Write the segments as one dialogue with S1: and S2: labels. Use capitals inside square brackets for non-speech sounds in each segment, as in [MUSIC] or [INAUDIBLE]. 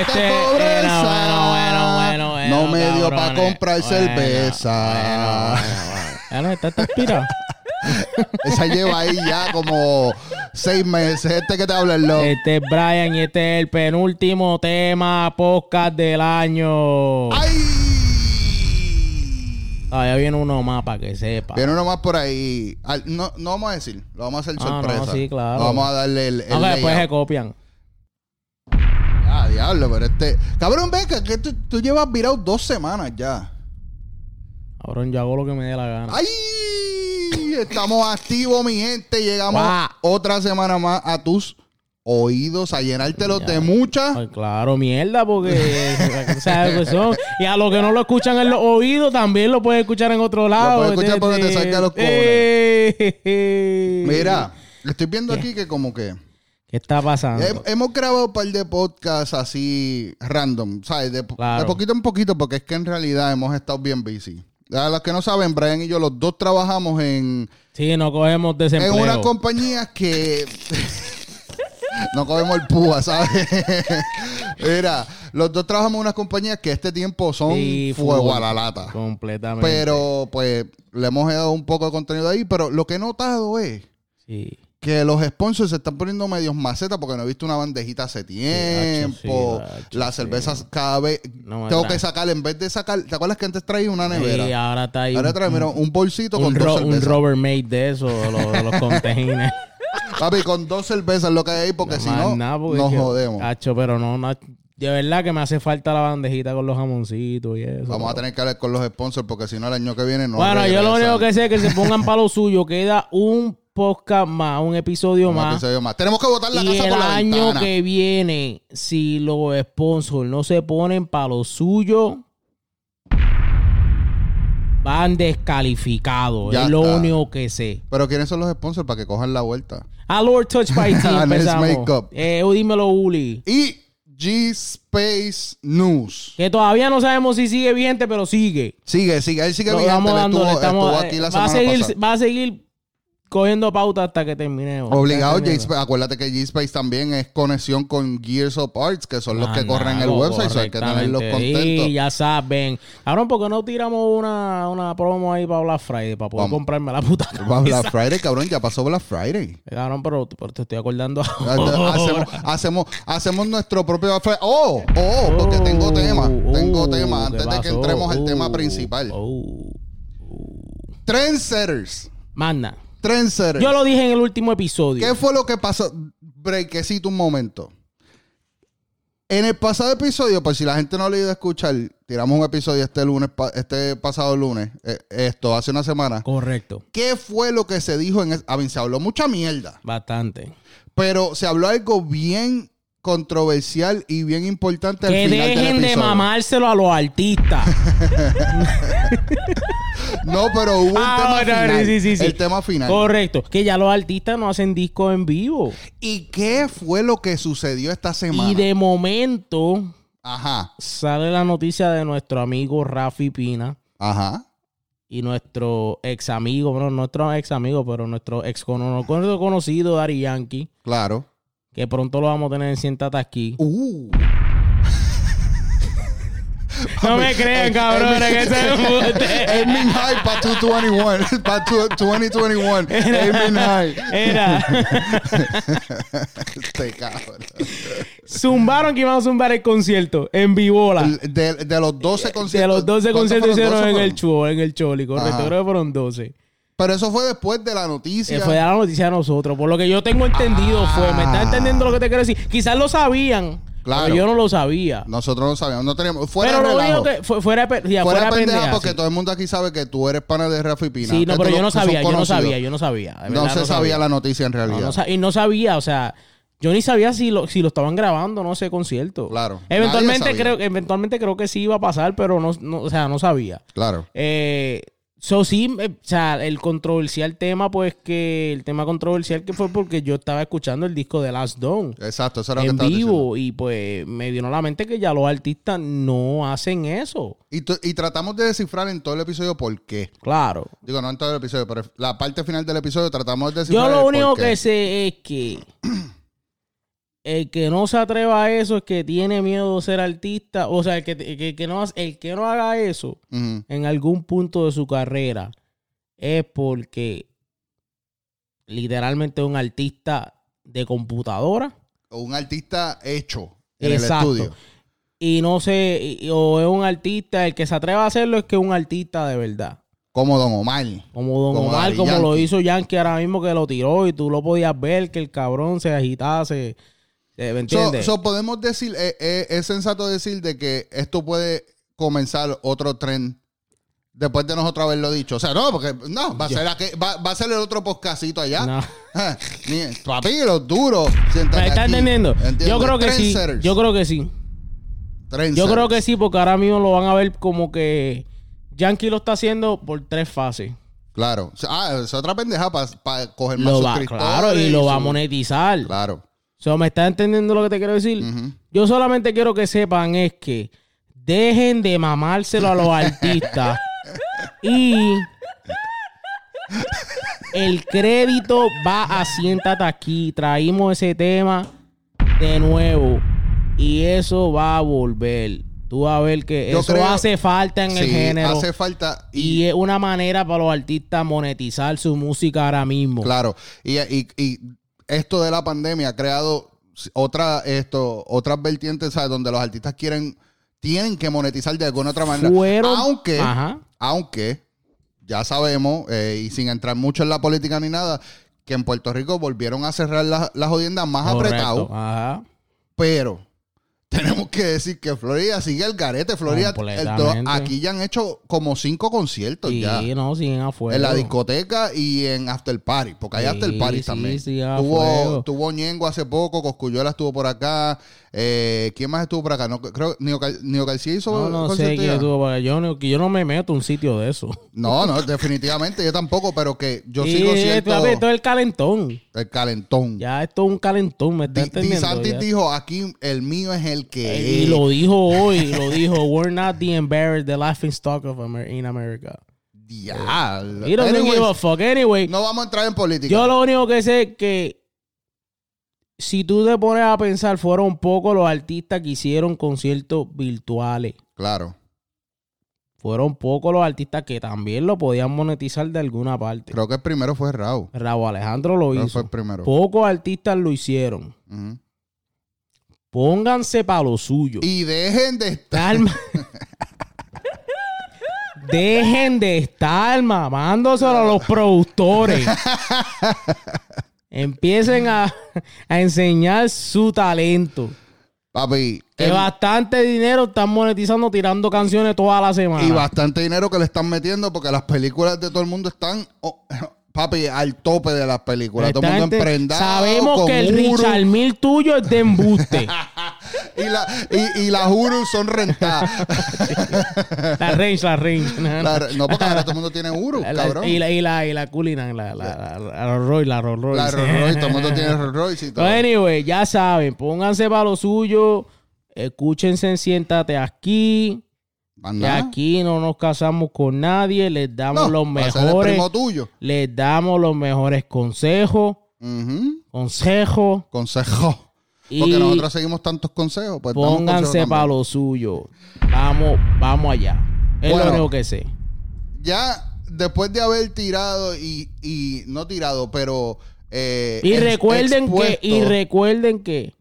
S1: este
S2: pobreza.
S1: era bueno, bueno, bueno, bueno,
S2: no me dio para
S1: cabrones.
S2: comprar
S1: Bueno,
S2: cerveza.
S1: Ya
S2: [LAUGHS]
S1: no, está, está inspirado.
S2: Esa lleva ahí ya como seis meses. Este que te habla el loco.
S1: Este es Brian y este es el penúltimo tema podcast del año.
S2: Ah. ¡Ay!
S1: Todavía viene uno más para que sepa.
S2: Viene uno más por ahí. Al- No, no vamos a decir, lo vamos a hacer
S1: Ah,
S2: sorpresa.
S1: no, sí, claro.
S2: No vamos a darle el. el
S1: Aunque después pues se
S2: layout.
S1: copian.
S2: Ah, diablo, pero este. Cabrón, ven que aquí tú, tú llevas virado dos semanas ya.
S1: Cabrón, yo hago lo que me dé la gana.
S2: ¡Ay! Estamos activos, mi gente. Llegamos
S1: Guau.
S2: otra semana más a tus oídos, a llenártelos de muchas.
S1: Ay, claro, mierda, porque eh, ¿sabes qué son? Y a los que no lo escuchan en los oídos, también lo puedes escuchar en otro lado.
S2: puedes escuchar porque te saca los cojones.
S1: cojones.
S2: Mira, estoy viendo aquí que como que.
S1: Eh, ¿Qué está pasando?
S2: Hem- Hemos grabado un par de podcasts así random, ¿sabes? De, po-
S1: Claro.
S2: de poquito en poquito, porque es que en realidad hemos estado bien busy. A los que no saben, Brian y yo los dos trabajamos en,
S1: sí, no cogemos
S2: en
S1: desempleo.
S2: una compañía que... no comemos el púa, ¿sabes? Mira, los dos trabajamos en unas compañías que este tiempo son
S1: Sí,
S2: fuego
S1: full.
S2: a la lata.
S1: Completamente.
S2: Pero pues le hemos dado un poco de contenido ahí, pero lo que he notado es
S1: Sí.
S2: que los sponsors se están poniendo medios macetas porque no he visto una bandejita hace tiempo.
S1: hacho, sí,
S2: Las
S1: hacho,
S2: cervezas cada vez
S1: No me
S2: tengo
S1: traen.
S2: que sacar, en vez de sacar, ¿te acuerdas que antes traía una nevera?
S1: Sí, ahora está ahí.
S2: Ahora
S1: un-
S2: trae, mira, un bolsito
S1: un,
S2: con
S1: ro-
S2: dos
S1: un
S2: cervezas.
S1: rubber made de eso, de los, de
S2: [LAUGHS]
S1: los containers.
S2: Papi, con dos cervezas lo que hay ahí, porque si no,
S1: Más nada, porque
S2: nos
S1: es que- ah,
S2: jodemos.
S1: Hacho, pero no, no, de verdad que me hace falta la bandejita con los jamoncitos y eso.
S2: Vamos a
S1: pero-
S2: tener que hablar con los sponsors porque si no el año que viene no
S1: bueno, yo lo
S2: regresan.
S1: único que sé es que se pongan para lo suyo. [LAUGHS] Queda un podcast más, un episodio
S2: Un
S1: más.
S2: episodio más. Tenemos que botar la
S1: y
S2: casa
S1: el
S2: por la
S1: año
S2: ventana.
S1: que viene, si los sponsors no se ponen para lo suyo, van descalificados.
S2: Ya
S1: es lo
S2: está.
S1: único que sé.
S2: Pero ¿quiénes son los sponsors para que cojan la vuelta?
S1: A Lord Touch
S2: [LAUGHS]
S1: by T
S2: A Let's
S1: empezamos.
S2: Make Up.
S1: Eh, o dímelo, Uli.
S2: Y G-Space News.
S1: Que todavía no sabemos si sigue vigente, pero sigue.
S2: Sigue, sigue, él sigue
S1: Lo
S2: vigente.
S1: vamos
S2: Él
S1: dando,
S2: estuvo,
S1: le estamos-
S2: estuvo aquí la
S1: eh, va,
S2: semana
S1: a seguir,
S2: pasada.
S1: va a seguir cogiendo pauta hasta que terminemos.
S2: Obligado,
S1: Hasta que
S2: G-Space. Acuérdate que G-Space también es conexión con Gears of Arts, que son los que
S1: Mandago,
S2: corren el website, so hay que tenerlos
S1: Ah, correctamente.
S2: contentos.
S1: Sí, ya saben. Cabrón, ¿por qué no tiramos una, una promo ahí para Black Friday? Para poder
S2: [LAUGHS] Vamos.
S1: comprarme la puta
S2: Va
S1: camisa. Eh,
S2: Black Friday, cabrón, ya pasó Black Friday.
S1: Cabrón, pero, pero te estoy acordando [LAUGHS] ahora.
S2: Hacemos, hacemos, hacemos nuestro propio Black Friday. ¡Oh! ¡Oh! Porque tengo
S1: Oh,
S2: tema, tengo
S1: oh,
S2: tema, antes
S1: ¿qué
S2: de que
S1: pasó?
S2: entremos al
S1: Oh,
S2: tema principal.
S1: oh.
S2: Trendsetters.
S1: Manda.
S2: Trendsetters.
S1: Yo lo dije en el último episodio.
S2: ¿Qué fue lo que pasó? Brequecito un momento. En el pasado episodio, pues si la gente no lo ha ido a escuchar, tiramos un episodio este lunes, pa- este pasado lunes, eh, esto, hace una semana.
S1: Correcto.
S2: ¿Qué fue lo que se dijo en es- A ver, se habló mucha mierda,
S1: Bastante.
S2: pero se habló algo bien controversial y bien importante al
S1: Que
S2: final del
S1: dejen de
S2: episodio.
S1: mamárselo a los artistas.
S2: [LAUGHS] No, pero hubo un
S1: Ah,
S2: tema
S1: no, no,
S2: final.
S1: sí, sí, sí.
S2: El tema final.
S1: Correcto. Que ya los artistas no hacen discos en vivo.
S2: ¿Y qué fue lo que sucedió esta semana?
S1: Y de momento
S2: Ajá,
S1: sale la noticia de nuestro amigo Rafi Pina
S2: ajá.
S1: y nuestro ex amigo, bueno, nuestro ex amigo, pero nuestro ex cono- conocido, conocido Dari Yankee,
S2: Claro.
S1: que pronto lo vamos a tener en Siéntate aquí.
S2: Uh.
S1: No me crean, cabrones, que
S2: [LAUGHS]
S1: se embuste.
S2: Aiming high para [LAUGHS] 221. Para 2021. Aiming high.
S1: Era,
S2: Este cabrón.
S1: zumbaron que iban a zumbar el concierto en Vivola.
S2: De, de los 12
S1: Ah. De
S2: conciertos.
S1: los 12
S2: ¿cuántos
S1: conciertos
S2: fueron?
S1: hicieron
S2: 12
S1: en el
S2: fueron?
S1: Chuo, en el Choli, correcto,
S2: Ajá.
S1: creo que fueron 12.
S2: Pero eso fue después de la noticia.
S1: Se fue a dar la noticia a nosotros. Por lo que yo tengo entendido fue, ¿me estás entendiendo lo que te quiero decir? Quizás lo sabían,
S2: Claro.
S1: pero yo no lo sabía.
S2: Nosotros no sabíamos. No teníamos. Fuera
S1: pero
S2: de
S1: lo
S2: relajo.
S1: único que fue- fuera, de pe- ya,
S2: fuera
S1: fuera
S2: de
S1: de
S2: pendeja,
S1: pendeja,
S2: porque
S1: sí.
S2: todo el mundo aquí sabe que tú eres pana de Rafi Pina.
S1: Sí, no,
S2: que tú
S1: pero yo
S2: lo-
S1: no
S2: son
S1: sabía, yo no
S2: conocidos.
S1: sabía, yo no sabía. de
S2: No
S1: verdad,
S2: se sabía la noticia en realidad.
S1: No, no sa- y no sabía, o sea, yo ni sabía si lo, si lo estaban grabando, no sé, concierto.
S2: Claro,
S1: Eventualmente
S2: nadie sabía.
S1: creo, eventualmente creo que sí iba a pasar, pero no, no o sea, no sabía.
S2: Claro.
S1: Eh, so, sí, eh, o sea, el controversial tema, pues que el tema controversial que fue porque yo estaba escuchando el disco de Last Dawn
S2: Exacto, eso era lo que
S1: en
S2: estaba diciendo.
S1: vivo y pues me vino a la mente que ya los artistas no hacen eso.
S2: Y, tu- y tratamos de descifrar en todo el episodio por qué.
S1: Claro.
S2: Digo, no en todo el episodio, pero la parte final del episodio tratamos de
S1: Yo
S2: descifrar
S1: lo
S2: el
S1: único
S2: porqué.
S1: que sé es que [CLEARS THROAT] el que no se atreva a eso es que tiene miedo de ser artista. O sea, el que, el que- el que no, hace- el que no haga eso
S2: Ujú.
S1: en algún punto de su carrera es porque literalmente es un artista de computadora
S2: O un artista hecho en
S1: Exacto.
S2: el estudio.
S1: y no sé, y- o es un artista, el que se atreva a hacerlo es que es un artista de verdad.
S2: Como Don Omar.
S1: Como Don
S2: Como
S1: Omar,
S2: Daddy
S1: como lo
S2: Yankee.
S1: hizo Yankee ahora mismo que lo tiró y tú lo podías ver que el cabrón se agitase. eh, ¿Me
S2: So,
S1: entiendes?
S2: so podemos decir, eh, eh, es sensato decir de que esto puede comenzar otro tren después de nosotros haberlo dicho. O sea, no, porque no, va a,
S1: Ya.
S2: ser, aquel- va, va a ser el otro podcastito allá.
S1: No.
S2: Ah, [LAUGHS] ni- Papi, los duros. siéntate
S1: ¿Me estás
S2: aquí.
S1: entendiendo? Yo
S2: ¿Entiendes?
S1: creo que sí.
S2: Trendsetters.
S1: Yo creo que sí. Yo
S2: Trendsetters.
S1: creo que sí, porque ahora mismo lo van a ver como que Yankee lo está haciendo por tres fases.
S2: Claro. O sea, Ah, es otra pendeja para coger más
S1: Lo va,
S2: suscriptores
S1: claro, y lo
S2: su-
S1: va a monetizar.
S2: Claro.
S1: O sea, ¿me estás entendiendo lo que te quiero decir?
S2: Ujú.
S1: Yo solamente quiero que sepan es que dejen de
S2: [LAUGHS]
S1: mamárselo a los artistas y el crédito va a siéntate aquí. Traímos ese tema de nuevo y eso va a volver. Tú vas a ver que
S2: Yo
S1: eso
S2: creo-
S1: hace falta en el
S2: Sí,
S1: género
S2: hace falta.
S1: y es una manera para los artistas monetizar su música ahora mismo.
S2: Claro. Y, y- y esto de la pandemia ha creado otra, esto, otras vertientes, ¿sabes? Donde los artistas quieren, tienen que monetizar de alguna otra manera.
S1: Fueron-
S2: Aunque,
S1: Ajá.
S2: aunque, ya sabemos, eh, y sin entrar mucho en la política ni nada, que en Puerto Rico volvieron a cerrar las las jodiendas más
S1: Correcto,
S2: apretadas.
S1: Ajá.
S2: Pero [LAUGHS] tenemos que decir que Florida sigue el garete. Florida, el do-
S1: Completamente.
S2: aquí ya han hecho como cinco conciertos
S1: Sí,
S2: ya.
S1: no, siguen afuera.
S2: En la discoteca y en After Party, porque hay
S1: Sí,
S2: After Party
S1: sí,
S2: también.
S1: sí, a fuego.
S2: tuvo, tuvo Ñengo hace poco, Cosculluela estuvo por acá. eh, ¿Quién más estuvo por acá? No, creo Nio Cal- Nio Calcié hizo
S1: No, no sé
S2: concierto
S1: qué
S2: ya.
S1: tuvo para yo no, que yo no me meto a un sitio de eso.
S2: No, no, definitivamente, yo tampoco, pero que yo
S1: Sí,
S2: sigo
S1: eh,
S2: cierto
S1: papi, esto es el calentón.
S2: el calentón.
S1: Ya esto es un calentón, me
S2: Di,
S1: está
S2: Di
S1: entendiendo.
S2: Santis
S1: Ya.
S2: dijo, aquí el mío es el que
S1: Eh, y
S2: es.
S1: lo dijo hoy, lo dijo, we're not the embarrassed, the laughing stock of Amer in America.
S2: Diablo.
S1: He doesn't
S2: Anyways,
S1: give a fuck. Anyway,
S2: no vamos a entrar en política.
S1: yo lo único que sé es que si tú te pones a pensar, fueron pocos los artistas que hicieron conciertos virtuales.
S2: Claro,
S1: Fueron pocos los artistas que también lo podían monetizar de alguna parte.
S2: creo que el primero fue Raúl.
S1: Raúl Alejandro lo
S2: Creo que
S1: hizo.
S2: fue el primero.
S1: Pocos artistas lo hicieron.
S2: Ujú.
S1: Pónganse para lo suyo.
S2: Y dejen de estar.
S1: Calma. Dejen de estar mamándoselo a los productores. Empiecen a, a enseñar su talento.
S2: Papi,
S1: Que
S2: el-
S1: bastante dinero están monetizando tirando canciones toda la semana.
S2: Y bastante dinero que le están metiendo porque las películas de todo el mundo están, oh, [LAUGHS] papi, al tope de las películas. Todo el
S1: Esta
S2: mundo
S1: gente-
S2: emprendado.
S1: Sabemos
S2: con
S1: que el
S2: Hulu,
S1: Richard Mil tuyo es de
S2: [LAUGHS]
S1: embuste.
S2: Y, la, y, y las Hulu son
S1: [LAUGHS]
S2: rentadas.
S1: La range, la range. No, no.
S2: La re- no, porque ahora todo el mundo tiene [LAUGHS] Hulu,
S1: La- la-
S2: cabrón.
S1: y la y la y la Cullinan, la la la, la Rolls Royce, la Rolls Royce.
S2: La Rolls Royce, todo el
S1: [LAUGHS]
S2: mundo tiene Rolls Royce y todo.
S1: Pero anyway, ya saben, pónganse para lo suyo, escúchense, en siéntate aquí.
S2: Más
S1: que
S2: nada.
S1: aquí no nos casamos con nadie, les damos los
S2: va a ser el
S1: mejores,
S2: primo tuyo.
S1: les damos los mejores consejos,
S2: Ujú.
S1: consejos
S2: Consejo. Porque
S1: y
S2: nosotros seguimos tantos consejos. Pues damos
S1: pónganse
S2: consejos
S1: para
S2: también.
S1: lo suyo. Vamos, vamos allá. Es
S2: Bueno.
S1: lo único que sé.
S2: Ya después de haber tirado y, y no tirado, pero. eh,
S1: Y
S2: ex-
S1: recuerden que, y
S2: expuesto-
S1: recuerden que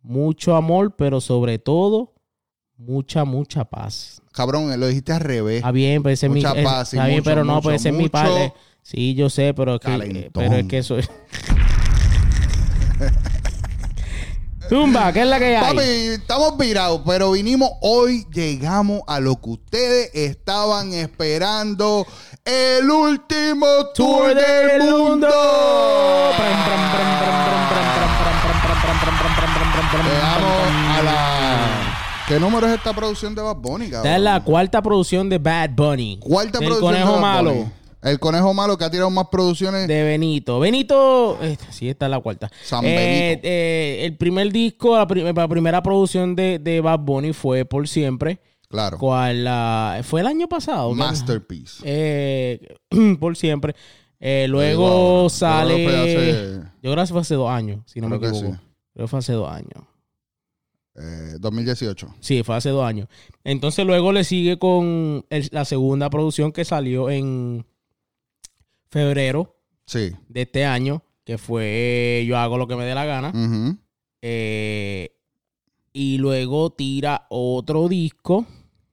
S1: mucho amor, pero sobre todo, mucha, mucha paz.
S2: Cabrón, lo dijiste al revés.
S1: Está bien, pero ese es mi
S2: Mucha
S1: es-
S2: paz y
S1: Está bien,
S2: mucho,
S1: pero no,
S2: mucho,
S1: pues ese es mi
S2: mucho
S1: padre. Sí, yo sé, pero es que,
S2: calentón.
S1: pero es que eso es. Zumba, ¿qué es la que hay?
S2: Papi, estamos virados, pero vinimos hoy, llegamos a lo que ustedes estaban esperando. El último tour del mundo.
S1: Pram, pram, pram, pram, pram, pram, pram, pram, pram, pram, pram, pram, pram, pram, pram, pram,
S2: Llegamos a la... ¿Qué número es esta producción de Bad Bunny, cabrón?
S1: Esta es la cuarta producción de Bad Bunny.
S2: cuarta
S1: del
S2: producción
S1: Conejo
S2: de Bad
S1: Malo.
S2: Bunny. El Conejo Malo que ha tirado más producciones.
S1: De Benito. Benito, eh, sí, esta es la cuarta.
S2: San
S1: Eh,
S2: Benito.
S1: eh, el primer disco, la, prim- la primera producción de, de Bad Bunny fue Por Siempre.
S2: Claro.
S1: Cual, ah, fue el año pasado. ¿qué?
S2: Masterpiece.
S1: Eh, [CLEARS THROAT] por Siempre. Eh, luego
S2: Luego ahora.
S1: sale.
S2: Yo creo que fue hace-
S1: Yo creo que fue hace dos años, si no me
S2: Creo que
S1: equivoco.
S2: sí.
S1: Creo que fue hace dos años.
S2: eh, 2018.
S1: Sí, fue hace dos años. Entonces luego le sigue con el- la segunda producción que salió en febrero
S2: Sí.
S1: de este año, que fue Yo hago lo que me dé la gana.
S2: Ujú.
S1: Eh, y luego tira otro disco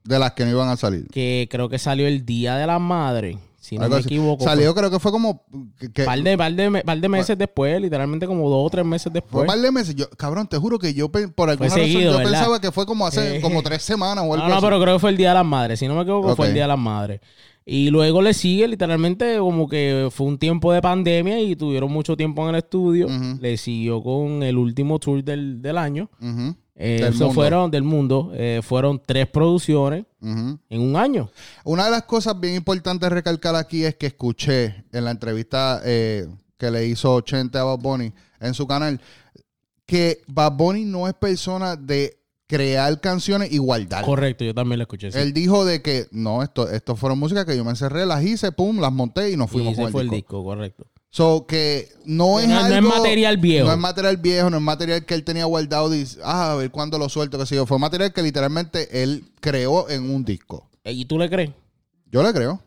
S2: De las que no iban a salir.
S1: que creo que salió el Día de la Madre, si no
S2: Algo
S1: me
S2: así.
S1: equivoco.
S2: Salió, creo que fue como. que- que-
S1: Un par de, par de me- par de meses después, literalmente como dos o tres meses
S2: fue un
S1: después.
S2: par de meses. Yo, cabrón, te juro que yo, pe- por alguna razón,
S1: seguido,
S2: yo
S1: ¿verdad?
S2: pensaba que fue como hace
S1: Eh.
S2: como tres semanas o algo
S1: No, no,
S2: así.
S1: pero creo que fue el Día de las Madres. Si no me equivoco, fue
S2: Ok.
S1: el Día de las Madres. Y luego le sigue, literalmente, como que fue un tiempo de pandemia y tuvieron mucho tiempo en el estudio.
S2: Ujú.
S1: Le siguió con el último tour del, del año.
S2: Ujú,
S1: Eh,
S2: Del
S1: eso
S2: mundo.
S1: fueron del mundo. Eh, fueron tres producciones
S2: ujú.
S1: en un año.
S2: Una de las cosas bien importantes recalcar aquí es que escuché en la entrevista eh, que le hizo 80 a Bad Bunny en su canal que Bad Bunny no es persona de crear canciones y guardarlas.
S1: Correcto, yo también lo escuché. sí.
S2: Él dijo de que no, esto, esto fueron músicas que yo me encerré, las hice, pum, las monté y nos
S1: y
S2: fuimos
S1: ese
S2: con el
S1: fue
S2: disco.
S1: el disco, correcto.
S2: So que no
S1: No
S2: es
S1: es- no es
S2: algo-
S1: material viejo.
S2: No es material viejo, no es material que él tenía guardado. Dice, ah, a ver cuándo lo suelto, qué sé yo. Fue material que literalmente él creó en un disco.
S1: Eh, ¿Y tú le crees?
S2: Yo le creo.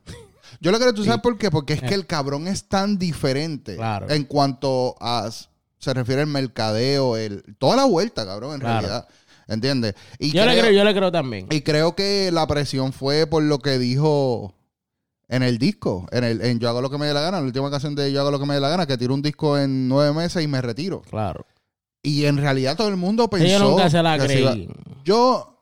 S2: Yo le creo,
S1: [LAUGHS]
S2: ¿tú sabes por qué? Porque es que el cabrón es tan diferente
S1: eh. Claro.
S2: en cuanto a s- se refiere al mercadeo, el, toda la vuelta, cabrón, en
S1: Claro.
S2: realidad. ¿Entiendes? Y
S1: Yo le
S2: creo-
S1: creo, yo le creo también.
S2: y creo que la presión fue por lo que dijo en el disco, en el en Yo hago lo que me dé la gana, la última canción de Yo hago lo que me dé la gana, que tiro un disco en nueve meses y me retiro.
S1: Claro.
S2: Y en realidad todo el mundo pensó.
S1: Yo nunca se la
S2: pues que iba-
S1: creí.
S2: Yo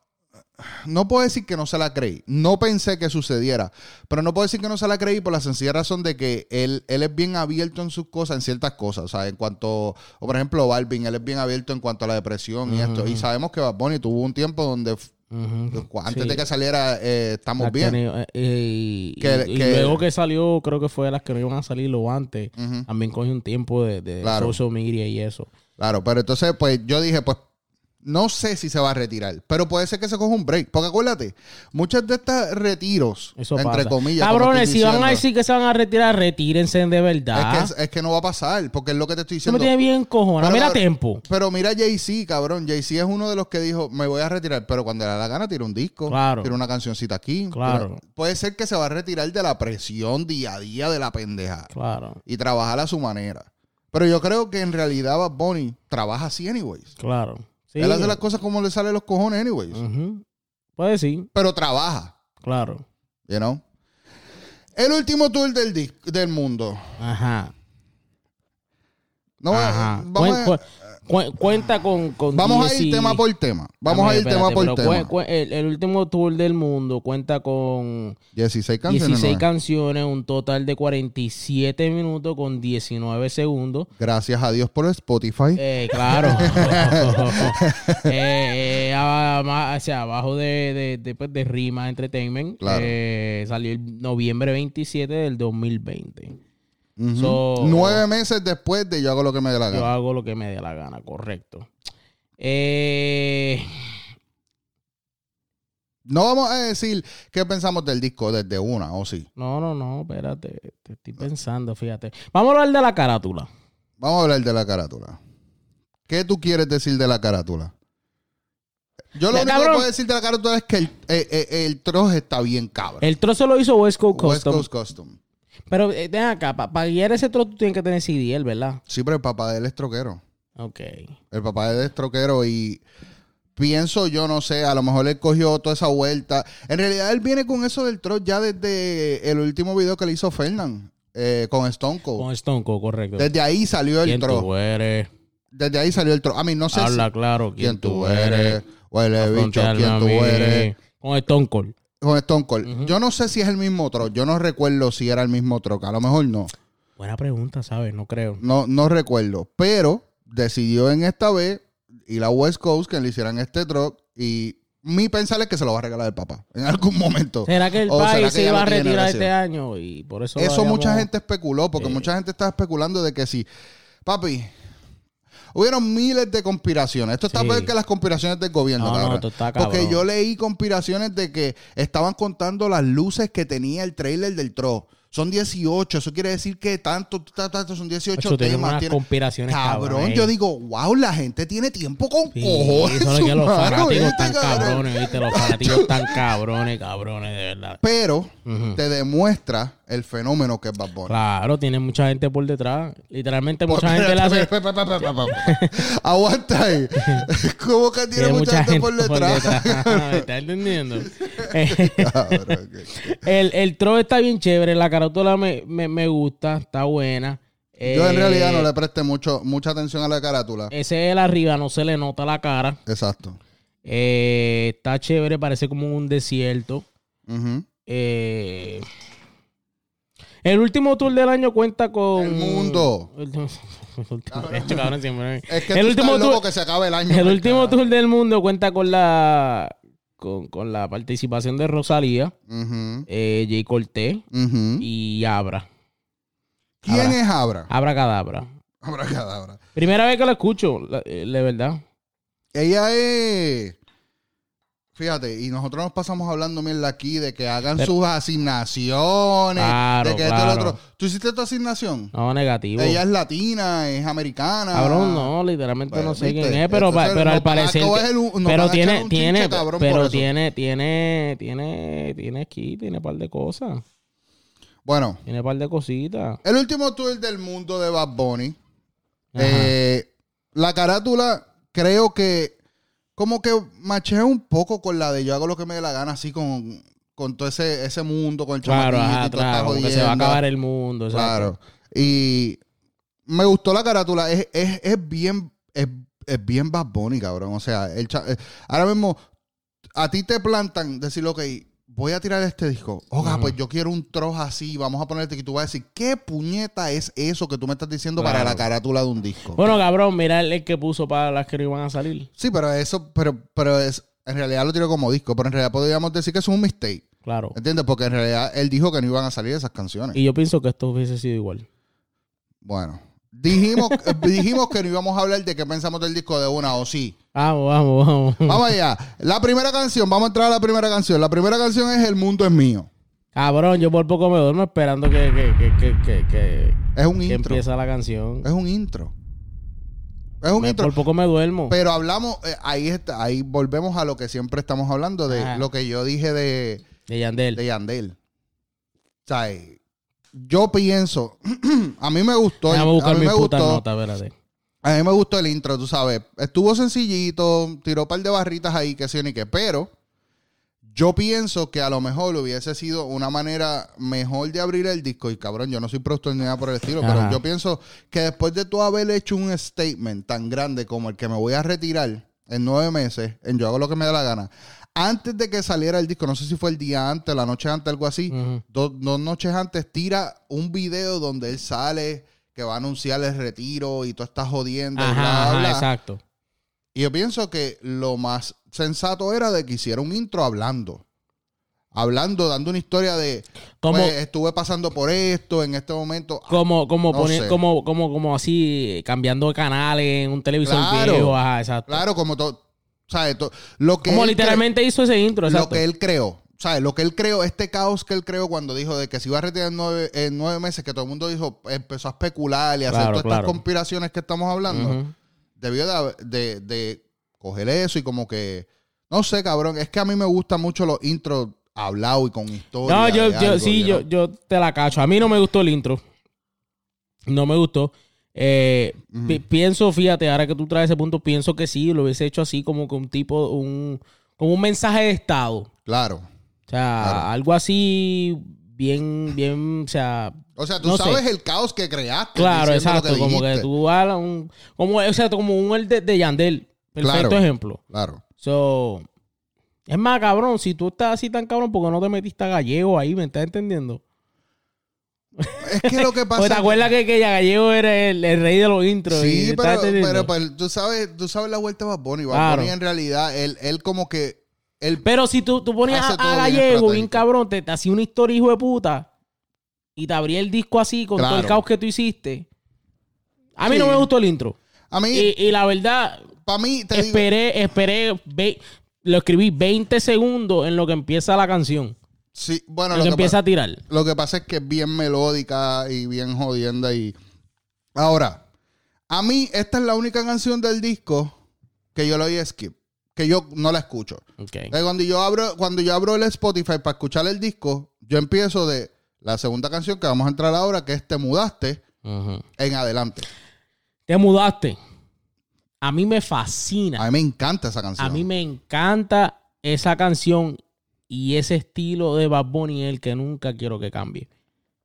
S2: no puedo decir que no se la creí. No pensé que sucediera. Pero no puedo decir que no se la creí por la sencilla razón de que él, él es bien abierto en sus cosas, en ciertas cosas. O sea, en cuanto. O por ejemplo, Balvin, él es bien abierto en cuanto a la depresión y esto. Y sabemos que Bad Bunny tuvo un tiempo donde f- pues,
S1: Ujú,
S2: antes
S1: sí.
S2: de que saliera, eh, estamos
S1: Las
S2: bien.
S1: que no- eh, eh, y,
S2: Que-
S1: y
S2: que-
S1: luego que salió, creo que fue de las que no iban a salir lo antes.
S2: Ujú,
S1: También cogió un tiempo de, de
S2: Claro.
S1: social media y eso.
S2: Claro, pero entonces, pues yo dije, pues no sé si se va a retirar, pero puede ser que se coja un break. Porque acuérdate, muchas de estas retiros,
S1: Eso
S2: entre
S1: pasa.
S2: comillas, como
S1: Cabrones,
S2: estoy
S1: si van a
S2: diciendo,
S1: decir que se van a retirar, retírense de verdad.
S2: Es que, es que no va a pasar, porque es lo que te estoy
S1: Eso me
S2: diciendo.
S1: tiene bien cojona.
S2: Pero,
S1: Mira,
S2: cabrón,
S1: tempo.
S2: Pero mira Jay-Z, cabrón. Jay-Z es uno de los que dijo, me voy a retirar, pero cuando le da la gana tira un disco,
S1: Claro.
S2: tira una cancioncita aquí.
S1: Claro.
S2: tira- Puede ser que se va a retirar de la presión día a día de la pendeja
S1: Claro,
S2: y trabajar a su manera. Pero yo creo que en realidad Bad Bunny trabaja así anyways.
S1: claro. Sí. Mm.
S2: Él hace las cosas como le sale los cojones anyways.
S1: Ujú. Pues sí,
S2: Pero trabaja,
S1: claro.
S2: you know. El último tour del, dis- del mundo.
S1: Ajá.
S2: No,
S1: ajá.
S2: Pues, Vamos,
S1: Cuen-
S2: a,
S1: cuen- cuenta con. con
S2: vamos a ir
S1: 10 y-
S2: tema por tema. Vamos a ir
S1: Espérate,
S2: tema por
S1: pero cuen-
S2: tema.
S1: cuen- el- el último tour del mundo cuenta con
S2: 16 canciones.
S1: 16
S2: ¿no?
S1: canciones, un total de 47 minutos con 19 segundos.
S2: Gracias a Dios por Spotify.
S1: Eh,
S2: [LAUGHS]
S1: claro. Eh, eh, a- ma- o sea, abajo de, de, de, pues, de Rima Entertainment.
S2: Claro.
S1: Eh, salió el noviembre 27 del 2020.
S2: Ujú.
S1: so-
S2: Nueve meses después de yo hago lo que me dé la
S1: Yo
S2: gana.
S1: hago lo que me dé la gana, correcto. Eh,
S2: No vamos a decir qué pensamos del disco desde una, o sí.
S1: no, no, no, espérate. Te estoy pensando, fíjate. Vamos a hablar de la carátula.
S2: Vamos a hablar de la carátula. ¿Qué tú quieres decir de la carátula? Yo lo
S1: Ya,
S2: único que
S1: cabrón.
S2: puedo decir de la carátula es que el, eh, eh, el trozo está bien cabrón.
S1: El trozo lo hizo West Coast
S2: West
S1: Custom.
S2: Coast Custom.
S1: Pero eh, ven acá, para guiar ese trozo tú tienes que tener CDL, ¿verdad?
S2: Sí, pero el papá de él es troquero.
S1: Ok.
S2: El papá de él es troquero y pienso yo, no sé, a lo mejor él cogió toda esa vuelta. En realidad él viene con eso del trozo ya desde el último video que le hizo Fernan eh, con Stone Cold.
S1: Con Stone Cold, correcto.
S2: Desde ahí salió el
S1: ¿Quién
S2: tro.
S1: tú eres?
S2: Desde ahí salió el tro. A mí no sé si-
S1: Habla claro.
S2: quién tú eres. Huele bicho,
S1: Frontearme
S2: quién
S1: a
S2: tú
S1: mí.
S2: eres.
S1: Con Stone Cold.
S2: Con Stone Cold.
S1: Ujú.
S2: Yo no sé si es el mismo tro. Yo no recuerdo si era el mismo tro. que A lo mejor no.
S1: Buena pregunta, ¿sabes? No creo.
S2: No, no recuerdo. Pero decidió en esta vez ir a West Coast que le hicieran este tro. Y mi pensar es que se lo va a regalar el papá en algún momento.
S1: ¿Será que el
S2: O Oh, será
S1: país
S2: que
S1: se
S2: ya
S1: iba
S2: lo
S1: a
S2: tiene
S1: retirar
S2: nacido.
S1: este año? Y por eso.
S2: Eso
S1: habíamos-
S2: mucha gente especuló, porque
S1: Sí.
S2: mucha gente estaba especulando de que sí. Papi, hubieron miles de conspiraciones. Esto está
S1: Sí.
S2: peor que las conspiraciones del gobierno,
S1: No, no,
S2: cabrón.
S1: esto está
S2: Porque
S1: cabrón.
S2: yo leí conspiraciones de que estaban contando las luces que tenía el trailer del tro. Son 18, eso quiere decir que tanto, ta- tanto son 18
S1: Ocho, tienen
S2: temas.
S1: unas
S2: tiene-
S1: conspiraciones,
S2: Cabrón,
S1: cabrón,
S2: yo digo, wow, la gente tiene tiempo con
S1: Sí,
S2: cojones.
S1: eso es
S2: [LAUGHS]
S1: que los
S2: mano,
S1: fanáticos
S2: ¿viste,
S1: están
S2: cabrón?
S1: cabrones, ¿viste? Los fanáticos están cabrones, cabrones, de verdad.
S2: Pero
S1: Ujú.
S2: te demuestra el fenómeno que es Bad Bunny.
S1: Claro, tiene mucha gente por detrás. Literalmente
S2: Por-
S1: mucha gente le hace...
S2: Pa, pa, pa, pa, pa, pa, pa. [LAUGHS] Aguanta
S1: [LAUGHS]
S2: ahí. ¿Cómo que tiene mucha gente por detrás? [LAUGHS]
S1: ¿Me estás entendiendo? Eh,
S2: Cabrón,
S1: [LAUGHS]
S2: que-
S1: el, el troll está bien chévere, la carátula me, me, me gusta, está buena.
S2: Yo en
S1: Eh,
S2: realidad no le presté mucho, mucha atención a la carátula.
S1: Ese es el arriba, no se le nota la cara.
S2: Exacto.
S1: Eh, está chévere, parece como un desierto.
S2: Ujú.
S1: Eh, el último tour del año cuenta con.
S2: El mundo.
S1: [LAUGHS] Este cabrón
S2: [LAUGHS]
S1: siempre-
S2: Es que
S1: el último,
S2: loco
S1: tour,
S2: que se acabe el año. pues,
S1: el
S2: por
S1: último
S2: carajo.
S1: tour del mundo cuenta con la con, con la participación de Rosalía,
S2: Ujú,
S1: eh, Jay Cortés
S2: ujú.
S1: y Abra.
S2: ¿Quién
S1: Abra.
S2: es Abra?
S1: Abra Cadabra.
S2: Abracadabra.
S1: Primera vez que la escucho, la, eh, de verdad.
S2: Ella es. Fíjate, y nosotros nos pasamos hablando, mierda, aquí de que hagan
S1: Pero-
S2: sus asignaciones.
S1: Claro,
S2: de que esto y lo
S1: claro.
S2: otro. ¿Tú hiciste tu asignación?
S1: No, negativo.
S2: Ella es latina, es americana.
S1: Cabrón, no, literalmente
S2: Pues,
S1: no sé
S2: ¿viste?
S1: quién es, pero, pa-
S2: Entonces,
S1: pero
S2: nos
S1: al
S2: van a
S1: parecer.
S2: acabar
S1: que-
S2: el- nos van
S1: pero
S2: a echar
S1: tiene,
S2: un
S1: tiene,
S2: chinche, cabrón, por
S1: pero
S2: eso.
S1: tiene, tiene, tiene, tiene aquí, tiene par de cosas.
S2: Bueno,
S1: Tiene par de cositas.
S2: el último tour del mundo de Bad Bunny.
S1: Ajá.
S2: Eh, la carátula creo que como que machea un poco con la de yo hago lo que me dé la gana, así con, con todo ese, ese mundo, con el chamaquito
S1: Claro,
S2: y
S1: ajá,
S2: toda esta
S1: claro, que se va a
S2: jodienda.
S1: acabar el mundo. exacto.
S2: Claro. Y me gustó la carátula. Es, es, es bien, es, es bien Bad Bunny, cabrón. O sea, el cha- eh, ahora mismo a ti te plantan decir, ok, voy a tirar este disco. Oiga,
S1: Ujú.
S2: pues yo quiero un trozo así. Vamos a ponerte que tú vas a decir, ¿qué puñeta es eso que tú me estás diciendo para
S1: Claro.
S2: la carátula de un disco?
S1: Bueno, cabrón, mira el que puso para las que no iban a salir.
S2: sí, pero eso, pero, pero es, en realidad lo tiró como disco, pero en realidad podríamos decir que es un mistake.
S1: Claro.
S2: ¿Entiendes? Porque en realidad él dijo que no iban a salir esas canciones.
S1: Y yo pienso que esto hubiese sido igual.
S2: Bueno,
S1: [LAUGHS]
S2: dijimos, dijimos que no íbamos a hablar de qué pensamos del disco de una, o sí.
S1: Vamos, vamos, vamos.
S2: Vamos allá. La primera canción, vamos a entrar a la primera canción. La primera canción es El mundo es mío.
S1: Cabrón, yo por poco me duermo esperando que, que, que, que, que, que-
S2: Es un
S1: que
S2: intro.
S1: empieza la canción.
S2: Es un intro. Es un
S1: Me-
S2: intro.
S1: Por poco me duermo.
S2: Pero hablamos, eh, ahí está, ahí volvemos a lo que siempre estamos hablando, de
S1: Ajá.
S2: lo que yo dije de,
S1: De Yandel.
S2: de Yandel. O sea, eh, yo pienso, [CLEARS THROAT] a mí me gustó, el-
S1: Déjame
S2: a
S1: buscar
S2: mí
S1: mis
S2: me
S1: putas
S2: gustó,
S1: notas, espérate.
S2: A mí me gustó el intro, tú sabes. Estuvo sencillito, tiró un par de barritas ahí, que sí ni qué, pero yo pienso que a lo mejor hubiese sido una manera mejor de abrir el disco. Y cabrón, yo no soy productor ni nada por el estilo,
S1: Ajá.
S2: pero yo pienso que después de tú haber hecho un statement tan grande como el que me voy a retirar en nueve meses, en yo hago lo que me da la gana, antes de que saliera el disco, no sé si fue el día antes, la noche antes, algo así,
S1: Ujú.
S2: do- dos noches antes tira un video donde él sale que va a anunciar el retiro y tú estás jodiendo. y bla,
S1: Ajá,
S2: bla.
S1: ajá, exacto.
S2: Y yo pienso que lo más sensato era de que hiciera un intro hablando. Hablando, dando una historia de
S1: Como,
S2: pues, estuve pasando por esto en este momento.
S1: como, como,
S2: no
S1: pone-
S2: sé.
S1: como, como, como así, cambiando de canales en un televisor
S2: Claro.
S1: viejo, ajá, exacto.
S2: Claro, como todo. ¿Sabes? To- lo que
S1: Como
S2: él
S1: literalmente hizo ese intro,
S2: cre-
S1: exacto.
S2: lo que él creó. ¿Sabes? Lo que él creó, este caos que él creó cuando dijo de que se iba a retirar en nueve, en nueve meses, que todo el mundo dijo, empezó a especular y a hacer
S1: Claro,
S2: todas
S1: claro.
S2: estas conspiraciones que estamos hablando.
S1: Ujú.
S2: debió de, haber- de, de coger eso y como que, no sé, cabrón, es que a mí me gustan mucho los intros hablados y con historia.
S1: No, yo,
S2: de
S1: yo
S2: algo,
S1: sí,
S2: you
S1: yo,
S2: know.
S1: yo te la cacho. A mí no me gustó el intro. No me gustó. Eh, pi- Pienso, fíjate, ahora que tú traes ese punto, pienso que sí, lo hubiese hecho así como que un tipo, un, como un mensaje de estado. O
S2: Claro.
S1: sea,
S2: Claro.
S1: algo así bien, bien, o sea...
S2: O sea, tú
S1: no sé.
S2: sabes el caos que creaste.
S1: Claro,
S2: diciendo lo
S1: exacto, como que
S2: dijiste.
S1: tú hablas un... Como, exacto, como un el de, de Yandel. Perfecto
S2: Claro.
S1: ejemplo.
S2: Claro.
S1: So, es más, cabrón, si tú estás así tan cabrón, porque no te metiste a gallego ahí? ¿Me estás entendiendo?
S2: Es que lo que
S1: [LAUGHS] Pues,
S2: pasa...
S1: ¿Te acuerdas que, que ya Gallego era el, el rey de los intros?
S2: Sí,
S1: y estaba
S2: pero,
S1: entendiendo?
S2: pero, pues, tú, sabes, tú sabes la vuelta de Bad Bunny. Bad
S1: Claro.
S2: Bunny en realidad, él, él como que... Él,
S1: Pero si tú, tú ponías a,
S2: Hace todo
S1: a
S2: bien
S1: Gallego, bien
S2: estratégico.
S1: cabrón, te, te hacía una historia, hijo de puta, y te abría el disco así con todo el
S2: Claro.
S1: caos que tú hiciste. A mí no
S2: Sí.
S1: me gustó el intro.
S2: a mí,
S1: Y, y la verdad,
S2: para mí, te digo...
S1: esperé, esperé, ve- lo escribí 20 segundos en lo que empieza la canción.
S2: Sí, bueno,
S1: Lo
S2: lo
S1: que
S2: que,
S1: empieza a tirar.
S2: pa- lo que pasa es que es bien melódica y bien jodienda. Y... Ahora, a mí esta es la única canción del disco que yo le doy skip, que yo no la escucho.
S1: Ok.
S2: Eh, cuando yo abro, cuando yo abro el Spotify para escuchar el disco, yo empiezo de la segunda canción que vamos a entrar ahora, que es Te Mudaste,
S1: Ujú.
S2: en adelante.
S1: Te mudaste. A mí me fascina.
S2: A mí me encanta esa canción.
S1: A mí me encanta esa canción y ese estilo de Bad Bunny, el que nunca quiero que cambie.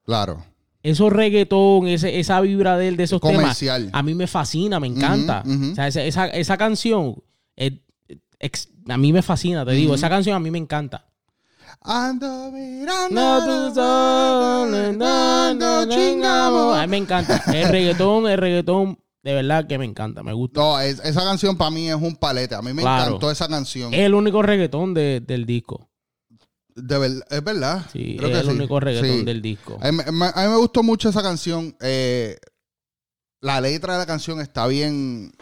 S2: Claro.
S1: Eso reggaetón, ese- esa vibra de él, de esos
S2: Comercial.
S1: temas. A mí me fascina, me encanta.
S2: Ujú, ujú.
S1: O sea, esa, esa- esa canción, eh, ex- a mí me fascina, te digo. Esa canción a mí me encanta.
S2: Ando mirando.
S1: No, tú solo, no, no, chingamos. A mí me encanta. El reggaetón, el reggaetón, de verdad que me encanta, me gusta.
S2: No, es- esa canción para mí es un palete. A mí me
S1: Claro. Eh.
S2: encantó esa canción.
S1: Es el único reggaetón de- del disco.
S2: De ver- es verdad.
S1: Sí,
S2: Creo
S1: es
S2: que
S1: el
S2: sí.
S1: único reggaetón
S2: Sí.
S1: del disco.
S2: A mí, me- me- a mí me gustó mucho esa canción. Eh, la letra de la canción está bien.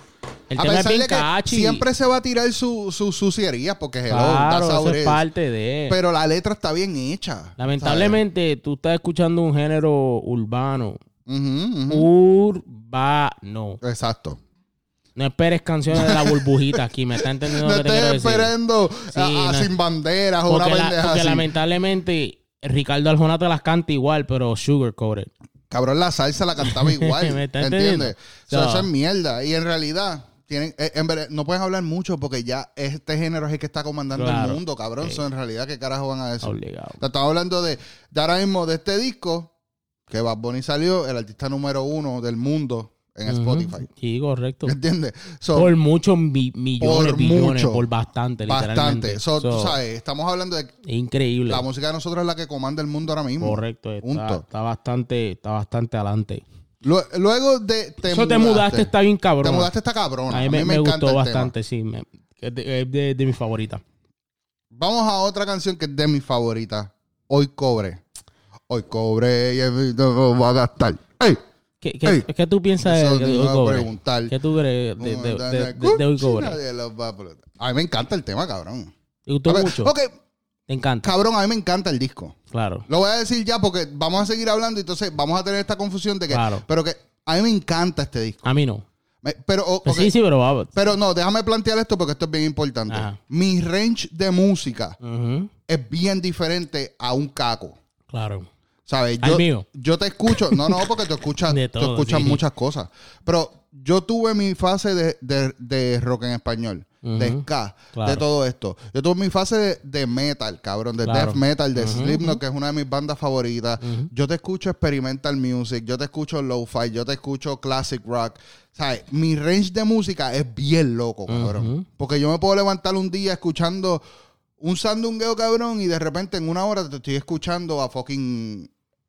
S1: El
S2: a
S1: tema es
S2: pesar
S1: bien
S2: de que
S1: catchy.
S2: siempre se va a tirar su, su suciedad porque hello,
S1: claro,
S2: that's how
S1: eso
S2: it
S1: es
S2: is.
S1: parte de.
S2: Pero la letra está bien hecha.
S1: Lamentablemente, tú estás escuchando un género urbano.
S2: ¿sabes? Ujú, ujú.
S1: Urbano.
S2: Exacto.
S1: No esperes canciones de la burbujita aquí. ¿Me está entendiendo
S2: No
S1: lo que te quiero
S2: estés
S1: decir?
S2: esperando a-
S1: Sí,
S2: a
S1: no.
S2: sin banderas o una
S1: Porque, la-
S2: pendeja
S1: porque
S2: así.
S1: lamentablemente Ricardo Arjona te las canta igual, pero sugar coated.
S2: Cabrón, la salsa la cantaba igual.
S1: [LAUGHS] ¿Me estás
S2: ¿Entiendes?
S1: entendiendo?
S2: So,
S1: So-
S2: eso es mierda. Y en realidad, tienen, eh, en verdad, no puedes hablar mucho porque ya este género es el que está comandando
S1: Claro.
S2: el mundo, cabrón.
S1: Sí.
S2: So, en realidad, ¿qué carajo van a decir?
S1: Obligado.
S2: Te Estamos hablando de, de ahora mismo de este disco que Bad Bunny salió, el artista número uno del mundo en Spotify.
S1: Ujú. Sí, correcto.
S2: ¿Entiendes? So,
S1: Por muchos mi- millones,
S2: Por
S1: billones,
S2: mucho.
S1: por bastante, literalmente.
S2: bastante. So, tú
S1: So,
S2: sabes, estamos hablando de
S1: es Increíble.
S2: la música de nosotros es la que comanda el mundo ahora mismo.
S1: Correcto. Está,
S2: Punto.
S1: está bastante, está bastante adelante.
S2: Lue- Luego de te
S1: Eso te mudaste, está bien
S2: Te
S1: cabrón.
S2: mudaste está cabrón.
S1: A mí me, me
S2: encanta
S1: gustó
S2: el tema.
S1: bastante, sí. me- es de, es de- de mi favorita.
S2: Vamos a otra canción que es de mis favoritas. Hoy cobre. Hoy cobre y el no va a gastar. ¡Ey!
S1: ¿Qué, qué,
S2: Ey.
S1: qué tú piensas
S2: Eso
S1: de,
S2: te
S1: de
S2: iba
S1: Hoy
S2: a
S1: Cobre?
S2: preguntar.
S1: ¿Qué tú crees de, de, de- de- de Hoy Cobre?
S2: Nadie los va a explotar. A mí me encanta el tema, cabrón.
S1: ¿Te gustó
S2: A ver,
S1: mucho?
S2: Ok,
S1: Te encanta,
S2: cabrón, a mí me encanta el disco.
S1: claro.
S2: Lo voy a decir ya porque vamos a seguir hablando y entonces vamos a tener esta confusión de que.
S1: Claro.
S2: Pero que a mí me encanta este disco.
S1: A mí no.
S2: Me- pero, o-
S1: Pues
S2: ok,
S1: Sí, sí, pero va.
S2: pero no, déjame plantear esto porque esto es bien importante.
S1: Ajá.
S2: Mi range de música
S1: Ujú,
S2: es bien diferente a un caco.
S1: Claro.
S2: ¿Sabes?
S1: Al
S2: Yo,
S1: mío.
S2: yo te escucho. No, no, porque tú escuchas,
S1: [LAUGHS] De
S2: tú
S1: todo,
S2: escuchas
S1: sí.
S2: muchas cosas. Pero yo tuve mi fase de, de- de rock en español, de
S1: Ujú.
S2: ska,
S1: Claro.
S2: de todo esto. Yo tuve mi fase de, de metal, cabrón, de
S1: Claro.
S2: death metal, de
S1: Ujú,
S2: Slipknot, que es una de mis bandas favoritas. Yo te escucho experimental music, yo te escucho lo-fi, yo te escucho classic rock. ¿Sabes? Mi range de música es bien loco, cabrón.
S1: Ujú.
S2: Porque yo me puedo levantar un día escuchando un sandungueo, cabrón, y de repente en una hora te estoy escuchando a fucking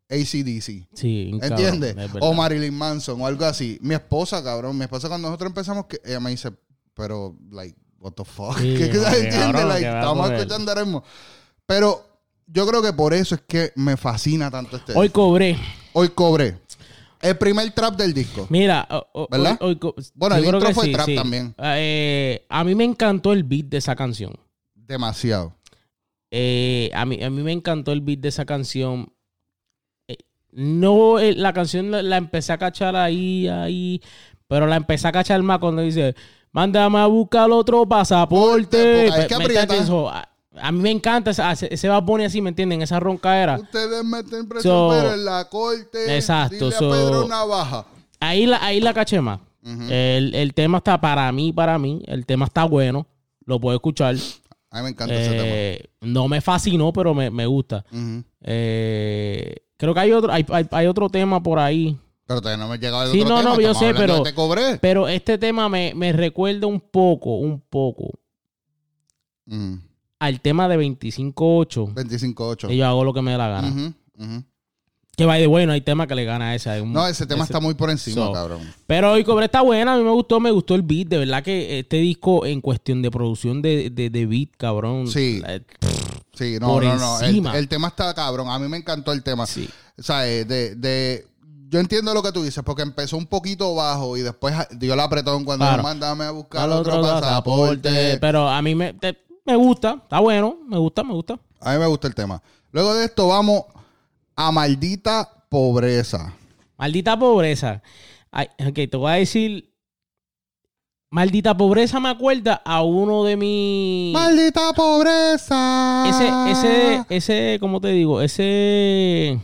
S2: ACDC.
S1: Sí, cabrón,
S2: ¿Entiendes?
S1: es verdad.
S2: O Marilyn Manson o algo así. Mi esposa, cabrón, mi esposa cuando nosotros empezamos, que ella me dice, pero, like, what the fuck?
S1: Sí,
S2: [LAUGHS] ¿Qué, qué-
S1: como que,
S2: ¿Entiendes?
S1: cabrón,
S2: Like,
S1: ¿qué va a
S2: estamos
S1: poner?
S2: escuchando ahora mismo. Pero yo creo que por eso es que me fascina tanto este.
S1: Hoy
S2: Hoy,
S1: cobré.
S2: cobré. El primer trap del disco.
S1: Mira, o- o-
S2: ¿Verdad?
S1: hoy- hoy co-
S2: Bueno, el
S1: yo creo
S2: intro
S1: que
S2: fue
S1: sí,
S2: trap
S1: sí.
S2: también.
S1: Eh, a mí me encantó el beat de esa canción.
S2: Demasiado.
S1: Eh, a, mí, a mí me encantó el beat de esa canción. Eh, no, eh, la canción la, la empecé a cachar ahí, ahí, pero la empecé a cachar más cuando dice, mándame a buscar otro pasaporte.
S2: Porque hay
S1: Me-
S2: que
S1: me
S2: apretar.
S1: encanta eso. A, a mí me encanta esa- ese, ese Bad Bunny así, ¿me entienden? Esa roncaera.
S2: Ustedes meten presión,
S1: Ah. So-
S2: pero en la corte.
S1: Exacto,
S2: Dile a
S1: so-
S2: Pedro Navaja.
S1: Ahí la, ahí la caché más.
S2: Mm.
S1: el, el tema está para mí, para mí. El tema está bueno. Lo puedo escuchar.
S2: A mí me encanta ese tema.
S1: Eh, no me fascinó, pero me, me gusta.
S2: Ujú.
S1: Eh, creo que hay otro, hay, hay- hay otro tema por ahí.
S2: Pero todavía no me he llegado al
S1: Sí,
S2: otro
S1: no,
S2: tema.
S1: no, yo
S2: Estamos
S1: sé,
S2: hablando
S1: pero-
S2: de Te cobré.
S1: Pero este tema me, me recuerda un poco, un poco
S2: Mm,
S1: al tema de 25-8.
S2: 25-8.
S1: Que yo hago lo que me dé la gana.
S2: Ujú, ujú.
S1: Que vaya de bueno, hay tema que le gana a ese. hay un-
S2: No, ese tema
S1: Mm. ese-
S2: está muy por encima,
S1: So,
S2: cabrón.
S1: Pero hoy cobré está buena, a mí me gustó, me gustó el beat. De verdad que este disco en cuestión de producción de, de, de beat, cabrón.
S2: Sí.
S1: eh,
S2: Sí, no,
S1: por
S2: no, no. El,
S1: encima.
S2: el tema está cabrón. A mí me encantó el tema.
S1: Sí.
S2: O sea, eh, de, de- yo entiendo lo que tú dices, porque empezó un poquito bajo y después ah, a- dio el apretón cuando
S1: Claro.
S2: mándame a buscar
S1: Al
S2: otro,
S1: otro lado,
S2: pasaporte.
S1: pasaporte, Pero a mí me, te- me gusta, está bueno, me gusta, me gusta.
S2: A mí me gusta el tema. Luego de esto vamos a maldita pobreza.
S1: Maldita pobreza. Ay, ok, te voy a decir. Maldita pobreza me acuerda a uno de mis.
S2: Maldita pobreza.
S1: Ese, ese, ese, ¿cómo te digo? Ese.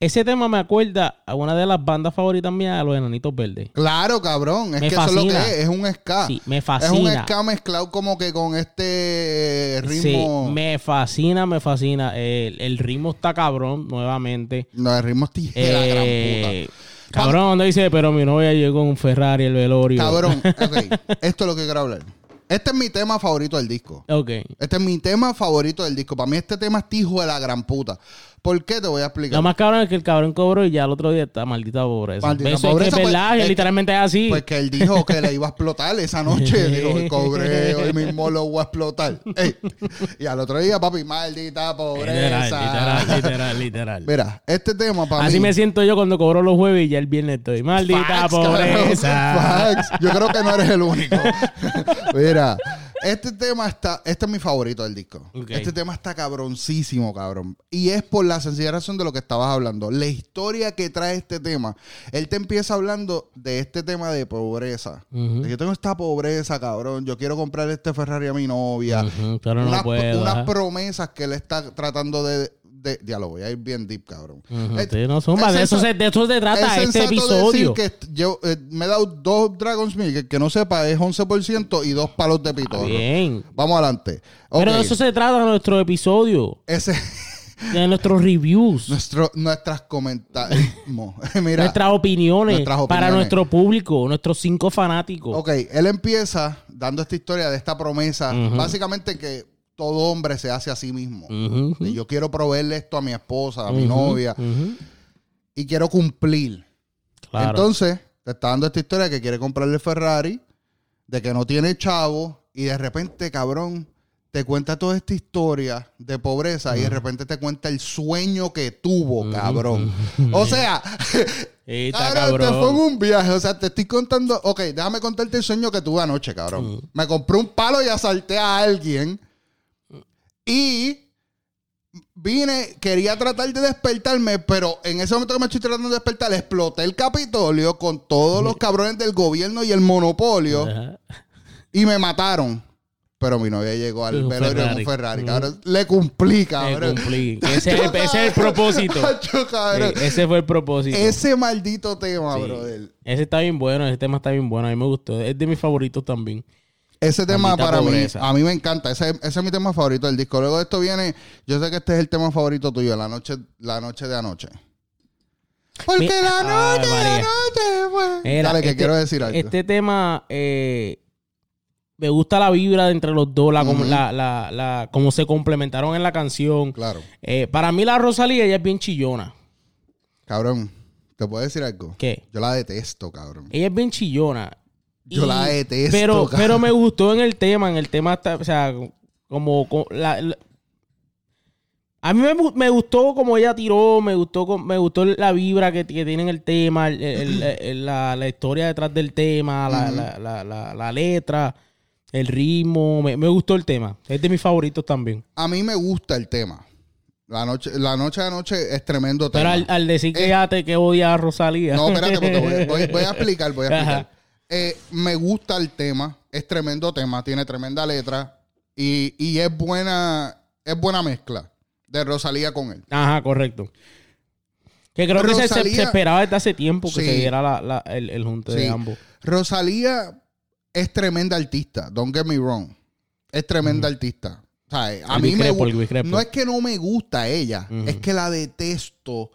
S1: Ese tema me acuerda a una de las bandas favoritas mías, a los Enanitos Verdes.
S2: Claro, cabrón. Es
S1: Me
S2: que eso es lo
S1: fascina.
S2: que es. Es un ska.
S1: Sí, me
S2: Ah, es un
S1: fascina.
S2: ska mezclado como que con este ritmo.
S1: Sí, me fascina, me fascina. El, el ritmo está cabrón, nuevamente.
S2: No, el ritmo es [LAUGHS] tijera, gran puta.
S1: Eh, Cabrón, ¿dónde dice? Pero mi novia llegó en un Ferrari, el velorio. [LAUGHS]
S2: Cabrón, ok. Esto es lo que quiero hablar. Este es mi tema favorito del disco.
S1: Ok.
S2: Este es mi tema favorito del disco. Para mí este tema es tijo de la gran puta. ¿Por qué te voy a explicar?
S1: Lo más cabrón es que el cabrón cobró y ya el otro día está maldita pobreza.
S2: Maldita
S1: Eso
S2: pobreza,
S1: es que es
S2: pues,
S1: verdad,
S2: es que-
S1: literalmente es así.
S2: Pues que él dijo que le iba a explotar esa
S1: [LAUGHS]
S2: noche. Dijo, cobré, hoy mismo lo voy a explotar. Ey. Y al otro día, papi, maldita
S1: literal,
S2: pobreza.
S1: literal, literal, literal.
S2: Mira, este tema para
S1: Así
S2: mí...
S1: me siento yo cuando cobro los jueves y ya el viernes estoy. Maldita
S2: Facts,
S1: pobreza.
S2: cabrón, facts. Yo creo que no eres el único. [LAUGHS] Mira, este tema está, este es mi favorito del disco.
S1: Ok.
S2: Este tema está cabroncísimo, cabrón. Y es por la sencilla razón de lo que estabas hablando. La historia que trae este tema. Él te empieza hablando de este tema de pobreza.
S1: Ujú.
S2: De que tengo esta pobreza, cabrón. Yo quiero comprar este Ferrari a mi novia.
S1: Ujú, pero no
S2: unas,
S1: puedo. ah.
S2: unas
S1: ajá.
S2: promesas que él está tratando de, de- Ya lo voy a ir bien deep, cabrón.
S1: Ujú,
S2: Eh,
S1: sí, no, zumba,
S2: es
S1: de, eso
S2: sensa-
S1: se, de eso se trata
S2: es
S1: este
S2: sensato
S1: episodio.
S2: decir que est- yo eh, me he dado dos Dragon's Milk, que, que no sepa es 11% y dos palos de
S1: Está
S2: pitorro.
S1: Bien.
S2: Vamos adelante. Ok,
S1: Pero de eso se trata nuestro episodio,
S2: ese
S1: de nuestros
S2: [LAUGHS]
S1: reviews,
S2: nuestro nuestras comentarios. [LAUGHS] Mira,
S1: nuestras, opiniones,
S2: nuestras
S1: para
S2: opiniones.
S1: nuestro público, nuestros cinco fanáticos.
S2: ok, él empieza dando esta historia de esta promesa,
S1: Ujú.
S2: básicamente que todo hombre se hace a sí mismo.
S1: Ujú,
S2: De Yo quiero proveerle esto a mi esposa, a mi
S1: ujú,
S2: novia
S1: ujú.
S2: y quiero cumplir.
S1: Claro.
S2: Entonces, te está dando esta historia de que quiere comprarle Ferrari, de que no tiene chavo, y de repente, cabrón, te cuenta toda esta historia de pobreza y de repente te cuenta el sueño que tuvo, cabrón. O sea,
S1: Sí, está
S2: ahora te fue en
S1: cabrón.
S2: un viaje. O sea, te estoy contando. Ok, déjame contarte el sueño que tuve anoche, cabrón.
S1: Mm.
S2: Me compré un palo y asalté a alguien. Y vine, quería tratar de despertarme, pero en ese momento que me estoy tratando de despertar, exploté el Capitolio con todos los cabrones del gobierno y el monopolio
S1: Mm. Ajá.
S2: y me mataron. Pero mi novia llegó al
S1: Un
S2: velorio en un
S1: Ferrari. Mm.
S2: Ferrari, cabrón. Le cumplí,
S1: Que
S2: cabrón.
S1: cumplí. Que Ese, es el- ese es el propósito.
S2: [LAUGHS] Chacho, cabrón.
S1: Sí, ese fue el propósito.
S2: Ese maldito tema,
S1: Sí.
S2: brother.
S1: Ese está bien bueno, ese tema está bien bueno. A mí me gustó. Es de mis favoritos también.
S2: Ese tema
S1: Maldita
S2: para
S1: pobreza.
S2: mí, a mí me encanta. Ese, ese es mi tema favorito del disco. Luego de esto viene, yo sé que este es el tema favorito tuyo, la noche, la noche de anoche. Porque
S1: Mi-
S2: la
S1: Ay,
S2: noche, la
S1: María.
S2: noche, fue-
S1: Era,
S2: Dale, que
S1: este-
S2: quiero decir algo.
S1: Este tema eh, me gusta la vibra de entre los dos, la, como,
S2: Ujú.
S1: la, la- la- como se complementaron en la canción.
S2: Claro,
S1: Eh, para mí la Rosalía ella es bien chillona.
S2: cabrón, ¿te puedo decir algo?
S1: ¿Qué? Eh.
S2: Yo la detesto, cabrón.
S1: Ella es bien chillona.
S2: Yo la detesto,
S1: Pero,
S2: cabrón.
S1: pero me gustó en el tema. En el tema está, o sea, como, co- la- la- a mí me, gu- me gustó como ella tiró, me gustó co- me gustó la vibra que, que tiene en el tema, el- el- el- la, la historia detrás del tema, la, la- la- la- la letra, el ritmo. Me, me gustó el tema. Es de mis favoritos también.
S2: A mí me gusta el tema. La noche, la noche de anoche es tremendo
S1: Pero
S2: tema. Eh.
S1: al, al decir que ya te que odia a Rosalía. [LAUGHS]
S2: No, espérate, porque voy, voy- voy a explicar, voy a explicar.
S1: Ajá.
S2: Eh, me gusta el tema, es tremendo tema, tiene tremenda letra y, y es buena, es buena mezcla de Rosalía con él.
S1: Ajá, correcto. Que creo que se- se- se,
S2: Rosalía-
S1: esperaba desde hace tiempo que
S2: Sí.
S1: se diera la- la- el, el junte
S2: Sí.
S1: de ambos.
S2: Rosalía es tremenda artista, don't get me wrong. Es tremenda artista. O sea, eh, a
S1: El
S2: mí me
S1: discrepo,
S2: gu-
S1: el discrepo.
S2: No es que no me gusta ella,
S1: Ujú.
S2: es que la detesto.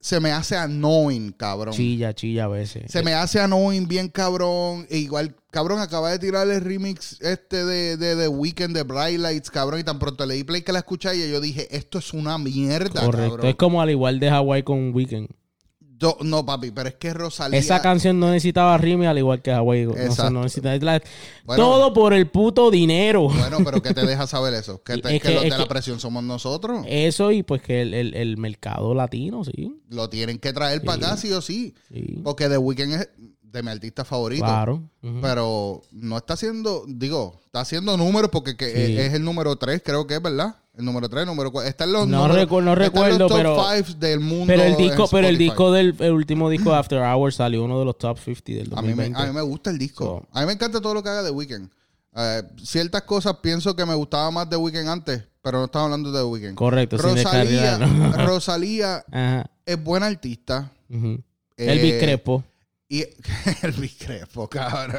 S2: Se me hace annoying, cabrón.
S1: Chilla, chilla a veces.
S2: Se me hace annoying bien cabrón. E igual, cabrón, acaba de tirar el remix este de, de The Weeknd de Bright Lights, cabrón. Y tan pronto le di play que la escuché y yo dije, esto es una mierda,
S1: Correcto.
S2: cabrón.
S1: Es como al igual de Hawaii con Weekend.
S2: Yo- no, papi, pero es que Rosalía...
S1: Esa canción no necesitaba rime al igual que Hawaii. O sea,
S2: Exacto.
S1: no necesita- es la-
S2: Bueno.
S1: Todo por el puto dinero.
S2: Bueno, pero ¿qué te deja saber eso? Que, te-
S1: Es
S2: que
S1: que-
S2: los de
S1: es
S2: la
S1: que-
S2: presión somos nosotros.
S1: Eso y pues que el, el- el mercado latino, sí.
S2: Lo tienen que traer para acá sí o sí.
S1: sí,
S2: Porque The Weeknd es de mi artista favorito.
S1: claro. Ujú.
S2: Pero no está haciendo, digo, está haciendo números porque que-
S1: Sí.
S2: es el número 3, creo que es, ¿verdad? El número 3, número 4. Están los
S1: No
S2: números-
S1: recu- no
S2: están
S1: recuerdo,
S2: los top
S1: pero-
S2: fives del mundo.
S1: Pero el disco,
S2: en
S1: pero el
S2: Spotify.
S1: disco del el último disco de After Hours salió uno de los top 50 del
S2: A mí, me,
S1: 2020.
S2: a mí me gusta el disco.
S1: So.
S2: A mí me encanta todo lo que haga de Weeknd. Eh, ciertas cosas pienso que me gustaba más de Weeknd antes, pero no estamos hablando de The Weeknd.
S1: Correcto, sin
S2: Rosalía,
S1: descargar. ¿no?
S2: Rosalía
S1: Ajá.
S2: es buena artista.
S1: ujú.
S2: Eh,
S1: Elvis Crespo.
S2: Y [LAUGHS] Elvis Crespo, cabrón.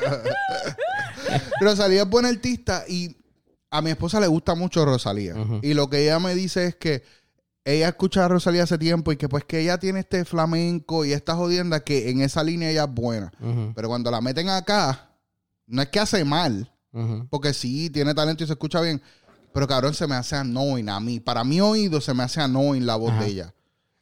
S2: Rosalía es buena artista y a mi esposa le gusta mucho Rosalía.
S1: Ujú.
S2: Y lo que ella me dice es que ella escucha a Rosalía hace tiempo y que pues que ella tiene este flamenco y esta jodienda que en esa línea ella es buena.
S1: ujú,
S2: Pero cuando la meten acá, no es que hace mal,
S1: ujú.
S2: porque sí, tiene talento y se escucha bien. Pero cabrón, se me hace annoying a mí. Para mi oído se me hace annoying la voz
S1: Ajá.
S2: de ella.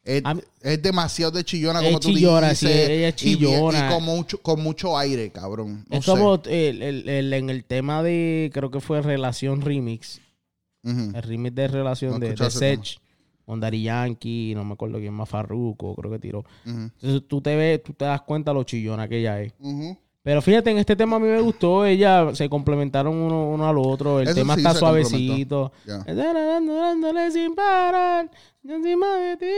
S2: Es,
S1: A mí-
S2: es demasiado de chillona,
S1: Es
S2: como tú
S1: chillona,
S2: dices.
S1: sí, ella es
S2: y bien- Y,
S1: chillona.
S2: con, mucho, con mucho aire, cabrón. No
S1: es
S2: sé.
S1: como el- el- el- en el tema de, creo que fue Relación Remix.
S2: Ujú.
S1: El remix de Relación
S2: No
S1: de, de
S2: escuchaste,
S1: Sech. Con Daddy Yankee, no me acuerdo quién más, Farruko, creo que tiró.
S2: Ujú.
S1: Entonces tú te ves, tú te das cuenta lo chillona que ella es.
S2: Ujú.
S1: Pero fíjate, en este tema a mí me gustó. Ella se complementaron uno, uno al otro. El
S2: Eso
S1: tema
S2: sí,
S1: está
S2: se
S1: suavecito.
S2: Ya.
S1: Dándole, dándole sin parar. yo Encima de ti,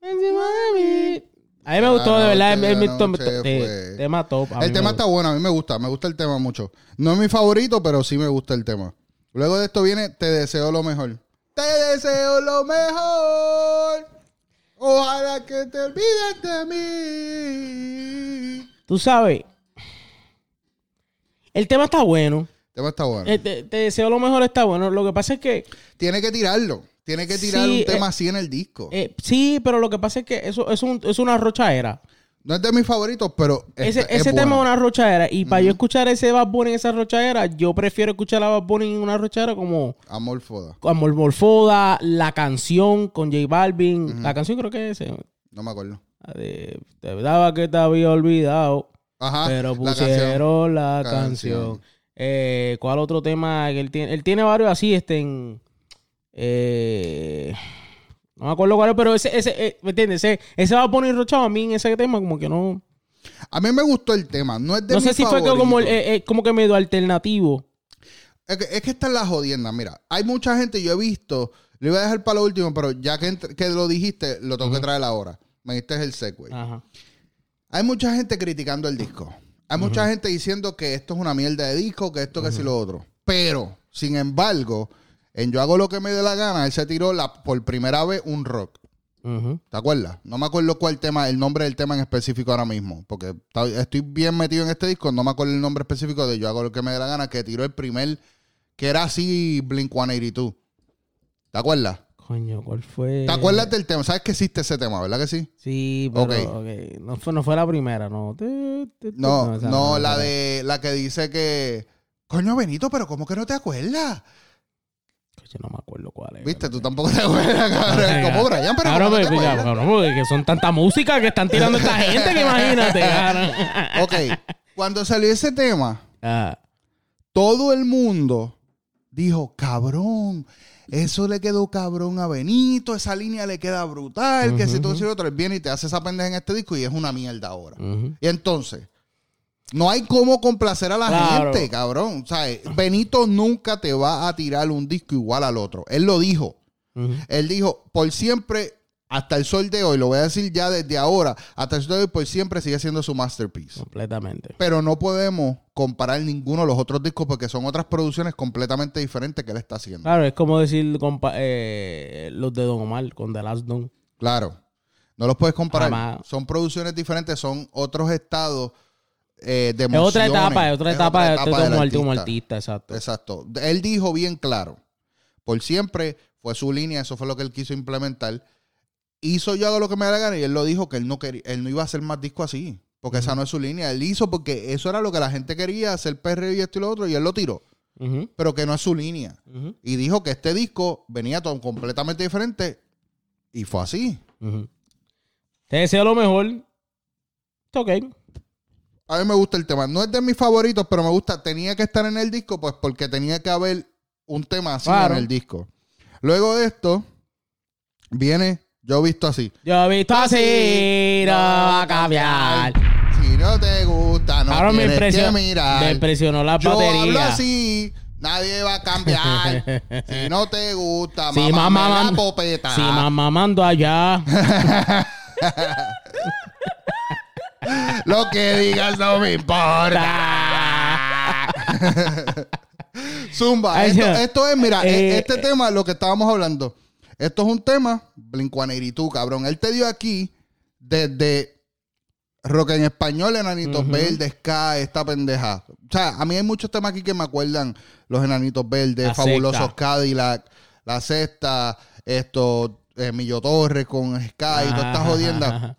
S1: encima de mí. A mí me gustó, de
S2: Anoche,
S1: verdad. Es mi
S2: anoche
S1: to-
S2: fue.
S1: te- tema top. A mí
S2: El
S1: me
S2: tema
S1: gustó.
S2: está bueno, a mí me gusta, me gusta el tema mucho. No es mi favorito, pero sí me gusta el tema. Luego de esto viene Te deseo lo mejor. Te deseo lo mejor. Ojalá que te olvides de mí.
S1: Tú sabes. El tema está bueno.
S2: El tema está bueno.
S1: Eh, Te, te deseo lo mejor, está bueno. Lo que pasa es que.
S2: Tiene que tirarlo. Tiene que tirar
S1: Sí,
S2: un
S1: eh,
S2: tema así en el disco.
S1: eh, sí, pero lo que pasa es que eso es, un, es una rochaera.
S2: no es de mis favoritos, pero
S1: Ese,
S2: está-
S1: ese
S2: es
S1: tema es
S2: bueno.
S1: una rochadera. Y para yo escuchar ese Bad Bunny en esa rochadera, yo prefiero escuchar a Bad Bunny en una rochadera como
S2: Amor foda.
S1: Amor Morfoda, la canción con J Balvin. La canción creo que es ese,
S2: No me acuerdo.
S1: la de Te daba que te había olvidado,
S2: Ajá.
S1: pero
S2: Ah, la canción.
S1: pusieron la canción.
S2: Canción.
S1: Eh, ¿Cuál otro tema que él tiene? Él tiene varios así, este en. eh, no me acuerdo cuál es, pero ese, ese, eh, ¿me entiendes? Ese, ese Bad Bunny rochado a mí en ese tema, como que no.
S2: A mí me gustó el tema. No es de
S1: No
S2: mis
S1: sé si fue que
S2: favoritos.
S1: como, el- eh, eh, como que medio alternativo.
S2: Es que, es que está en la jodienda. Mira, hay mucha gente, yo he visto, lo iba a dejar para lo último, pero ya que, ent- que lo dijiste, lo tengo que traer ahora. Me diste el segue.
S1: Ajá.
S2: Hay mucha gente criticando el disco. Hay mucha gente diciendo que esto es una mierda de disco, que esto, que si lo otro. Pero, sin embargo, en Yo hago lo que me dé la gana, él se tiró la, por primera vez un rock.
S1: Ujú.
S2: ¿Te acuerdas? No me acuerdo cuál tema, el nombre del tema en específico ahora mismo. Porque ta- estoy bien metido en este disco, no me acuerdo el nombre específico de Yo hago lo que me dé la gana, que tiró el primer, que era así Blink 182. ¿Te acuerdas?
S1: Coño, ¿cuál fue?
S2: ¿Te acuerdas del tema? ¿Sabes que existe ese tema, verdad que sí?
S1: Sí, pero
S2: Ok.
S1: ok, No, fue, no fue la primera, no. Tu, tu, tu,
S2: No,
S1: esa
S2: no, la
S1: esa
S2: de la que dice que. Coño, Benito, pero ¿cómo que no te acuerdas?
S1: Yo no me acuerdo cuál es.
S2: Viste, [LAUGHS] tú tampoco te [LAUGHS] acuerdas, cabrón.
S1: Venga.
S2: Como Brian, pero
S1: Claro,
S2: ¿cómo no te
S1: pero-
S2: acuerdas?
S1: cabrón, porque que son tanta música que están tirando esta gente que
S2: [LAUGHS]
S1: imagínate, cara.
S2: Ok, cuando salió ese tema,
S1: Ah,
S2: todo el mundo dijo, cabrón, eso le quedó cabrón a Benito, esa línea le queda brutal, que si tú si lo otro, él viene y te hace esa pendeja en este disco y es una mierda ahora.
S1: ujú.
S2: Y entonces, no hay cómo complacer a la
S1: Claro.
S2: gente, cabrón. O sea, Benito nunca te va a tirar un disco igual al otro. Él lo dijo.
S1: Ujú.
S2: Él dijo, por siempre, hasta el sol de hoy, lo voy a decir ya desde ahora, hasta el sol de hoy, por siempre sigue siendo su masterpiece.
S1: Completamente.
S2: Pero no podemos comparar ninguno de los otros discos porque son otras producciones completamente diferentes que él está haciendo.
S1: Claro, es como decir compa- eh, los de Don Omar con The Last Don.
S2: Claro. No los puedes comparar.
S1: Jamás.
S2: Son producciones diferentes, son otros estados eh, de
S1: Es otra
S2: emociones.
S1: etapa, es otra
S2: Es
S1: etapa, de tú
S2: del
S1: como, arti- como
S2: artista.
S1: artista, exacto.
S2: Exacto. Él dijo bien claro. Por siempre fue su línea, eso fue lo que él quiso implementar. Hizo yo hago lo que me da la gana y él lo dijo que él no quería, él no iba a hacer más disco así, porque esa no es su línea. Él hizo porque eso era lo que la gente quería, hacer perreo y esto y lo otro, y él lo tiró,
S1: Ujú,
S2: pero que no es su línea.
S1: ujú,
S2: Y dijo que este disco venía todo completamente diferente y fue así.
S1: ujú. Te deseo lo mejor. Está ok.
S2: A mí me gusta el tema, no es de mis favoritos, pero me gusta, tenía que estar en el disco, pues porque tenía que haber un tema así
S1: Claro.
S2: en el disco. Luego de esto, viene, yo he visto así.
S1: Yo he visto así,
S2: Así
S1: no va a cambiar.
S2: Si no te gusta, no
S1: Ahora me
S2: tienes que
S1: impresionó,
S2: mirar.
S1: me impresionó la
S2: yo
S1: batería.
S2: hablo así, Nadie va a
S1: [LAUGHS]
S2: cambiar. si no te gusta,
S1: Sí,
S2: mamá,
S1: mamá,
S2: la
S1: mam-
S2: popeta.
S1: Sí, mamá
S2: [LAUGHS]
S1: mando allá.
S2: Lo que digas no me importa. Zumba.
S1: Ay,
S2: Esto,
S1: ya.
S2: esto es, mira,
S1: Eh,
S2: e- este tema, lo que estábamos hablando. Esto es un tema, Blincuaneiritú, cabrón. Él te dio aquí desde rock en español, Enanitos Verdes, K, esta pendeja. O sea, a mí hay muchos temas aquí que me acuerdan. Los Enanitos Verdes,
S1: La
S2: Fabulosos
S1: Secta.
S2: Cadillac, La Cesta, esto, eh, Millo Torres con Sky, y todas estas jodiendas.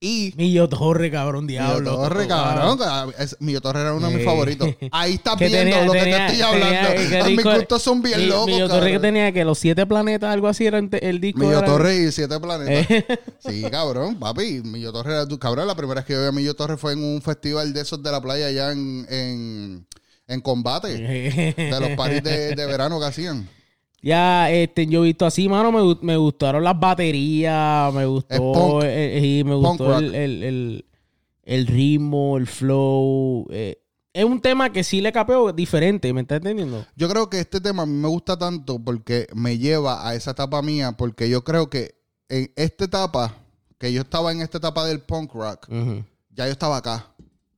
S2: Y
S1: Millo Torre, cabrón,
S2: Millo
S1: diablo. Ah.
S2: Torres, cabrón. Es- Millo Torres era uno de mis
S1: Sí.
S2: favoritos. Ahí estás
S1: [LAUGHS] Que
S2: viendo
S1: tenía-
S2: lo que te
S1: tenía-
S2: estoy
S1: tenía-
S2: hablando. Ah,
S1: que
S2: Mis
S1: disco-
S2: gustos son bien
S1: Mi-
S2: locos.
S1: Millo Torre que
S2: cabrón.
S1: tenía que los siete planetas, algo así, era ente- el disco. Eh.
S2: Millo
S1: era- [LAUGHS]
S2: Torres y Siete Planetas. Sí, cabrón, papi. Millo Torres era tu cabrón. La primera vez que yo vi a Millo Torres fue en un festival de esos de la playa allá en, en, en combate. De los paris de, de verano que hacían.
S1: Ya, este, yo he visto así, mano, me, gu- me gustaron las baterías, me
S2: Es punk.
S1: gustó, eh, eh, y me
S2: Punk
S1: gustó
S2: rock.
S1: el, el- el- el ritmo, el flow. eh. Es un tema que sí le capeo diferente, ¿me estás entendiendo?
S2: Yo creo que este tema a mí me gusta tanto porque me lleva a esa etapa mía. Porque yo creo que en esta etapa, que yo estaba en esta etapa del punk rock,
S1: Ujú,
S2: ya yo estaba acá.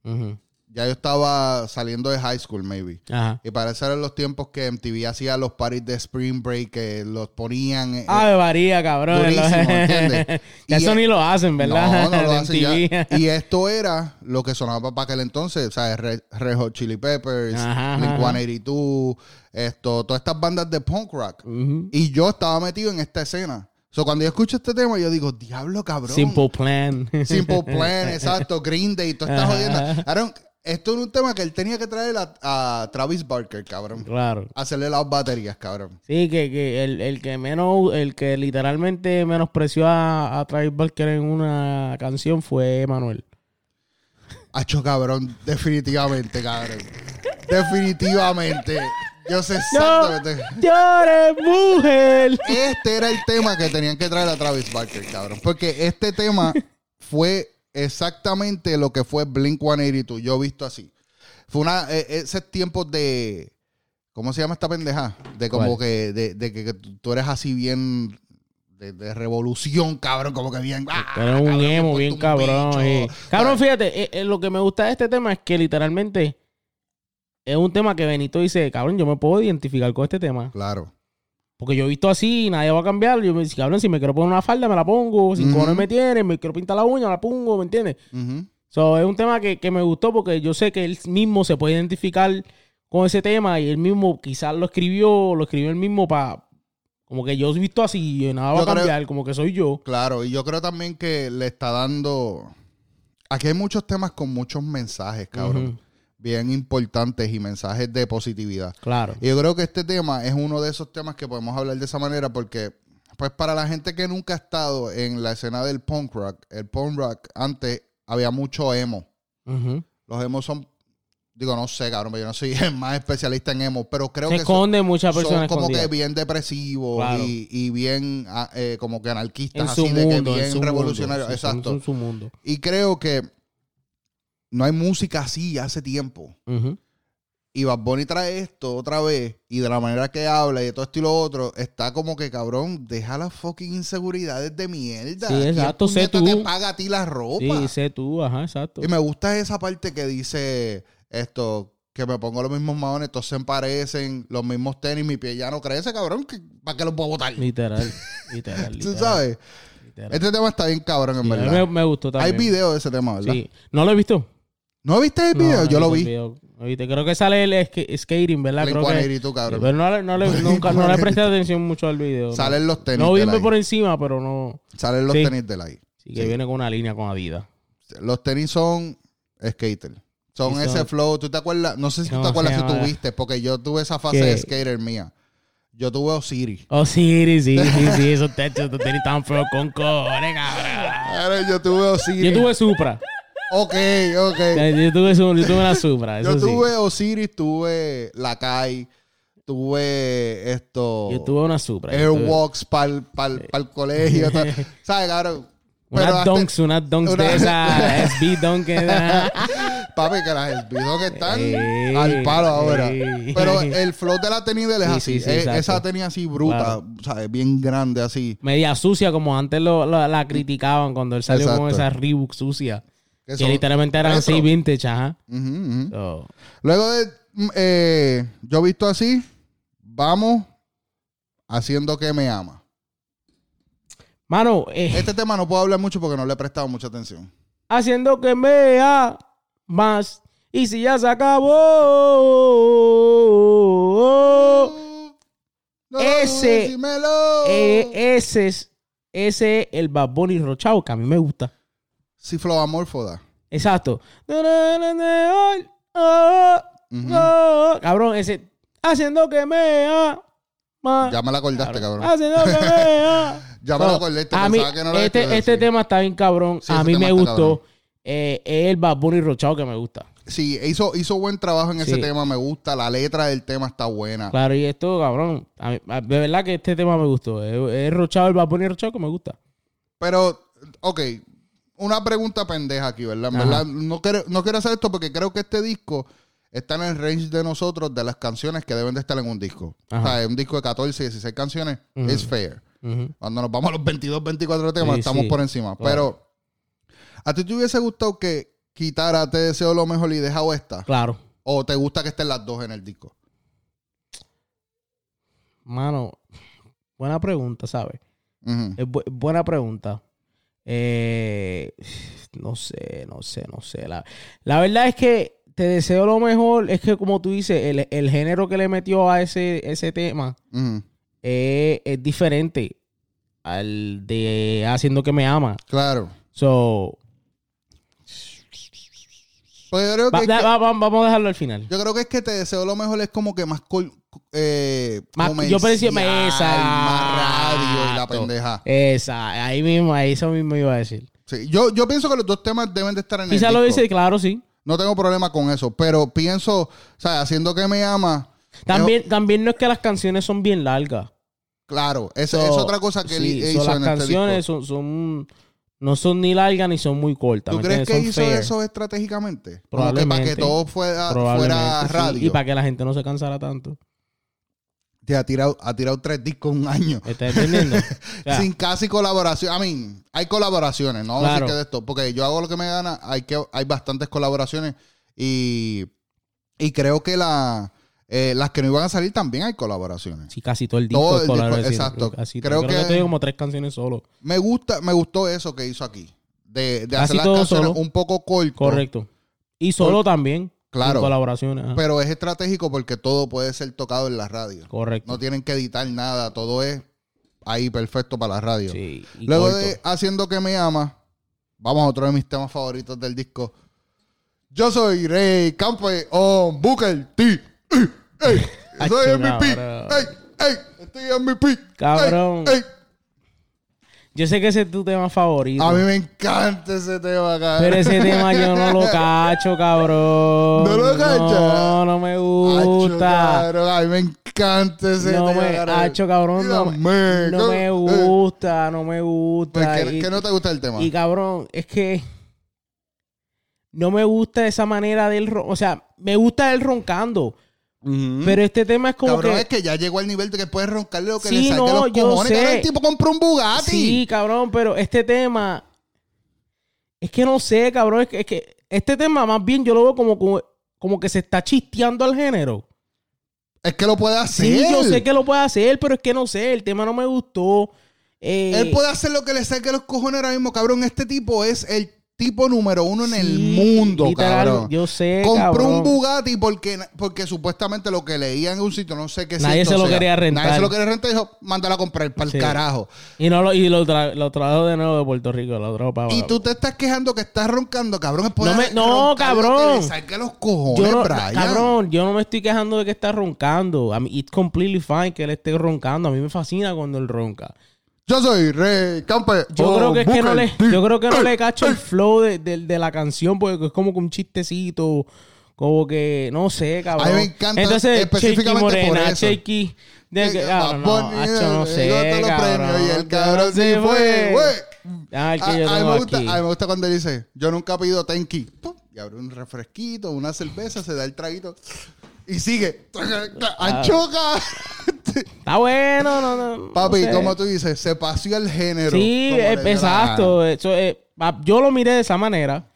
S1: ujú.
S2: Ya yo estaba saliendo de high school, maybe.
S1: Ajá.
S2: Y para esos eran los tiempos que MTV hacía los parties de Spring Break, que los ponían. eh,
S1: Ah, me varía, cabrón. [LAUGHS]
S2: durísimo, ¿entiendes?
S1: Ya
S2: Y
S1: eso
S2: es-
S1: ni lo hacen,
S2: No,
S1: ¿verdad?
S2: no
S1: [LAUGHS]
S2: lo
S1: De
S2: hacen ya.
S1: MTV.
S2: Y esto era lo que sonaba para aquel entonces, o sea, Red, Red Hot Chili Peppers,
S1: Ajá, ajá, ajá.
S2: Blink-182, esto, todas estas bandas de punk rock.
S1: Ujú.
S2: Y yo estaba metido en esta escena. So, cuando yo escucho este tema, yo digo, diablo, cabrón.
S1: Simple Plan.
S2: Simple Plan, exacto, Green Day, todas estas
S1: Ajá.
S2: jodiendas. Aaron, esto era un tema que él tenía que traer a, a Travis Barker, cabrón.
S1: [LAUGHS] claro.
S2: Hacerle las baterías, cabrón.
S1: Sí, que, que el, el que menos, el que literalmente menospreció a, a Travis Barker en una canción fue Manuel.
S2: Hacho cabrón, definitivamente, cabrón. Definitivamente. Yo sé
S1: No,
S2: exactamente.
S1: llores, mujer.
S2: Este era el tema que tenían que traer a Travis Barker, cabrón. Porque este tema fue exactamente lo que fue Blink 182. Yo he visto así. Fue una. eh, ese tiempo de. ¿Cómo se llama esta pendeja? De como
S1: ¿Cuál?
S2: que. De, de que, que tú tú eres así bien. De, de revolución, cabrón. Como que bien. ah,
S1: Pero es un
S2: cabrón,
S1: emo
S2: ponte
S1: bien
S2: un
S1: cabrón.
S2: bicho.
S1: eh. Cabrón, fíjate, eh, eh, lo que me gusta de este tema es que literalmente es un tema que Benito dice, cabrón, yo me puedo identificar con este tema.
S2: Claro.
S1: Porque yo he visto así, nadie va a cambiar. Yo me dice, cabrón, si me quiero poner una falda, me la pongo. Si
S2: Ujú.
S1: cojones me tiene, me quiero pintar la uña, me la pongo, ¿me entiendes?
S2: Ujú.
S1: So, es un tema que, que me gustó porque yo sé que él mismo se puede identificar con ese tema y él mismo quizás lo escribió, lo escribió él mismo para... Como que yo he visto así y nada va
S2: Yo
S1: a
S2: creo-
S1: cambiar, como que soy yo.
S2: Claro, y yo creo también que le está dando. Aquí hay muchos temas con muchos mensajes, cabrón.
S1: Ujú.
S2: Bien importantes y mensajes de positividad.
S1: Claro.
S2: Y yo creo que este tema es uno de esos temas que podemos hablar de esa manera porque, pues para la gente que nunca ha estado en la escena del punk rock, el punk rock antes había mucho emo.
S1: Ujú.
S2: Los emos son, digo, no sé, cabrón, pero yo no soy [LAUGHS] el más especialista en emo, pero creo
S1: Se
S2: que son,
S1: esconde muchas
S2: son
S1: personas
S2: como que
S1: escondidas.
S2: bien depresivos
S1: Claro.
S2: y, y bien ah, eh, como que anarquistas,
S1: en
S2: así
S1: su
S2: de que
S1: mundo, en
S2: bien
S1: su
S2: revolucionarios.
S1: mundo. Sí, son-
S2: Exacto.
S1: son su mundo.
S2: Y creo que no hay música así hace tiempo.
S1: Ujú.
S2: Y Bad Bunny trae esto otra vez y de la manera que habla y de todo esto y lo otro, está como que cabrón, deja las fucking inseguridades de mierda.
S1: Sí,
S2: ¿Quién
S1: exacto, sé
S2: puñeta
S1: tú.
S2: te paga a ti la ropa?
S1: Sí, sé tú, ajá, exacto.
S2: y me gusta esa parte que dice esto, que me pongo los mismos maones, todos se parecen, los mismos tenis, mi pie ya no crece, cabrón, que- ¿para qué los voy a botar? [LAUGHS]
S1: Literal, literal,
S2: ¿Tú
S1: literal,
S2: sabes?
S1: literal.
S2: Este tema está bien cabrón, en
S1: Sí, a mí
S2: verdad.
S1: me, me gustó
S2: Hay
S1: también.
S2: video de ese tema, ¿verdad?
S1: Sí. ¿No lo he visto?
S2: ¿No viste el
S1: No,
S2: video?
S1: no
S2: Yo
S1: he
S2: lo
S1: visto el
S2: vi.
S1: video. No viste, Creo que sale el sk- skating, ¿verdad? Creo que...
S2: Blink-182, cabrón.
S1: Pero no, le- no
S2: [LAUGHS]
S1: le, nunca, no le presté atención mucho al video.
S2: Salen los tenis.
S1: No
S2: de
S1: vime
S2: Nike.
S1: por encima, pero no.
S2: Salen los
S1: Sí.
S2: tenis de Lai.
S1: Sí que
S2: Sí.
S1: viene con una línea con Adidas.
S2: Los tenis son skater. Son
S1: Sí, son-
S2: ese flow. ¿Tú te acuerdas? No sé si tú
S1: ¿Cómo
S2: te
S1: se
S2: acuerdas si
S1: llama?
S2: tú viste, porque yo tuve esa fase
S1: ¿Qué?
S2: de skater mía. Yo tuve Osiris.
S1: Oh, sí, sí,
S2: [LAUGHS]
S1: sí, sí. Esos techos, esos tenis tan feos con cojones, cabrón.
S2: Claro, yo tuve Osiris.
S1: Yo tuve Supra.
S2: Ok,
S1: [LAUGHS]
S2: ok.
S1: Yo tuve, su- yo tuve una Supra, eso
S2: Yo
S1: sí.
S2: tuve Osiris, tuve Lakai, tuve esto.
S1: Yo tuve una Supra. yo tuve-
S2: Airwalks para el colegio.
S1: [LAUGHS]
S2: todo. ¿Sabes, cabrón?
S1: Unas
S2: Pero hasta- [LAUGHS]
S1: Dunks, unas Dunks
S2: una-
S1: de esas SB Dunk.
S2: Papi, que las esbirros que están
S1: Ey,
S2: al palo ahora.
S1: ey.
S2: Pero el flow de la tenis de él es
S1: Sí,
S2: así.
S1: sí, sí,
S2: Es-
S1: exacto.
S2: esa tenis así bruta, ¿sabes? Bien grande así.
S1: Media sucia, como antes lo- la- la criticaban cuando él salió con
S2: Exacto.
S1: esa Reebok sucia.
S2: Que
S1: que
S2: son-
S1: literalmente eran así
S2: retro.
S1: vintage, ajá.
S2: Ujú, ujú.
S1: So,
S2: Luego de mm, eh, yo visto así, vamos haciendo que me ama.
S1: Mano, eh,
S2: Este tema no puedo hablar mucho porque no le he prestado mucha atención.
S1: haciendo que me más. Y si ya se acabó.
S2: No lo dudes,
S1: Ese-
S2: dímelo.
S1: Eh, ese es ese es el Bad Bunny Rochao que a mí me gusta.
S2: Sí, flow amorfoda.
S1: Exacto. Cabrón, ese haciendo que me ama,
S2: Ya me la acordaste, cabrón.
S1: haciendo que me ama.
S2: [LAUGHS] Ya me la
S1: So,
S2: acordé, te
S1: a mí,
S2: pensaba que no lo
S1: este,
S2: ibas a
S1: este
S2: decir.
S1: tema está bien cabrón.
S2: Sí,
S1: a
S2: ese
S1: mí
S2: tema
S1: me
S2: está
S1: gustó. Eh, es el Bad Bunny Rochao que me gusta.
S2: Sí, hizo, hizo buen trabajo en ese
S1: Sí.
S2: tema, me gusta. La letra del tema está buena.
S1: Ah. Claro, y esto, cabrón, a mí- a- de verdad que este tema me gustó. Es, es Rochao, el Bad Bunny Rochao que me gusta.
S2: Pero, ok, una pregunta pendeja aquí, ¿verdad? En
S1: Ajá.
S2: verdad, No, quiero, no quiero hacer esto porque creo que este disco está en el range de nosotros de las canciones que deben de estar en un disco.
S1: Ajá.
S2: O sea, un disco de 14, 16 canciones
S1: Ujú.
S2: es fair.
S1: Ujú.
S2: Cuando nos vamos a los 22, 24 temas,
S1: Sí,
S2: estamos
S1: sí.
S2: por encima.
S1: Claro.
S2: Pero, ¿a ti te hubiese gustado que quitara Te deseo lo mejor y dejado esta?
S1: Claro.
S2: ¿O te gusta que estén las dos en el disco?
S1: Mano, buena pregunta, ¿sabes?
S2: Ujú.
S1: Es bu- buena pregunta. Eh, no sé, no sé, no sé. La, la verdad es que te deseo lo mejor. Es que como tú dices, el, el género que le metió a ese, ese tema
S2: Ujú.
S1: eh, es diferente al de Haciendo que me ama.
S2: Claro.
S1: So,
S2: Pues yo creo que
S1: va-
S2: es
S1: da-
S2: que-
S1: va- va- vamos a dejarlo al final.
S2: Yo creo que es que te deseo lo mejor es como que más col- eh,
S1: Más- yo pensé-
S2: más radio y la
S1: exacto.
S2: pendeja.
S1: Esa, ahí mismo, ahí eso mismo iba a decir.
S2: Sí, yo, yo pienso que los dos temas deben de estar en
S1: Quizá
S2: el
S1: lo
S2: disco.
S1: dice, claro, sí.
S2: No tengo problema con eso, pero pienso, o sea, haciendo que me ama,
S1: También, también no es que las canciones son bien largas.
S2: claro, esa
S1: So,
S2: es otra cosa que él
S1: sí,
S2: hizo
S1: so las
S2: en este
S1: canciones
S2: disco.
S1: son, son- no son ni largas ni son muy cortas.
S2: ¿Tú
S1: ¿me
S2: crees que
S1: entiendes?
S2: hizo
S1: Son fair.
S2: eso estratégicamente? Como que para que
S1: Probablemente.
S2: todo fuera, fuera
S1: Probablemente, sí,
S2: radio.
S1: y para que la gente no se cansara tanto.
S2: Te ha tirado, ha tirado tres discos en un año.
S1: ¿Estás
S2: [LAUGHS]
S1: entendiendo? O sea,
S2: sin casi colaboración. A mí, hay colaboraciones, no vamos a decir
S1: Claro.
S2: que de esto, porque yo hago lo que me gana, hay que hay bastantes colaboraciones y, y creo que la, eh, las que no iban a salir también hay colaboraciones.
S1: sí, casi todo el disco.
S2: Todo
S1: es
S2: el disco,
S1: colaboración,
S2: exacto.
S1: casi
S2: Creo
S1: todo. Creo
S2: que-
S1: que estoy como tres canciones solo.
S2: Me gusta, me gustó eso que hizo aquí, de, de hacer
S1: Casi
S2: las
S1: todo
S2: canciones
S1: solo.
S2: un poco corto,
S1: Correcto. Y solo también.
S2: Claro.
S1: Sin colaboraciones. ajá.
S2: pero es estratégico porque todo puede ser tocado en la radio.
S1: Correcto.
S2: No tienen que editar nada, todo es ahí perfecto para la radio.
S1: Sí, y
S2: Luego
S1: corto.
S2: de Haciendo que me ama, vamos a otro de mis temas favoritos del disco. Yo soy Rey Campeón Booker T. Ey, ey, Soy
S1: Acho,
S2: MVP.
S1: cabrón.
S2: Ey, ey, estoy MVP.
S1: Cabrón.
S2: Ey,
S1: Yo sé que ese es tu tema
S2: ey.
S1: favorito.
S2: A mí me encanta ese tema, cabrón. [LAUGHS]
S1: Pero ese tema yo no lo cacho, cabrón.
S2: ¿No lo cachas?
S1: No, no me
S2: Acho,
S1: gusta.
S2: cabrón, a mí me encanta ese
S1: no
S2: tema.
S1: me, hacho, cabrón, no, me-
S2: Dígame,
S1: no me
S2: eh,
S1: gusta, no me
S2: pues,
S1: gusta.
S2: ¿qué,
S1: y,
S2: qué no te gusta el tema?
S1: y, cabrón, es que no me gusta esa manera del ron- o sea, me gusta él roncando,
S2: Ujú.
S1: pero este tema es como
S2: ¿Mm? Cabrón,
S1: que,
S2: es que ya llegó al nivel de que puedes roncarle lo que
S1: Sí,
S2: le saque
S1: no,
S2: los
S1: yo
S2: cojones.
S1: sé.
S2: Cabrón, el tipo compró un Bugatti.
S1: sí, cabrón, pero este tema es que no sé, cabrón, es que, es que este tema más bien yo lo veo como como, como que se está chisteando al género.
S2: Es que lo puede
S1: Sí,
S2: hacer.
S1: yo sé que lo puede hacer, pero es que no sé, el tema no me gustó. Eh,
S2: Él puede hacer lo que le saque los cojones ahora mismo, cabrón. Este tipo es el tipo número uno en el
S1: sí,
S2: mundo,
S1: literal,
S2: cabrón.
S1: Yo sé,
S2: Compró
S1: cabrón.
S2: un Bugatti porque, porque supuestamente lo que leía en un sitio, no sé qué
S1: Nadie
S2: sitio
S1: se lo
S2: sea.
S1: quería rentar.
S2: Nadie se lo quería rentar y dijo, mándala a comprar para el
S1: Sí.
S2: carajo.
S1: Y, no lo, y lo, tra- lo trajo de nuevo de Puerto Rico, lo trajo para
S2: Y
S1: abajo.
S2: tú te estás quejando que estás roncando, cabrón. Es poder
S1: No me- no,
S2: roncar lo que
S1: cabrón.
S2: le saque los cojones,
S1: yo no,
S2: Brian.
S1: cabrón, yo no me estoy quejando de que está roncando. A mí, it's completely fine que él esté roncando. A mí me fascina cuando él ronca.
S2: Yo soy rey, campe.
S1: Yo
S2: oh,
S1: creo que es que no le,
S2: Booker T.
S1: yo creo que no le cacho el flow de, de- de la canción porque es como que un chistecito, como que no sé, cabrón.
S2: A mí me encanta
S1: Entonces,
S2: específicamente
S1: Shaky Morena,
S2: por eso.
S1: Shaky, de que-
S2: Eh,
S1: ah, no,
S2: Bad Bunny,
S1: hacho, no
S2: eh,
S1: sé,
S2: llegó hasta los
S1: cabrón.
S2: premios y el cabrón sí fue, güey.
S1: Ah, el que
S2: a,
S1: yo
S2: a mí
S1: tengo
S2: me gusta,
S1: aquí.
S2: a mí me gusta cuando él dice, yo nunca pido tenki. Pum, Y que abre un refresquito, una cerveza, se da el traguito y
S1: [LAUGHS]
S2: sigue. ¡Anchoca!
S1: Está bueno, no, no.
S2: Papi,
S1: no sé.
S2: como tú dices, se paseó el género.
S1: Sí,
S2: como
S1: eh,
S2: le dio la
S1: exacto. Eso, eh, ah, yo lo miré de esa manera.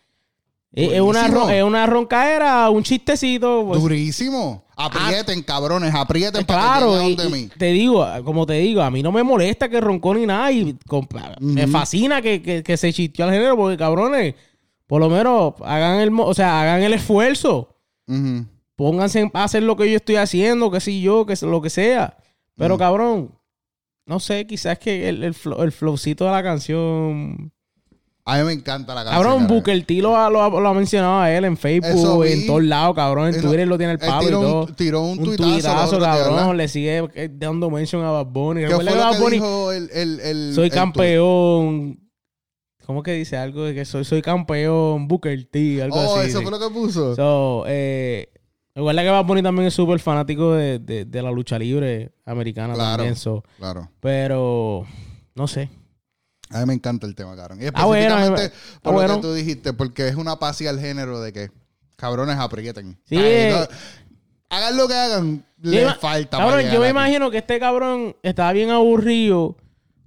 S1: Eh, Es una,
S2: Buenísimo.
S1: ro- es una roncaera, un chistecito.
S2: gana.
S1: pues,
S2: Durísimo. Aprieten, cabrones, aprieten
S1: eh,
S2: para que
S1: claro,
S2: lleguen
S1: y-
S2: donde
S1: y
S2: mí.
S1: te digo, como te digo, a mí no me molesta que roncó ni nada y con- me fascina que, que- que se chisteó al género porque cabrones, por lo menos hagan el, mo- o sea, hagan el esfuerzo.
S2: Ujú.
S1: pónganse a hacer lo que yo estoy haciendo, qué sé yo, que lo que sea. Pero cabrón, no sé, quizás que el, el, flow- el flowcito de la canción.
S2: A mí me encanta la canción.
S1: Cabrón,
S2: cara.
S1: Booker T lo, ha- lo ha- lo ha mencionado a él en
S2: Eso
S1: Facebook,
S2: vi.
S1: en todos lados, cabrón. En
S2: Él-
S1: Twitter lo tiene el
S2: él
S1: Pablo y
S2: tiró un-
S1: todo.
S2: tiró un tuitazo el otro día, ¿verdad?
S1: cabrón. Le sigue eh, dando mention a Bad Bunny.
S2: ¿Qué
S1: Recuerda
S2: fue
S1: que
S2: lo
S1: Bad
S2: que
S1: Bunny,
S2: dijo el, el, el-
S1: soy
S2: el tuit?
S1: campeón. ¿Cómo que dice algo de que soy, soy campeón, Booker T? Algo
S2: Oh,
S1: así.
S2: eso
S1: sí.
S2: fue lo que puso.
S1: So, eh, recuerda que Bad Bunny también es súper fanático de, de- de la lucha libre americana
S2: Claro.
S1: también, so,
S2: Claro.
S1: pero no sé.
S2: A mí me encanta el tema, cabrón. Y
S1: Ah, bueno,
S2: específicamente
S1: ah,
S2: por lo
S1: bueno.
S2: que tú dijiste, porque es una paz y al género de que cabrones aprieten.
S1: Sí,
S2: Ay,
S1: eh.
S2: no, hagan lo que hagan,
S1: Yo
S2: le
S1: ima-
S2: falta. para
S1: Cabrón,
S2: llegar
S1: yo me
S2: aquí.
S1: imagino que este cabrón estaba bien aburrido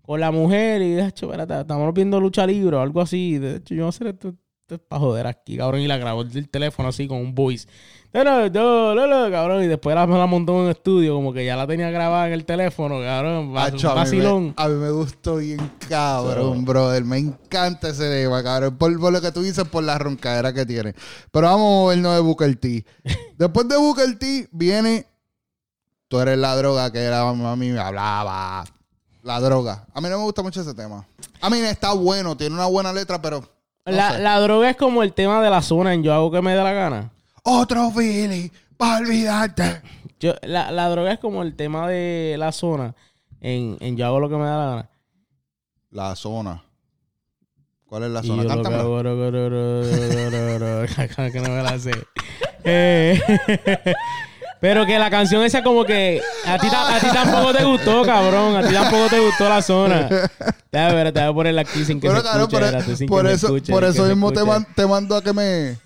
S1: con la mujer y de hecho, espérate, estamos viendo lucha libre o algo así. De hecho, yo voy a hacer esto, para joder aquí, cabrón. Y la grabó del teléfono así con un voice. No, no, no, no, no, cabrón. Y después la, la montó en un estudio, como que ya la tenía grabada en el teléfono, cabrón. Va-
S2: Acho, a, mí
S1: vacilón.
S2: me, a mí me gustó bien cabrón, brother. Me encanta ese tema, cabrón. Por, por lo que tú dices, por la roncadera que tiene. Pero vamos a movernos de Booker
S1: [LAUGHS]
S2: T. Después de Booker T viene... Tú eres la droga que era mami me hablaba. La droga. A mí no me gusta mucho ese tema. A mí está bueno, tiene una buena letra, pero... no
S1: La,
S2: sé.
S1: la droga es como el tema de la zona en yo hago que me dé la gana.
S2: Otro Billy, para olvidarte.
S1: Yo, la, la droga es como el tema de la zona en, en yo hago lo que me da la gana.
S2: La zona. ¿Cuál es la
S1: Y yo
S2: zona?
S1: lo que
S2: Cántamela.
S1: hago, ro, ro, ro, ro, ro, ro, ro, ro, que no
S2: [LAUGHS]
S1: me la sé. Eh, pero que la canción esa como que a ti, ta- a ti tampoco te gustó, cabrón. A ti tampoco te gustó la zona. Te voy a, te voy a poner aquí sin que
S2: Pero
S1: se
S2: claro,
S1: escuche.
S2: por, e-
S1: espérate, sin
S2: por
S1: que se
S2: eso,
S1: escuche,
S2: por
S1: sin
S2: eso
S1: que se
S2: mismo te,
S1: escuche.
S2: man- te mando a que me.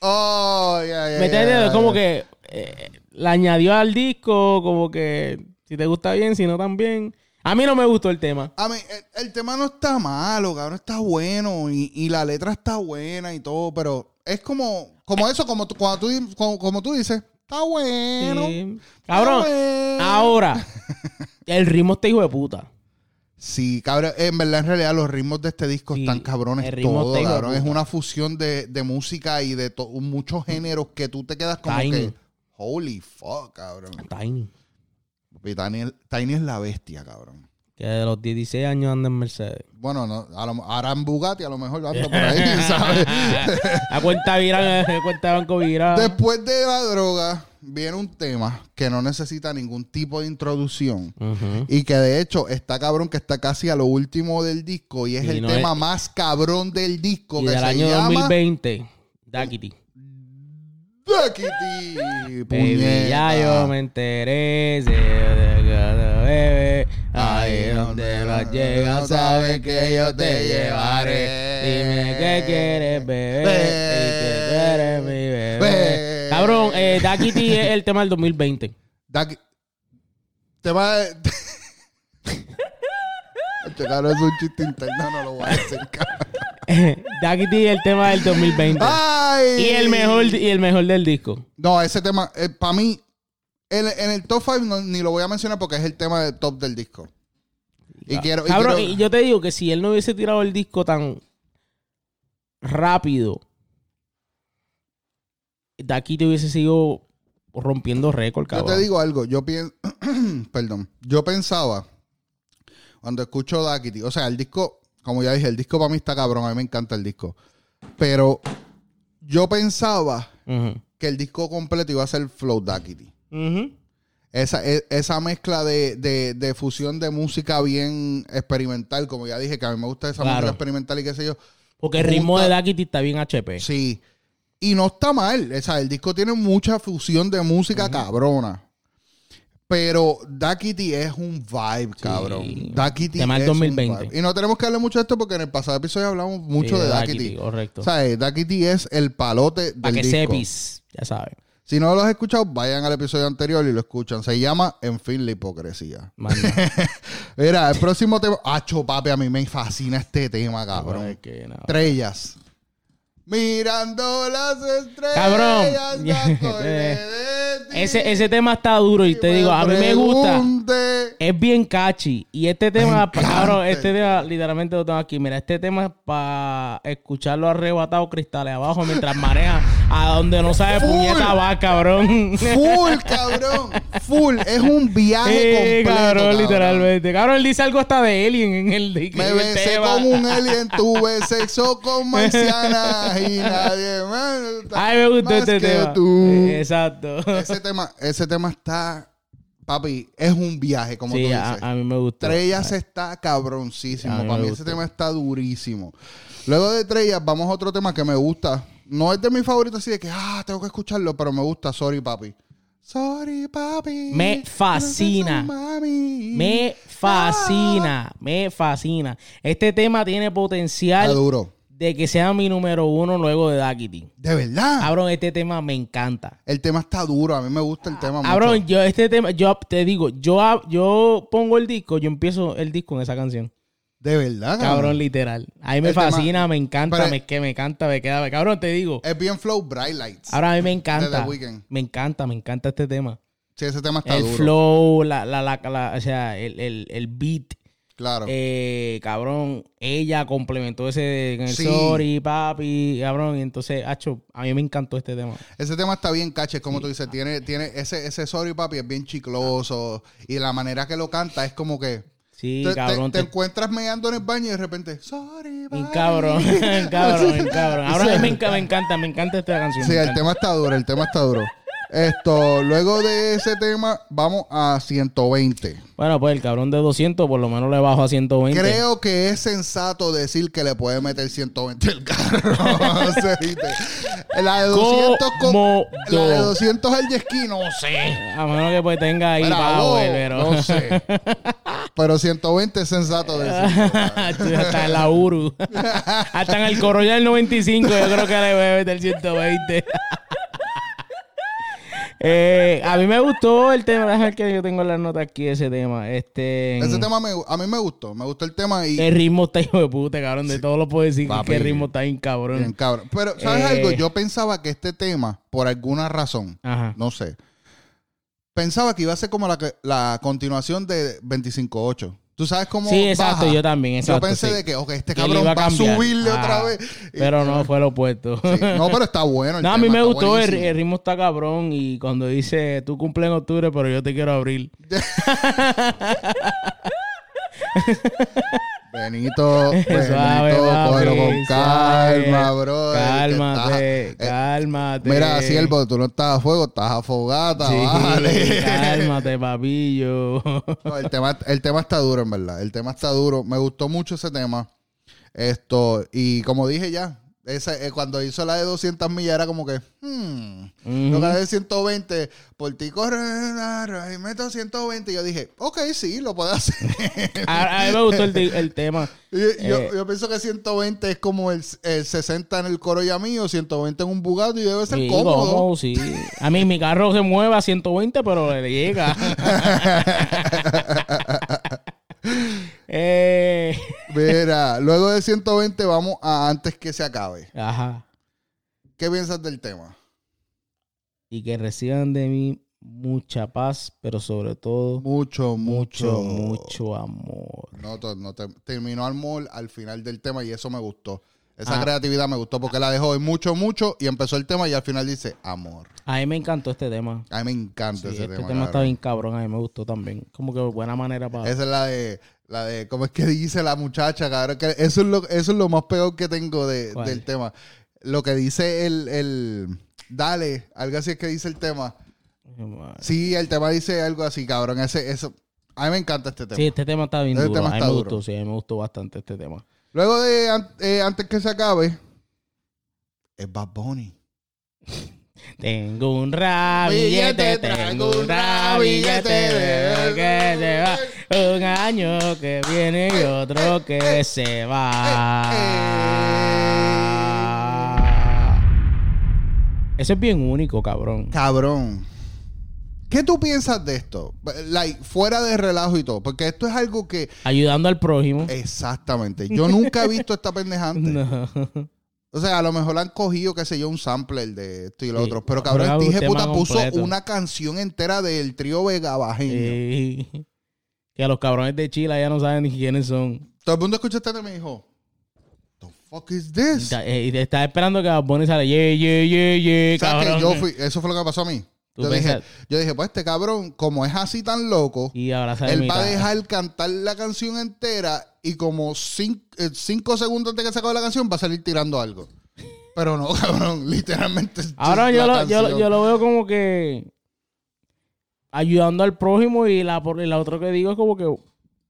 S2: Oh, ya, ya.
S1: ¿Me
S2: ya,
S1: entiendes?
S2: ya,
S1: Como
S2: ya.
S1: que eh, la añadió al disco, como que si te gusta bien, si no también. A mí no me gustó el tema.
S2: A mí, el, el tema no está malo, cabrón, está bueno y, y la letra está buena y todo, pero es como, como eso, como, tú- cuando tú, di- como, como tú dices, está bueno.
S1: Sí.
S2: está
S1: Cabrón,
S2: bueno.
S1: ahora, el ritmo está hijo de puta.
S2: Sí, cabrón. En verdad, en realidad, los ritmos de este disco
S1: Sí,
S2: están cabrones
S1: el ritmo
S2: todo,
S1: está hijo de
S2: cabrón. Es
S1: puta.
S2: una fusión de, de música y de to- muchos géneros que tú te quedas como
S1: Tiny.
S2: que... Holy fuck, cabrón.
S1: Tiny,
S2: Papi, Tiny, Tiny es la bestia, cabrón.
S1: que de los 16 años anda en
S2: [LAUGHS]
S1: Mercedes.
S2: Bueno, no, a lo- ahora en Bugatti a lo mejor ando por
S1: [LAUGHS]
S2: ahí, ¿sabes?
S1: La cuenta vira, la cuenta de banco vira.
S2: Después de la droga, viene un tema que no necesita ningún tipo de introducción.
S1: Ujú.
S2: Y que de hecho está cabrón que está casi a lo último del disco y es
S1: Y
S2: el
S1: no
S2: tema más cabrón del disco
S1: Y
S2: que
S1: del
S2: se
S1: año
S2: llama
S1: 2020, Daquiti.
S2: Duckity.
S1: Baby, ya yo me enteré se- de cada bebé. Ahí donde no llegas, sabes que yo te llevaré. Dime qué quieres, bebé. Y que tú eres mi bebé.
S2: Bebé.
S1: Cabrón, eh, Daquiti es el tema del [LAUGHS] 2020.
S2: Duck- Te va a... [LAUGHS] Este cabrón es un chiste interno, no lo voy a decir, cabrón.
S1: Daquiti es el tema del 2020.
S2: Ah, ¡Ay!
S1: Y el mejor, y el mejor del disco.
S2: No, ese tema, para mí, en, en el top 5 ni lo voy a mencionar porque es el tema del top del disco. Y quiero... y
S1: Cabrón,
S2: quiero-
S1: y yo te digo que si él no hubiese tirado el disco tan rápido, de aquí te hubiese sido rompiendo récord,
S2: Yo
S1: cabrón.
S2: te digo algo, yo pienso, [CLEARS THROAT] perdón, yo pensaba cuando escucho Daquiti, o sea, el disco, como ya dije, el disco para mí está cabrón, a mí me encanta el disco, pero yo pensaba
S1: Ujú.
S2: que el disco completo iba a ser Flow Daquiti.
S1: Ujú.
S2: Esa, e- esa mezcla de, de- de fusión de música bien experimental, como ya dije, que a mí me gusta esa
S1: Claro.
S2: música experimental y qué sé yo.
S1: Porque el ritmo
S2: Junta-
S1: de Daquiti está bien HP.
S2: Sí. Y no está mal. O sea, el disco tiene mucha fusión de música cabrona. Pero Duckity es un vibe, cabrón. Duckity
S1: Tema del
S2: es
S1: 2020.
S2: un vibe. Y no tenemos que hablar mucho de esto porque en el pasado episodio hablamos mucho
S1: Sí,
S2: de
S1: Duckity,
S2: Duckity.
S1: correcto.
S2: O sea, eh, Duckity es el palote del
S1: Para que
S2: disco.
S1: sepis, ya sabes.
S2: Si no lo has escuchado, vayan al episodio anterior y lo escuchan. Se llama En fin la hipocresía.
S1: Manda.
S2: Mira, el próximo tema. Acho, papi, a mí me fascina este tema, [LAUGHS]
S1: Ay,
S2: cabrón.
S1: que nada.
S2: Estrellas. Mirando las estrellas.
S1: Cabrón.
S2: me
S1: [LAUGHS]
S2: acordé de ti.
S1: Ese, ese tema está duro y te digo, a mí me gusta.
S2: Pregunté.
S1: Es bien catchy. Y este tema,
S2: encanta.
S1: cabrón, este tema, literalmente lo tengo aquí. Mira, este tema es para escucharlo arrebatado cristales abajo mientras maneja a donde no sabe
S2: Full.
S1: puñeta va,
S2: [LAUGHS]
S1: cabrón.
S2: Full, cabrón. Full. Es un viaje
S1: Eh,
S2: completo.
S1: cabrón,
S2: cabrón.
S1: literalmente. Cabrón, él dice algo hasta de Alien en el, en
S2: Me
S1: el
S2: besé
S1: tema.
S2: con un alien, tuve sexo
S1: [LAUGHS]
S2: con marcianas y nadie más.
S1: Ay, me gustó
S2: más
S1: este
S2: que
S1: tema.
S2: tú.
S1: Exacto.
S2: Ese tema, ese tema está, papi, es un viaje, como tú
S1: Sí,
S2: dices.
S1: a, a mí me gustó.
S2: Trellas está cabroncísimo.
S1: A mí me
S2: Para mí ese
S1: gustó.
S2: tema está durísimo. Luego de Trellas, vamos a otro tema que me gusta. No es de mis favoritos así de que, ah, tengo que escucharlo, pero me gusta. Sorry, papi. Sorry, papi.
S1: Me fascina.
S2: Mami.
S1: Me
S2: Ah.
S1: fascina, me fascina. Este tema tiene
S2: Está
S1: potencial
S2: duro.
S1: de que sea mi número uno luego de Duckity.
S2: De [LAUGHS] verdad.
S1: Cabrón, este tema me encanta.
S2: El tema está duro. A mí me gusta el tema mucho.
S1: Cabrón, yo este tema, yo te digo, yo, ab- yo pongo el disco, yo empiezo el disco en esa canción.
S2: De verdad,
S1: Cabrón, literal. A mí me
S2: Ah. El tema-
S1: fascina, me encanta,
S2: Pero-
S1: me que me encanta, me queda. Cabrón, te digo.
S2: Es bien flow Bright Lights.
S1: Ahora a mí me
S2: De
S1: encanta.
S2: The Weeknd.
S1: Me encanta, me encanta este tema.
S2: Sí, ese tema está
S1: el
S2: duro.
S1: flow, la, la, la, la- o sea, el, el, el beat.
S2: Claro.
S1: Eh, cabrón, ella complementó ese en el
S2: Sí.
S1: sorry, papi, cabrón. Y entonces, hacho, a mí me encantó este tema.
S2: Ese tema está bien caché, como tú dices, tiene, tiene ese, ese sorry papi es bien chicloso y la manera que lo canta es como que
S1: Sí,
S2: te, te-
S1: cabrón.
S2: te
S1: Te,
S2: encuentras meando en el baño y de repente sorry
S1: bien
S2: papi.
S1: cabrón, [LAUGHS] bien
S2: [LAUGHS]
S1: cabrón, bien cabrón. Ahora
S2: Sí.
S1: a mí me, enca- me encanta, me encanta esta canción.
S2: Sí,
S1: me
S2: el
S1: encanta.
S2: tema está duro, el tema está duro. Esto, luego de ese tema vamos a 120.
S1: Bueno, pues el cabrón de 200 por lo menos le bajo a 120.
S2: Creo que es sensato decir que le puede meter 120 el carro. [LAUGHS] O sea, ¿viste? la de 200 con-
S1: Como
S2: la de
S1: dos.
S2: 200 al jet ski, no sé.
S1: A menos que pues tenga ahí
S2: Bravo,
S1: power, pero...
S2: No sé. Pero 120 es sensato decir.
S1: Hacho, [LAUGHS] Hasta en la Uru. Hasta en el Corolla del 95, yo creo que le voy a meter 120. [LAUGHS] Eh, a mí me gustó el tema, déjame ver que yo tengo las notas aquí de ese tema. Este,
S2: Ese tema me- a mí me gustó. Me gustó el tema y.
S1: El ritmo está hijo de puta, cabrón. De todo lo puedo decir
S2: Papi.
S1: que el ritmo está bien cabrón.
S2: Bien, cabrón. Pero, ¿sabes
S1: Eh.
S2: algo? Yo pensaba que este tema, por alguna razón,
S1: Ajá.
S2: no sé, pensaba que iba a ser como la, que- la continuación de 25-8. ¿Tú sabes cómo.?
S1: Sí, exacto,
S2: baja?
S1: yo también, exacto,
S2: pensé
S1: sí.
S2: de que, ok, este
S1: Que le
S2: cabrón
S1: iba
S2: va
S1: a
S2: a,
S1: cambiar.
S2: subirle
S1: Ah,
S2: otra vez. Y-
S1: Pero no, fue
S2: [LAUGHS]
S1: lo opuesto.
S2: Sí, No, pero está bueno. el
S1: [LAUGHS] No, a
S2: tema,
S1: mí me
S2: está
S1: gustó, el,
S2: buenísimo.
S1: el ritmo está cabrón y cuando dice, tú cumples en octubre, pero yo te
S2: [LAUGHS]
S1: quiero abrir.
S2: Benito, Benito,
S1: [LAUGHS] Suave,
S2: cógelo
S1: papi,
S2: con
S1: suave.
S2: calma, bro.
S1: Cálmate, cálmate.
S2: eh, Mira, siervo, tú no estás a fuego, estás a fogata,
S1: Sí,
S2: vale.
S1: [LAUGHS] Cálmate, papillo.
S2: [LAUGHS] No, el, tema, el tema está duro, en verdad. El tema está duro. Me gustó mucho ese tema. Esto, y como dije ya, esa, eh, cuando hizo la de 200 millas era como que, hmm, no, la de 120, por ti corre, y meto 120. Y yo dije, ok, sí, lo puedo hacer.
S1: A, a mí me gustó el, di- el tema.
S2: Y- Yo,
S1: Eh.
S2: yo pienso que 120 es como el, el 60 en el coro ya mío, 120 en un Bugatti y debe ser
S1: Sí,
S2: cómodo.
S1: cómodo, sí. A mí mi carro se mueve a 120, pero
S2: [LAUGHS]
S1: le llega. [LAUGHS] Eh,
S2: Mira, luego de 120 vamos a antes que se acabe.
S1: ajá.
S2: ¿Qué piensas del tema?
S1: Y que reciban de mí mucha paz, pero sobre todo
S2: Mucho, mucho,
S1: mucho, mucho amor.
S2: No, to- no te- terminó al mall al final del tema y eso me gustó. Esa
S1: Ah.
S2: creatividad me gustó porque la dejó en mucho, mucho y empezó el tema y al final dice amor.
S1: A mí me encantó este tema.
S2: A mí me encanta
S1: Sí,
S2: ese
S1: este
S2: tema.
S1: tema está
S2: cabrón.
S1: bien cabrón, a mí me gustó también. Como que buena manera para...
S2: Esa es la de, la de, ¿cómo es que dice la muchacha, cabrón? Que eso es lo, eso es lo más peor que tengo de-
S1: ¿Cuál?
S2: del tema. Lo que dice el, el, dale, algo así es que dice el tema. Sí, el tema dice algo así, cabrón. Ese, eso, a mí me encanta este tema.
S1: Sí, este tema está bien
S2: Este
S1: duro.
S2: tema
S1: a mí
S2: está
S1: me
S2: duro.
S1: gustó, sí, a mí me gustó bastante este tema.
S2: Luego de, an- eh, antes que se acabe, es Bad Bunny.
S1: Tengo un rabillete,
S2: Billete,
S1: tengo un rabillete de que se va. Un año que viene y otro que se Ah. va. Ah. Eso es bien único, cabrón.
S2: Eh, Cabrón. ¿Qué tú piensas de esto? Like, fuera de relajo y todo. Porque esto es algo que.
S1: Ayudando al prójimo.
S2: Exactamente. Yo nunca he visto esta pendeja antes.
S1: [LAUGHS] No.
S2: O sea, a lo mejor han cogido, qué sé yo, un sampler de esto y lo
S1: Sí.
S2: otro. Pero
S1: Pero
S2: cabrón,
S1: hago
S2: este
S1: un
S2: dije
S1: tema
S2: puta puso
S1: completo.
S2: una canción entera del trío Vega Bajeño.
S1: Sí. Eh, [LAUGHS] Que a los cabrones de Chile ya no saben ni quiénes son.
S2: Todo el mundo escucha este tema y me dijo, The fuck is this?
S1: Está- eh, Está esperando que Bad Bunny salga. Yeah, yeah, yeah, yeah,
S2: ¿Sabes qué?
S1: cabrón.
S2: Yo fui, eso fue lo que me pasó a mí.
S1: Tú
S2: Yo dije,
S1: pensas-
S2: yo dije, pues este cabrón, como es así tan loco,
S1: Y abraza de mi
S2: él va a
S1: cara.
S2: dejar cantar la canción entera y como cin- eh, cinco, segundos antes que se acabe la canción va a salir tirando algo. Pero no, [LAUGHS] cabrón, literalmente. es
S1: Ahora
S2: just
S1: yo
S2: la
S1: lo, yo, lo-
S2: canción.
S1: yo lo veo como que ayudando al prójimo y la, por- y la otra que digo es como que,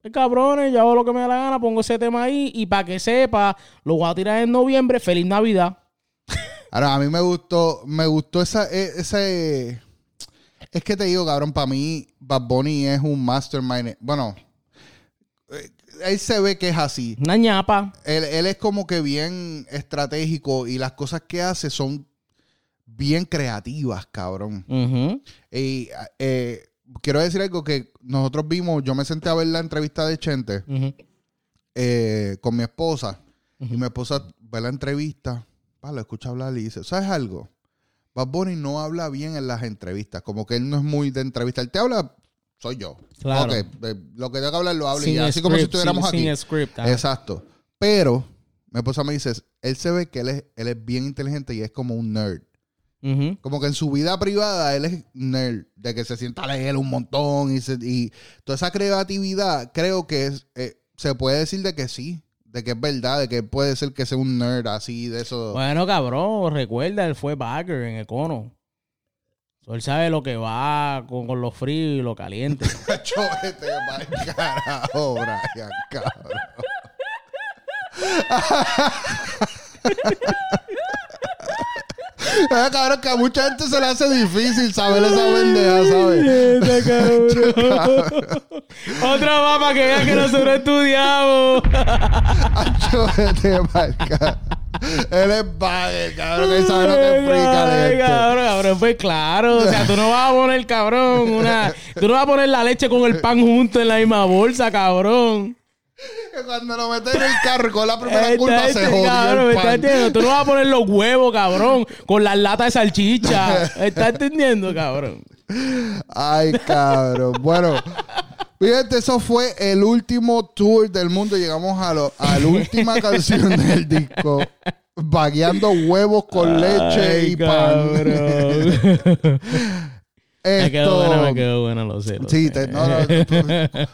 S1: "Eh, cabrones, yo hago lo que me da la gana, pongo ese tema ahí y para que sepa, lo voy a tirar en noviembre, feliz Navidad.
S2: Ahora, a mí me gustó, me gustó esa, e- ese... Es que te digo, cabrón, para mí Bad Bunny es un mastermind. Bueno, eh, él se ve que es así.
S1: Una ñapa.
S2: Él, él es como que bien estratégico y las cosas que hace son bien creativas, cabrón.
S1: Ujú.
S2: Y eh, quiero decir algo que nosotros vimos, yo me senté a ver la entrevista de Chente
S1: Ujú.
S2: eh, con mi esposa. Y mi esposa ve la entrevista, pa, lo escucha hablar y dice, ¿sabes algo? Bad Bunny no habla bien en las entrevistas, como que él no es muy de entrevista. Él te habla, soy yo.
S1: Claro.
S2: Ok, eh, lo que tengo que hablar lo hablo y
S1: Sin
S2: ya, así como si
S1: script,
S2: estuviéramos
S1: sin-
S2: aquí.
S1: sin script, ah. ajá.
S2: Exacto. Pero mi esposa me dice, él se ve que él es, él es bien inteligente y es como un nerd.
S1: Ujú.
S2: Como que en su vida privada él es nerd, de que se sienta a leer un montón y, se- y toda esa creatividad, creo que es, eh, se puede decir de que sí, de que es verdad, de que puede ser que sea un nerd así de eso.
S1: Bueno, cabrón, recuerda, él fue backer en Econo. So, Él sabe lo que va con, con lo frío y
S2: [LAUGHS]
S1: lo caliente.
S2: Yo este va al carajo, Brian, cabrón. [LAUGHS] Ah, cabrón, que a mucha gente se le hace difícil saber esa pendeja, ¿sabes?
S1: Mierda, cabrón.
S2: [LAUGHS]
S1: Otra mapa que vean que nosotros estudiamos.
S2: Acho, este marca. Él es bagger, cabrón. Él sabe lo que explica
S1: Ay,
S2: de esto.
S1: cabrón, cabrón, pues claro. O sea, tú no vas a poner, cabrón, una. Tú no vas a poner la leche con el pan junto en la misma bolsa, cabrón.
S2: Que Cuando lo meten en el carro y con la primera
S1: Está
S2: culpa se
S1: este,
S2: jodió
S1: cabrón, ¿me
S2: el
S1: estás
S2: pan.
S1: entendiendo? Tú no vas a poner los huevos, cabrón, con las latas
S2: [LAUGHS]
S1: de salchicha. ¿Me ¿Estás entendiendo, cabrón?
S2: Ay, cabrón. Bueno, fíjate, eso fue el último tour del mundo. Llegamos a, lo- a la última canción del disco. Vagueando huevos con leche
S1: Ay,
S2: y pan.
S1: cabrón. Me quedó bueno, me
S2: Esto.
S1: quedó bueno, lo sé. lo
S2: Sí,
S1: sé.
S2: te- no, no,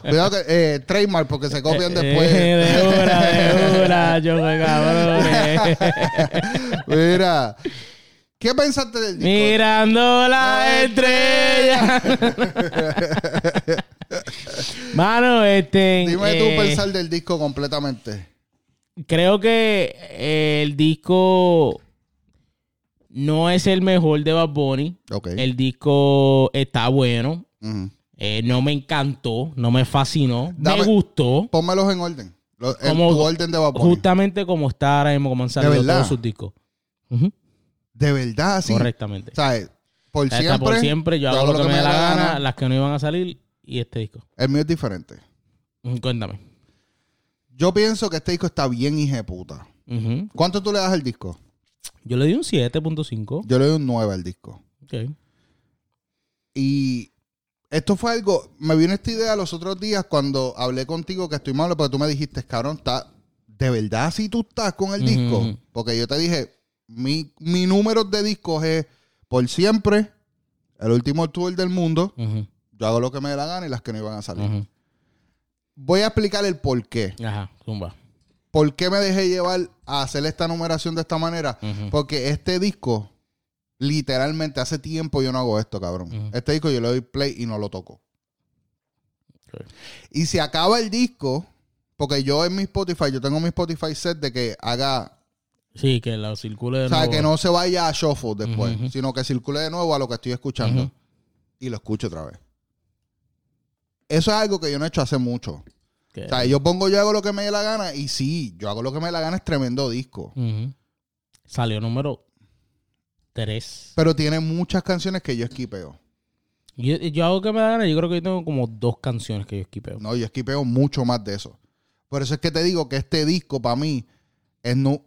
S2: cuidado que eh, trademark porque se copian después.
S1: Eh, de una,
S2: [LAUGHS]
S1: de una, yo eh. me cabrones.
S2: Mira, ¿qué pensaste del disco?
S1: Mirando la estrella.
S2: [LAUGHS]
S1: Mano, este.
S2: Dime tú
S1: eh,
S2: pensar del disco completamente.
S1: Creo que eh, el disco no es el mejor de Bad Bunny.
S2: Ok.
S1: El disco está bueno.
S2: Ujú.
S1: Eh, no me encantó, no me fascinó,
S2: Dame-
S1: me gustó.
S2: Pónmelos en orden. Lo- en
S1: Como-
S2: tu orden de vapor.
S1: Justamente como está ahora mismo, como han salido
S2: verdad?
S1: todos sus discos. Ujú,
S2: De verdad, sí.
S1: Correctamente.
S2: ¿Sabes? Por
S1: Hasta
S2: siempre.
S1: por siempre, yo
S2: todo
S1: hago lo que, me da la gana,
S2: gana.
S1: las que no iban a salir y este disco.
S2: El mío es diferente.
S1: Ujú, Cuéntame.
S2: Yo pienso que este disco está bien puta.
S1: Ujú.
S2: ¿Cuánto tú le das al disco?
S1: Yo le di un 7.5.
S2: Yo le doy un 9 al disco.
S1: Ok.
S2: Y esto fue algo. Me vino esta idea los otros días cuando hablé contigo que estoy malo, pero tú me dijiste, cabrón, está. ¿De verdad si tú estás con el
S1: Ujú.
S2: disco? Porque yo te dije, mi, mi número de discos es por siempre, el último tour del mundo.
S1: Ujú,
S2: Yo hago lo que me dé la gana y las que no iban a salir.
S1: ujú.
S2: Voy a explicar el por qué.
S1: Ajá, zumba.
S2: ¿Por qué me dejé llevar a hacer esta numeración de esta manera?
S1: Ujú.
S2: Porque este disco, literalmente, hace tiempo yo no hago esto, cabrón.
S1: Ujú.
S2: Este disco yo le doy play y no lo toco.
S1: Ok.
S2: Y si acaba el disco, porque yo en mi Spotify, yo tengo mi Spotify set de que haga
S1: Sí, que la circule de
S2: O sea,
S1: nuevo.
S2: que no se vaya a shuffle después,
S1: Ujú, ujú.
S2: sino que circule de nuevo a lo que estoy escuchando
S1: Ujú.
S2: y lo escucho otra vez. Eso es algo que yo no he hecho hace mucho.
S1: Que-
S2: O sea, yo pongo, yo hago lo que me dé la gana y sí, yo hago lo que me dé la gana, es tremendo disco.
S1: Ujú. Salió número 3.
S2: Pero tiene muchas canciones que yo esquipeo.
S1: Yo, yo hago que me da gana. Yo creo que yo tengo como dos canciones que yo esquipeo.
S2: No, yo esquipeo mucho más de eso. Por eso es que te digo que este disco para mí es, no,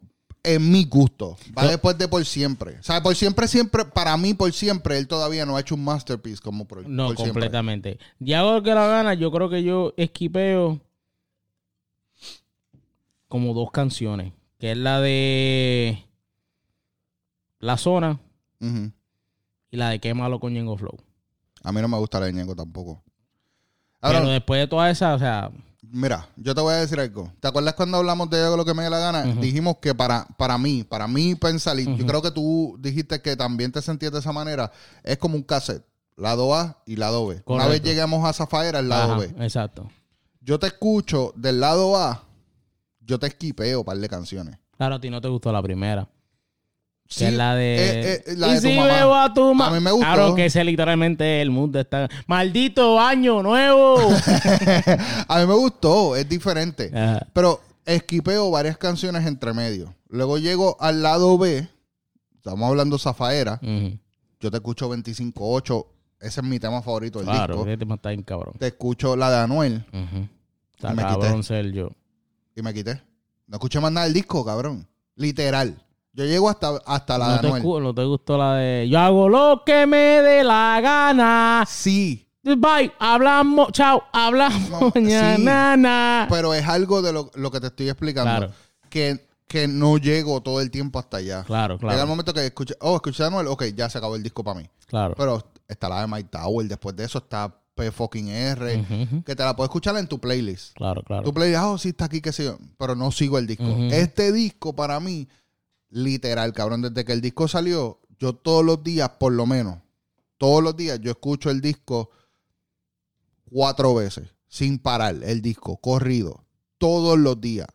S2: es mi gusto. Va
S1: Yo-
S2: después de por siempre. O sea, por siempre, siempre, para mí por siempre, él todavía no ha hecho un masterpiece como por,
S1: No,
S2: por siempre.
S1: completamente. Y hago que la gana. Yo creo que yo esquipeo como dos canciones. Que es la de La Zona
S2: Ujú.
S1: y la de Qué malo con Ñengo Flow.
S2: A mí no me gusta la de Ñengo tampoco. Ahora,
S1: Pero después de todas esas, o sea,
S2: mira, yo te voy a decir algo. ¿Te acuerdas cuando hablamos de Hago lo que me dé la gana?
S1: Ujú.
S2: Dijimos que para, para mí, para mí pensar, y yo
S1: Ujú.
S2: creo que tú dijiste que también te sentías de esa manera, es como un cassette. Lado A y lado B. Una
S1: Correcto.
S2: vez llegamos a Zafaera, el lado
S1: ajá,
S2: B.
S1: exacto.
S2: Yo te escucho del lado A, yo te esquipeo un par de canciones.
S1: Claro, a ti no te gustó la primera.
S2: Sí,
S1: Que es la de.
S2: eh, eh, la
S1: ¿Y
S2: de tu
S1: si
S2: mamá.
S1: veo a tu ma-
S2: A mí me gustó.
S1: Claro que ese es literalmente el mundo está. ¡Maldito
S2: [LAUGHS]
S1: año nuevo!
S2: [LAUGHS] a mí me gustó, es diferente.
S1: Ajá.
S2: Pero esquipeo varias canciones entre medio. Luego llego al lado B, estamos hablando Zafaera,
S1: Ujú.
S2: yo te escucho 25-8, ese es mi tema favorito del
S1: Claro,
S2: disco.
S1: este tema está bien cabrón.
S2: Te escucho la de Anuel
S1: Ujú. Está
S2: Y me quité.
S1: cabrón ser yo.
S2: y me quité. No escuché más nada del disco, cabrón. Literal. Yo llego hasta, hasta la
S1: No
S2: de
S1: te,
S2: Anuel.
S1: escu- no te gustó la de Yo hago lo que me dé la gana.
S2: Sí,
S1: Bye, hablamos, chao, hablamos
S2: No, sí. Pues,
S1: mañana. na.
S2: pero es algo de lo, lo que te estoy explicando.
S1: Claro.
S2: Que, que no llego todo el tiempo hasta allá.
S1: Claro,
S2: Llega el
S1: claro,
S2: momento que escuché, oh, escuché a Anuel, ok, ya se acabó el disco para mí.
S1: claro.
S2: Pero está la de Mike Tower, después de eso está P fucking R,
S1: Ujú, ujú.
S2: que te la puedes escuchar en tu playlist.
S1: Claro, claro.
S2: Tu playlist, ah, oh, sí está aquí, qué sé yo, pero no sigo el disco.
S1: Ujú.
S2: Este disco para mí, literal, cabrón, desde que el disco salió, yo todos los días, por lo menos, todos los días yo escucho el disco cuatro veces, sin parar, el disco, corrido, todos los días.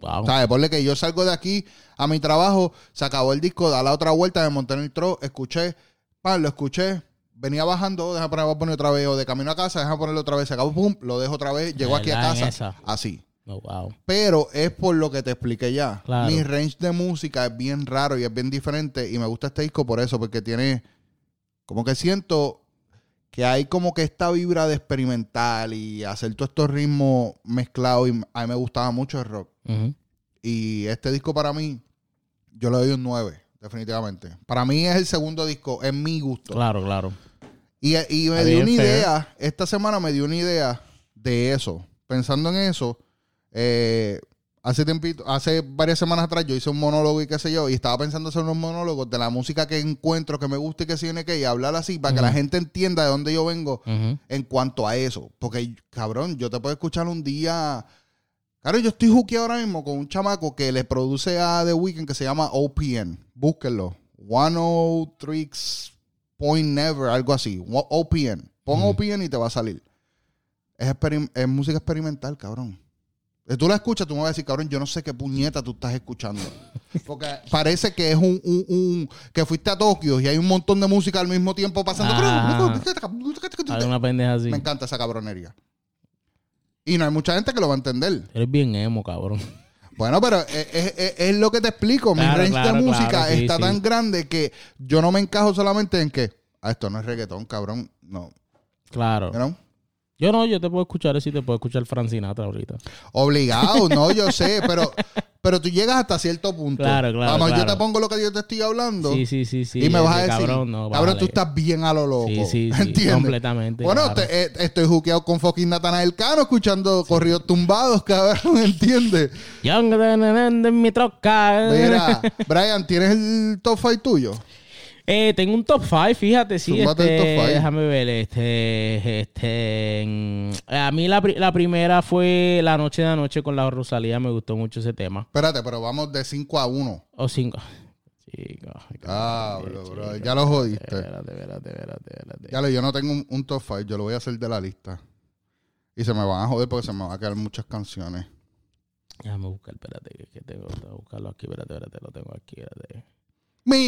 S1: Wow.
S2: ¿Sabes? Ponle que yo salgo de aquí a mi trabajo, se acabó el disco, da la otra vuelta, me monté en el tro, escuché, pan, lo escuché, venía bajando, deja poner, voy a poner otra vez, o de camino a casa, deja ponerlo otra vez, se acabó, pum, lo dejo otra vez, llego aquí a
S1: ¿Verdad? En
S2: casa,
S1: esa.
S2: así.
S1: No, wow.
S2: Pero es por lo que te expliqué ya.
S1: Claro.
S2: Mi range de música es bien raro y es bien diferente y me gusta este disco por eso, porque tiene, como que siento que hay como que esta vibra de experimental y hacer todos estos ritmos mezclados y a mí me gustaba mucho el rock.
S1: Ujú.
S2: Y este disco para mí, yo le doy un 9, definitivamente. Para mí es el segundo disco, es mi gusto.
S1: Claro, claro.
S2: Y, y me
S1: Está
S2: dio
S1: bien,
S2: una
S1: fair.
S2: idea, esta semana me dio una idea de eso. Pensando en eso, eh, hace tiempito, hace varias semanas atrás yo hice un monólogo y qué sé yo, y estaba pensando hacer unos monólogos de la música que encuentro, que me gusta y que tiene que, y hablar así para que la
S1: Ujú.
S2: gente entienda de dónde yo vengo
S1: Ujú.
S2: en cuanto a eso. Porque, cabrón, yo te puedo escuchar un día. Claro, yo estoy hooky ahora mismo con un chamaco que le produce a The Weeknd que se llama OPN. Búsquenlo. 103 Point Never, algo así. Wo- OPN. Pon
S1: Ujú.
S2: OPN y te va a salir. Es, experim- es música experimental, cabrón. Si tú la escuchas, tú me vas a decir, cabrón, yo no sé qué puñeta tú estás escuchando. Porque parece que es un, un- un- que fuiste a Tokio y hay un montón de música al mismo tiempo pasando.
S1: Ah. Alguna pendeja así.
S2: Me encanta esa cabronería. Y no hay mucha gente que lo va a entender.
S1: Eres bien emo, cabrón.
S2: Bueno, pero es, es- es- es lo que te explico. Mi
S1: Claro,
S2: range
S1: claro,
S2: de música
S1: claro, sí,
S2: está
S1: sí.
S2: tan grande que yo no me encajo solamente en que ah, esto no es reggaetón, cabrón. No.
S1: Claro.
S2: You know?
S1: Yo no, yo te puedo escuchar si te puedo escuchar Francinatra ahorita.
S2: Obligado, no, yo
S1: [LAUGHS]
S2: sé, pero, pero tú llegas hasta cierto punto.
S1: Claro, claro,
S2: Vamos, yo
S1: claro.
S2: te pongo lo que yo te estoy hablando.
S1: Sí, sí, sí, sí.
S2: y me
S1: ese
S2: vas a decir, cabrón,
S1: cabrón, no,
S2: tú
S1: bájale".
S2: estás bien a lo loco.
S1: Sí, sí, sí,
S2: ¿Entiendes?
S1: completamente,
S2: Bueno,
S1: claro.
S2: te- eh, estoy juqueado con fucking Natanael Cano escuchando corridos tumbados, cabrón, [LAUGHS] ¿entiendes?
S1: Yo ando en mi troca. [LAUGHS]
S2: Mira, Brian, ¿tienes el top 5 tuyo?
S1: Eh, tengo un top 5, fíjate, sí.
S2: Zúmbate el
S1: este,
S2: top five.
S1: Déjame ver, este, este, mm, a mí la, pri- la primera fue La Noche de Anoche con la Rosalía, me gustó mucho ese tema.
S2: Espérate, pero vamos de 5 a 1.
S1: O cinco. Chico,
S2: Ah,
S1: espérate,
S2: bro,
S1: chico,
S2: bro, ya lo jodiste.
S1: Espérate, espérate, espérate, espérate.
S2: Ya lo, yo no tengo un, un top 5, yo lo voy a hacer de la lista. Y se me van a joder porque se me van a quedar muchas canciones.
S1: Déjame buscar, espérate, que, que tengo que buscarlo aquí, espérate, espérate, lo tengo aquí, espérate.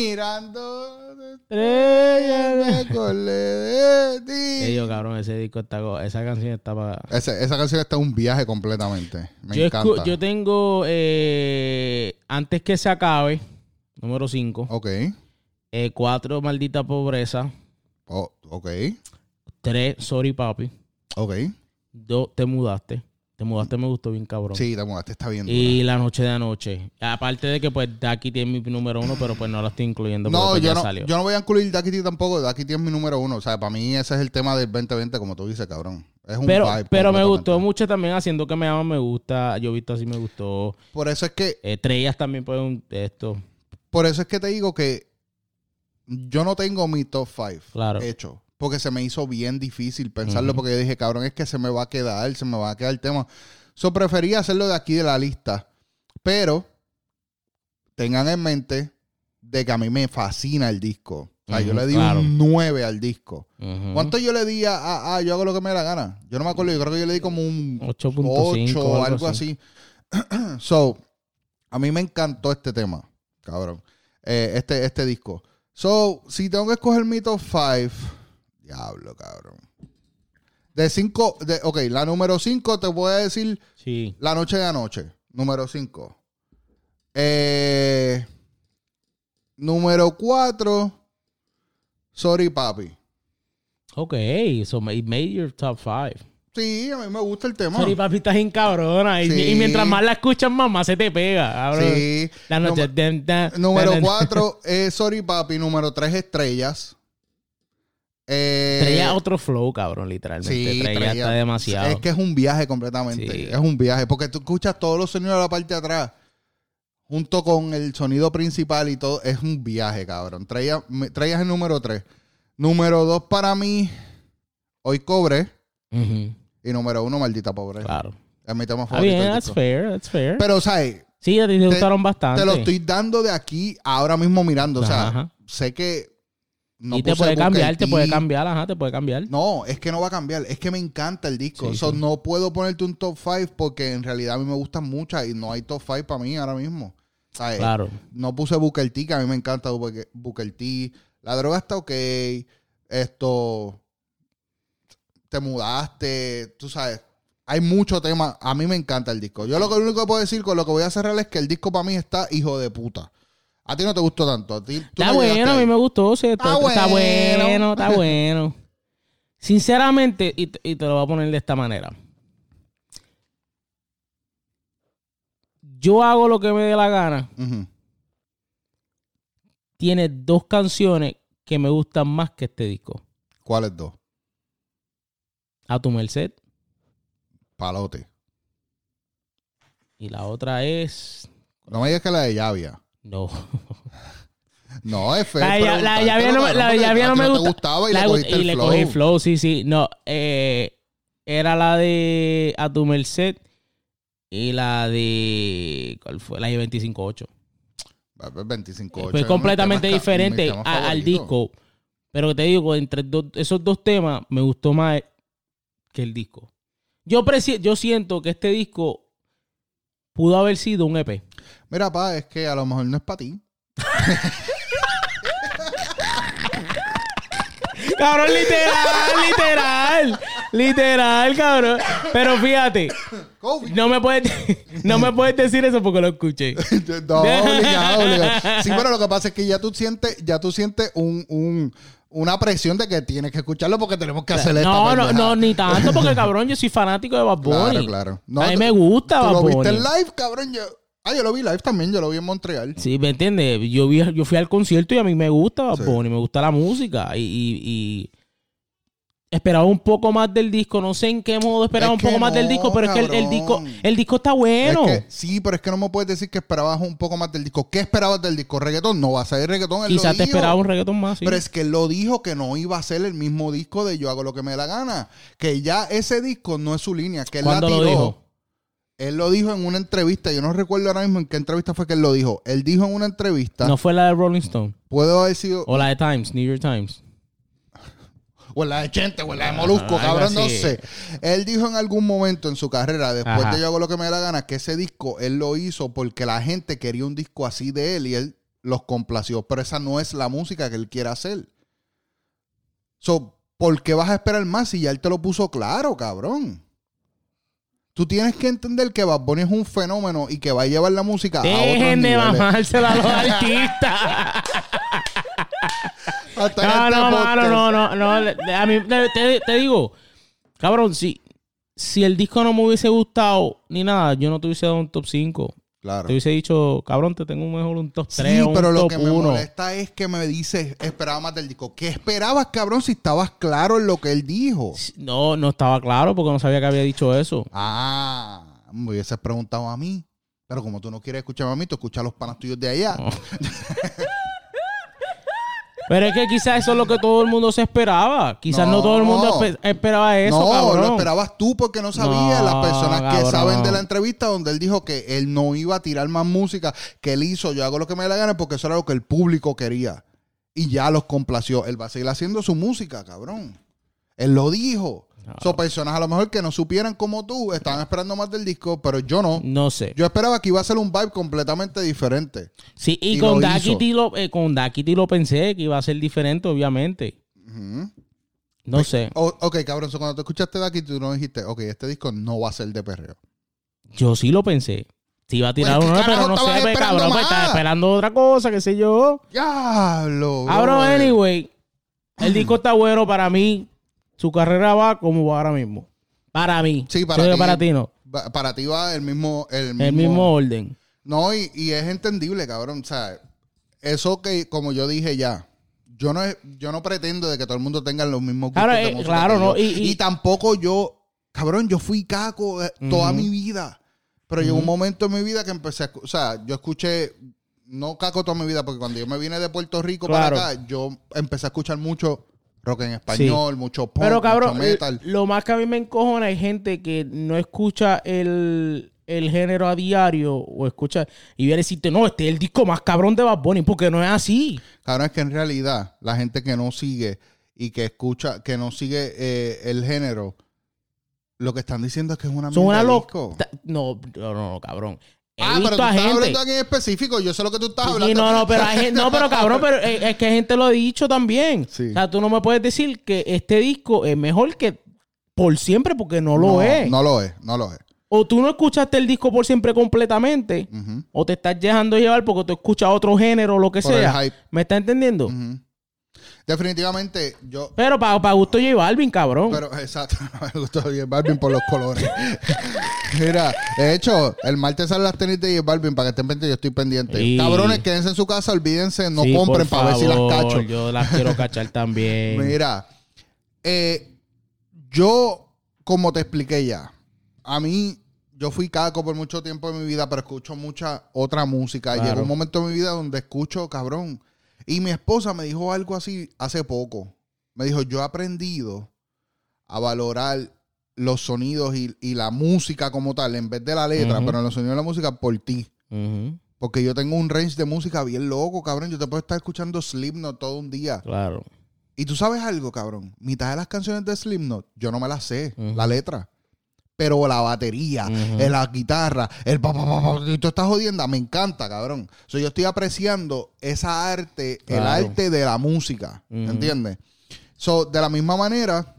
S2: Mirando estrellas me acordé de ti.
S1: Ey, yo, cabrón, ese disco está, go- esa canción estaba...
S2: Ese- esa canción está un viaje completamente. Me
S1: Yo, escu-
S2: encanta.
S1: yo tengo, eh, antes que se acabe, número 5,
S2: Ok.
S1: cuatro, maldita pobreza,
S2: Oh, ok.
S1: tres, sorry papi,
S2: Ok.
S1: dos, te mudaste, te mudaste me gustó bien cabrón.
S2: Sí, te mudaste, está bien. dura.
S1: Y la noche de anoche. Aparte de que pues Daki tiene mi número uno, pero pues no la estoy incluyendo porque
S2: No,
S1: pues,
S2: yo
S1: ya
S2: no,
S1: salió.
S2: yo no voy a incluir Dakiti tampoco. Dakiti es mi número uno. O sea, para mí ese es el tema del 2020, como tú dices, cabrón. Es un
S1: pero
S2: vibe
S1: pero me
S2: completamente.
S1: gustó mucho también haciendo que me aman, me gusta. Yo he visto así, me gustó.
S2: Por eso es que,
S1: Estrellas también pues un- esto.
S2: por eso es que te digo que yo no tengo mi top 5
S1: Claro.
S2: hecho. Porque se me hizo bien difícil pensarlo. Porque yo dije, cabrón, es que se me va a quedar, se me va a quedar el tema. So prefería hacerlo de aquí de la lista. Pero tengan en mente de que a mí me fascina el disco. O sea, yo
S1: Ujú,
S2: le di
S1: claro.
S2: un 9 al disco.
S1: Ujú.
S2: ¿Cuánto yo le di a, a- a yo hago lo que me da la gana? Yo no me acuerdo, yo creo que yo le di como un
S1: 8.5
S2: 8
S1: o
S2: o algo así. [CLEARS THROAT] so, a mí me encantó este tema, cabrón. Eh, este, este disco. So, si tengo que escoger mi top 5, diablo, cabrón. De 5, de, ok, la número 5 te voy a decir
S1: Sí.
S2: La Noche de Anoche, número 5. Eh, número 4, Sorry Papi.
S1: Ok, so ma- it made your top five.
S2: Sí, a mí me gusta el tema.
S1: Sorry papi, estás en cabrona. Y,
S2: Ah. Sí.
S1: y mientras más la escuchas, más, más se te pega. cabrón.
S2: Sí.
S1: La noche.
S2: Número-
S1: dan, dan,
S2: Número
S1: dan, dan. [LAUGHS]
S2: 4 es Sorry Papi. Número 3 Estrellas. Eh,
S1: Estrella otro flow, cabrón, literalmente.
S2: sí,
S1: Estrella está
S2: Estrellas.
S1: demasiado.
S2: Es que es un viaje completamente.
S1: Sí.
S2: Es un viaje. Porque tú escuchas todos los sonidos de la parte de atrás. Junto con el sonido principal y todo. Es un viaje, cabrón. Estrellas me- Estrellas es el número 3. Número 2 para mí. Hoy cobré.
S1: Ujú,
S2: Y número 1, maldita pobreza.
S1: Claro.
S2: Es mi tema
S1: Está
S2: favorito.
S1: bien,
S2: del
S1: that's
S2: disco.
S1: fair, that's fair.
S2: Pero, eh, ¿sabes?
S1: sí, te, gustaron bastante.
S2: Te lo estoy dando de aquí ahora mismo mirando. O sea,
S1: Ajá.
S2: sé que. no
S1: y te
S2: puse
S1: puede
S2: Booker
S1: cambiar, te
S2: T.
S1: puede cambiar, ajá, te puede cambiar.
S2: No, es que no va a cambiar. Es que me encanta el disco.
S1: Sí,
S2: So,
S1: sí.
S2: No puedo ponerte un top 5 porque en realidad a mí me gustan muchas y no hay top 5 para mí ahora mismo. ¿Sabes?
S1: Claro.
S2: No puse Booker T, que a mí me encanta Booker Booker T. La droga está ok. Esto. Te mudaste. Tú sabes. Hay mucho tema. A mí me encanta el disco. Yo lo, que, lo único que puedo decir con lo que voy a cerrar es que el disco para mí está hijo de puta. A ti no te gustó tanto. A ti, tú
S1: Está
S2: no llegaste
S1: bueno, a mí
S2: ahí.
S1: me gustó. sí, está,
S2: Está
S1: está
S2: bueno.
S1: bueno, está bueno. Sinceramente, y, te- y te lo voy a poner de esta manera. Yo hago lo que me dé la gana.
S2: Ujú.
S1: Tiene dos canciones que me gustan más que este disco.
S2: ¿Cuáles dos?
S1: A tu merced.
S2: Palote.
S1: Y la otra es.
S2: No me digas que la de Llavia.
S1: No.
S2: No, es feo.
S1: La de Ya- la de Llavia no me- la de Llavia no me gusta.
S2: gustaba y
S1: La
S2: le
S1: hago-
S2: cogiste el
S1: le
S2: flow.
S1: cogí flow, sí, sí. No, eh, era la de A tu merced y la de. ¿Cuál fue? La de 25-8.
S2: Va, pues, 25
S1: Fue completamente diferente a- al disco. Pero te digo, entre dos- esos dos temas me gustó más que el disco. Yo, presi- yo siento que este disco pudo haber sido un E EP.
S2: Mira, pa, es que a lo mejor no es para ti.
S1: Cabrón, literal, [LAUGHS] literal. Literal, cabrón. Pero fíjate,
S2: COVID.
S1: no me puedes, [LAUGHS] no me puedes decir eso porque lo escuché.
S2: [LAUGHS]
S1: [LAUGHS]
S2: No, obligado, obligado. Sí, pero lo que pasa es que ya tú sientes, ya tú sientes un, un- una presión de que tienes que escucharlo porque tenemos que hacer esta
S1: No, no,
S2: pendejada.
S1: no, ni tanto, porque cabrón, yo soy fanático de Bad
S2: Claro,
S1: Bunny.
S2: claro. No,
S1: a mí
S2: tú-
S1: me gusta
S2: Tú
S1: Bad
S2: lo
S1: Bunny.
S2: viste en live, cabrón. Yo... Ah, yo lo vi live también, yo lo vi en Montreal.
S1: Sí, ¿me entiendes? Yo, vi, yo fui al concierto y a mí me gusta Bad
S2: Sí.
S1: Bunny, me gusta la música. Y, y- y esperaba un poco más del disco. No sé en qué modo esperaba
S2: Es
S1: un poco
S2: que
S1: más del
S2: no,
S1: disco, pero es que el, el disco,
S2: cabrón.
S1: el disco está bueno.
S2: Es que- sí, pero es que no me puedes decir que esperabas un poco más del disco. ¿Qué esperabas del disco? ¿Reggaetón? No va a salir reggaetón. él lo
S1: Quizás te
S2: dijo.
S1: esperaba un reggaetón más. sí.
S2: Pero es que él lo dijo que no iba a ser el mismo disco de Yo hago lo que me da la gana. Que ya ese disco no es su línea. Que él la
S1: ¿Cuándo lo
S2: tiró.
S1: dijo?
S2: Él lo dijo en una entrevista. Yo no recuerdo ahora mismo en qué entrevista fue que él lo dijo. Él dijo en una entrevista.
S1: No fue la de Rolling Stone
S2: Puedo haber sido.
S1: o la de Times, New York Times.
S2: o en la de Chente, o en la de Molusco,
S1: Ajá,
S2: cabrón,
S1: Ah, algo
S2: no
S1: así.
S2: sé. Él dijo en algún momento en su carrera, después
S1: Ajá.
S2: de Yo hago lo que me da la gana, que ese disco él lo hizo porque la gente quería un disco así de él y él los complació. Pero esa no es la música que él quiere hacer. So, ¿por qué vas a esperar más si ya él te lo puso claro, cabrón? Tú tienes que entender que Bad Bunny es un fenómeno y que va a llevar la música a otros
S1: Dejen de
S2: niveles.
S1: mamársela
S2: [LAUGHS]
S1: a los artistas.
S2: Hasta en
S1: No,
S2: este
S1: no,
S2: podcast.
S1: mano, no, no, no. le- A mí, te- te, te digo, cabrón, si, si el disco no me hubiese gustado ni nada, yo no te hubiese dado un top 5.
S2: Claro.
S1: Te hubiese dicho, cabrón, te tengo un mejor un top 3
S2: sí,
S1: o un
S2: pero lo
S1: top
S2: que me
S1: 1.
S2: molesta es que me dices, esperaba más del disco. ¿Qué esperabas, cabrón, si estabas claro en lo que él dijo?
S1: No, no estaba claro porque no sabía que había dicho eso.
S2: Ah, me hubieses preguntado a mí. Pero como tú no quieres escuchar a mí, tú escuchas a los panas tuyos de allá.
S1: Pero es que quizás eso es lo que todo el mundo se esperaba. Quizás no,
S2: No.
S1: todo el mundo espe- esperaba eso,
S2: no,
S1: cabrón.
S2: lo esperabas tú porque no sabías.
S1: No,
S2: Las personas
S1: cabrón.
S2: que saben de la entrevista donde él dijo que él no iba a tirar más música, que él hizo, yo hago lo que me dé la gana porque eso era lo que el público quería. Y ya los complació. Él va a seguir haciendo su música, cabrón. Él lo dijo. Son personas a lo mejor que no supieran como tú, estaban esperando más del disco, pero yo no.
S1: No sé.
S2: Yo esperaba que iba a ser un vibe completamente diferente.
S1: Sí, y,
S2: Y lo
S1: con
S2: hizo.
S1: Daquiti lo, eh, con Daquiti lo pensé que iba a ser diferente, obviamente.
S2: Ujú. Pues,
S1: No sé.
S2: O- ok, cabrón, so cuando te escuchaste de aquí, tú no dijiste, ok, este disco no va a ser de perreo.
S1: Yo sí lo pensé. Te iba a tirar
S2: Pues, ¿qué
S1: uno, pero
S2: carajo
S1: no sé,
S2: estabas
S1: pues,
S2: esperando
S1: cabrón, pues,
S2: más? Oh,
S1: estaba esperando otra cosa, qué sé yo.
S2: ¡Diablo!
S1: Abro,
S2: brother!
S1: anyway. El disco está bueno para mí. Su carrera va como va ahora mismo. Para mí.
S2: Sí, para
S1: Yo digo
S2: ti.
S1: para ti no.
S2: Va- Para ti va el mismo... El mismo,
S1: El mismo orden.
S2: No, y, y es entendible, cabrón. O sea, eso que, como yo dije ya, yo no, yo no pretendo de que todo el mundo tenga los mismos gustos
S1: Claro,
S2: de
S1: eh,
S2: música
S1: claro,
S2: que
S1: no,
S2: yo.
S1: y-
S2: Y,
S1: y-
S2: tampoco yo... Cabrón, yo fui caco eh, toda
S1: Ujú.
S2: mi vida. Pero llegó un momento en mi vida que empecé a... escu- O sea, yo escuché... No caco toda mi vida, porque cuando yo me vine de Puerto Rico para
S1: Claro.
S2: acá, yo empecé a escuchar mucho rock en español, mucho pop,
S1: Pero cabrón, eh,
S2: mucho metal.
S1: lo más que a mí me encojona hay gente que no escucha el, el género a diario o escucha y viene a decirte, no, este es el disco más cabrón de Bad Bunny, porque no es así.
S2: Cabrón, es que en realidad la gente que no sigue y que escucha, que no sigue eh, el género, lo que están diciendo es que es una
S1: Son una
S2: mierda de
S1: loca.
S2: Ah, disco.
S1: No, no, no, no, cabrón. He
S2: Ah, pero
S1: visto
S2: tú
S1: a
S2: estás
S1: gente.
S2: hablando aquí en específico. Yo sé lo que tú [LAUGHS] estás hablando.
S1: Sí, no, no, pero hay gente, no, pero cabrón,
S2: [LAUGHS]
S1: pero eh, es que gente lo ha dicho también.
S2: Sí.
S1: O sea, tú no me puedes decir que este disco es mejor que por siempre porque no lo
S2: no,
S1: es.
S2: No lo es, no lo es.
S1: O tú no escuchaste el disco por siempre completamente.
S2: Ujú.
S1: O te estás dejando llevar porque tú escuchas otro género o lo que
S2: Por el
S1: sea.
S2: hype.
S1: ¿Me estás entendiendo?
S2: Ujú. Definitivamente, yo.
S1: Pero para gusto J Balvin, cabrón.
S2: Pero, exacto, [LAUGHS] me gustó J Balvin por los colores. [LAUGHS] Mira, de hecho, el martes salen las tenis de J Balvin para que estén pendientes. Yo estoy pendiente.
S1: Sí.
S2: Cabrones, quédense en su casa, olvídense, no
S1: Sí,
S2: compren
S1: por
S2: para ver si las
S1: favor,
S2: cacho.
S1: Yo las
S2: [LAUGHS]
S1: quiero cachar también.
S2: Mira, eh, yo, como te expliqué ya, a mí, yo fui caco por mucho tiempo de mi vida, pero escucho mucha otra música.
S1: Claro.
S2: Llegó un momento en mi vida donde escucho, cabrón. Y mi esposa me dijo algo así hace poco. Me dijo, yo he aprendido a valorar los sonidos y, y la música como tal, en vez de la letra,
S1: Ujú.
S2: pero los sonidos y la música por ti.
S1: Ujú,
S2: Porque yo tengo un range de música bien loco, cabrón. Yo te puedo estar escuchando Slipknot todo un día.
S1: Claro.
S2: Y tú sabes algo, cabrón. Mitad de las canciones de Slipknot, yo no me las sé,
S1: Ujú.
S2: la letra. Pero la batería,
S1: Ujú.
S2: eh, la guitarra, el pa, pa, pa, pa, y tú estás jodiendo, me encanta, cabrón. So, yo estoy apreciando esa arte, el
S1: Claro.
S2: arte de la música,
S1: Ujú.
S2: ¿entiendes? So, de la misma manera,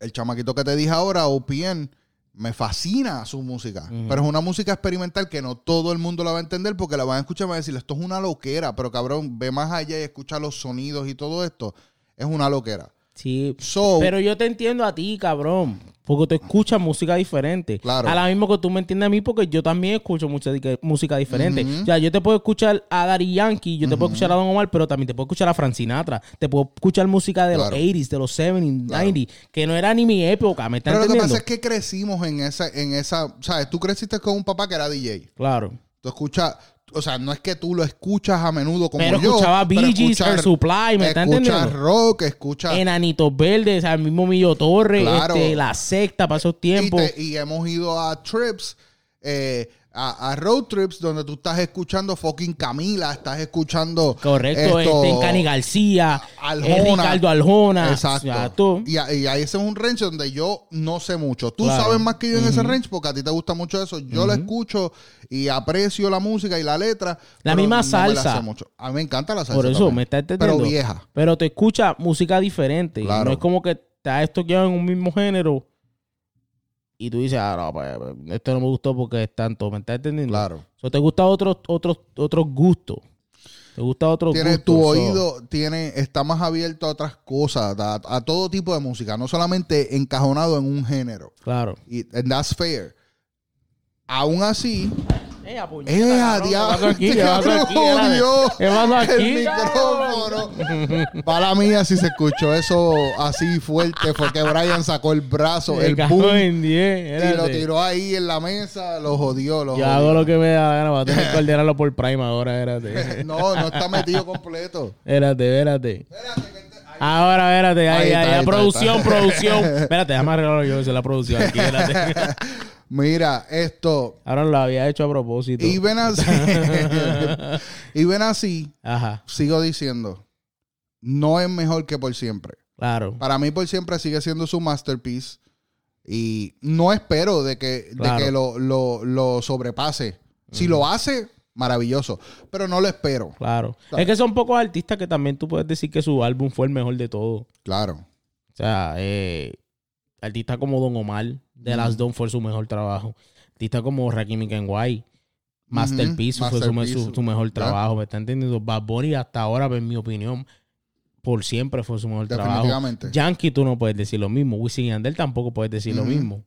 S2: el chamaquito que te dije ahora, OPN, me fascina su música.
S1: Ujú.
S2: Pero es una música experimental que no todo el mundo la va a entender porque la van a escuchar y van a decir, esto es una loquera. Pero cabrón, ve más allá y escucha los sonidos y todo esto. Es una loquera.
S1: Sí.
S2: So,
S1: Pero yo te entiendo a ti, cabrón. Porque tú escuchas música diferente.
S2: Claro.
S1: A la misma que tú me entiendes a mí, porque yo también escucho mucha di- música diferente.
S2: Ujú.
S1: O sea, yo te puedo escuchar a Dari Yankee, yo te puedo escuchar a Don Omar, pero también te puedo escuchar a Frank Sinatra. Te puedo escuchar música de
S2: Claro.
S1: los 80s, de los 70s, 90s, que no era ni mi época. ¿Me estás
S2: pero lo que
S1: entendiendo?
S2: pasa es que crecimos en esa, en esa, sabes, tú creciste con un papá que era DJ.
S1: Claro.
S2: Tú escuchas, o sea, no es que tú lo escuchas a menudo como
S1: Pero
S2: yo.
S1: escuchaba
S2: pero
S1: Bee Gees,
S2: escuchas-
S1: Air Supply, ¿me estás
S2: Escuchas
S1: entendiendo?
S2: rock, escuchas...
S1: Enanitos Verdes, al mismo Millo Torres,
S2: Claro.
S1: este, La Secta para esos
S2: Y,
S1: tiempos.
S2: te- y hemos ido a trips, eh, a, a road trips donde tú estás escuchando fucking Camila, estás escuchando.
S1: Correcto,
S2: esto,
S1: este Cani García,
S2: Aljona.
S1: eh, Ricardo Aljona.
S2: Exacto.
S1: Exacto.
S2: Y, a- y ahí ese es un range donde yo no sé mucho. Tú
S1: Claro.
S2: sabes más que yo en ese range porque a ti te gusta mucho eso. Yo lo escucho y aprecio la música y la letra.
S1: La
S2: pero
S1: misma
S2: no me
S1: salsa.
S2: sé mucho. A mí me encanta la salsa.
S1: Por eso
S2: también,
S1: me está entendiendo.
S2: Pero vieja.
S1: Pero te escucha música diferente.
S2: Claro.
S1: No es como que está esto que en un mismo género y tú dices, ah, no, pues, esto no me gustó porque es tanto. ¿Me estás entendiendo?
S2: Claro.
S1: So, te gusta otros otros otros gustos. Te gusta otro
S2: Tiene
S1: gusto.
S2: tu
S1: So,
S2: oído, tiene, está más abierto a otras cosas, a, a todo tipo de música, no solamente encajonado en un género.
S1: Claro.
S2: Y and that's fair. Aún así,
S1: ¡Eh, a puñeta,
S2: ¡eh, a
S1: cabrón!
S2: [LAUGHS]
S1: ¿Qué
S2: diablo!
S1: pasó aquí?
S2: Te
S1: ¿Qué pasó aquí?
S2: cabrón,
S1: Era de-
S2: Dios,
S1: ¿Qué pasó aquí,
S2: el micrófono. Para mí, así se escuchó eso así fuerte, fue que Brian sacó el brazo,
S1: El
S2: el
S1: cajón
S2: boom,
S1: en 10.
S2: y lo
S1: espérate.
S2: tiró ahí en la mesa, lo jodió, lo
S1: Yo
S2: jodió.
S1: hago lo que me da la gana. Voy a tener que ordenarlo por Prime ahora. Espérate.
S2: No, no está metido completo.
S1: Espérate, espérate.
S2: Espérate, que te- ahí-
S1: Ahora, espérate. Ahí,
S2: Ahí está,
S1: ahí,
S2: ahí
S1: la
S2: está, [LAUGHS]
S1: producción,
S2: ahí está.
S1: producción. Espérate, déjame arreglarlo yo. Esa es la producción
S2: [LAUGHS]
S1: aquí. Espérate.
S2: Mira, esto,
S1: Ahora lo había hecho a propósito.
S2: Y ven así.
S1: [LAUGHS]
S2: [LAUGHS] y ven así,
S1: Ajá,
S2: sigo diciendo, no es mejor que por siempre.
S1: claro.
S2: Para mí por siempre sigue siendo su masterpiece. Y no espero de que, de
S1: Claro.
S2: que lo, lo- lo sobrepase. Si lo hace, maravilloso. Pero no lo espero.
S1: Claro. Es que son pocos artistas que también tú puedes decir que su álbum fue el mejor de todo.
S2: Claro.
S1: O sea, eh, artistas como Don Omar de Las Don fue su mejor trabajo. Artistas como Rakim y Kenway, Masterpiece
S2: Ujú,
S1: fue su me-
S2: Masterpiece,
S1: su, su mejor
S2: ya.
S1: trabajo. ¿Me está entendiendo? Bad Bunny hasta ahora, en mi opinión, por siempre fue su mejor trabajo.
S2: Definitivamente.
S1: Yankee tú no puedes decir lo mismo. Wisin y Yandel tampoco puedes decir lo
S2: Ujú.
S1: mismo.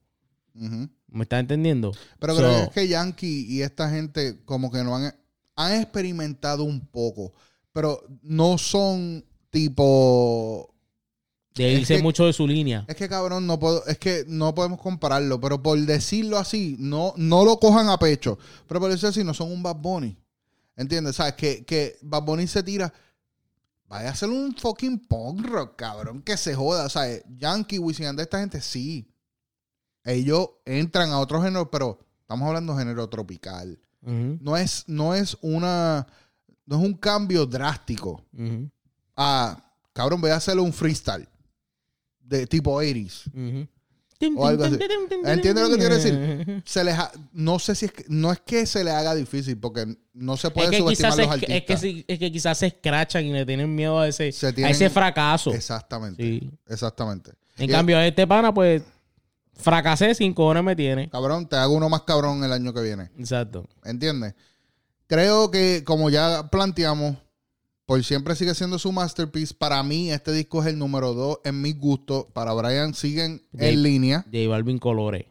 S2: Ujú.
S1: ¿Me está entendiendo?
S2: Pero
S1: So,
S2: creo que es que Yankee y esta gente como que no han, han experimentado un poco. Pero no son tipo
S1: de
S2: es
S1: irse
S2: que-
S1: mucho de su línea.
S2: Es que cabrón, no puedo, es que no podemos compararlo, pero por decirlo así, no, no lo cojan a pecho. Pero por decirlo así, no son un Bad Bunny. ¿Entiendes? ¿Sabes? Que, que Bad Bunny se tira. Vaya a hacer un fucking punk rock, cabrón, que se joda. ¿Sabes? Yankee, Wisin Yandel, esta gente sí. Ellos entran a otro género, pero estamos hablando de género tropical.
S1: Ujú,
S2: No es, no es una. No es un cambio drástico
S1: ujú,
S2: a. Cabrón, voy a hacerle un freestyle. De tipo 80s.
S1: ujú.
S2: O algo así. ¿Entiendes lo que quiero decir? se les ha- no sé si es que, no es que se les haga difícil porque no se puede
S1: es que
S2: subestimar
S1: quizás
S2: los
S1: es,
S2: artistas.
S1: es que, sí- es que quizás se escrachan y le tienen miedo a ese,
S2: Se
S1: a
S2: tienen-
S1: ese fracaso.
S2: Exactamente,
S1: Sí.
S2: exactamente.
S1: En
S2: Y,
S1: cambio, este pana, pues, fracasé, sin cojones me tiene.
S2: cabrón, te hago uno más cabrón el año que viene,
S1: Exacto.
S2: ¿entiendes? Creo que como ya planteamos, por siempre sigue siendo su masterpiece. Para mí este disco es el número dos en mi gusto. Para Brian siguen
S1: Jay-
S2: en línea.
S1: J Balvin colores.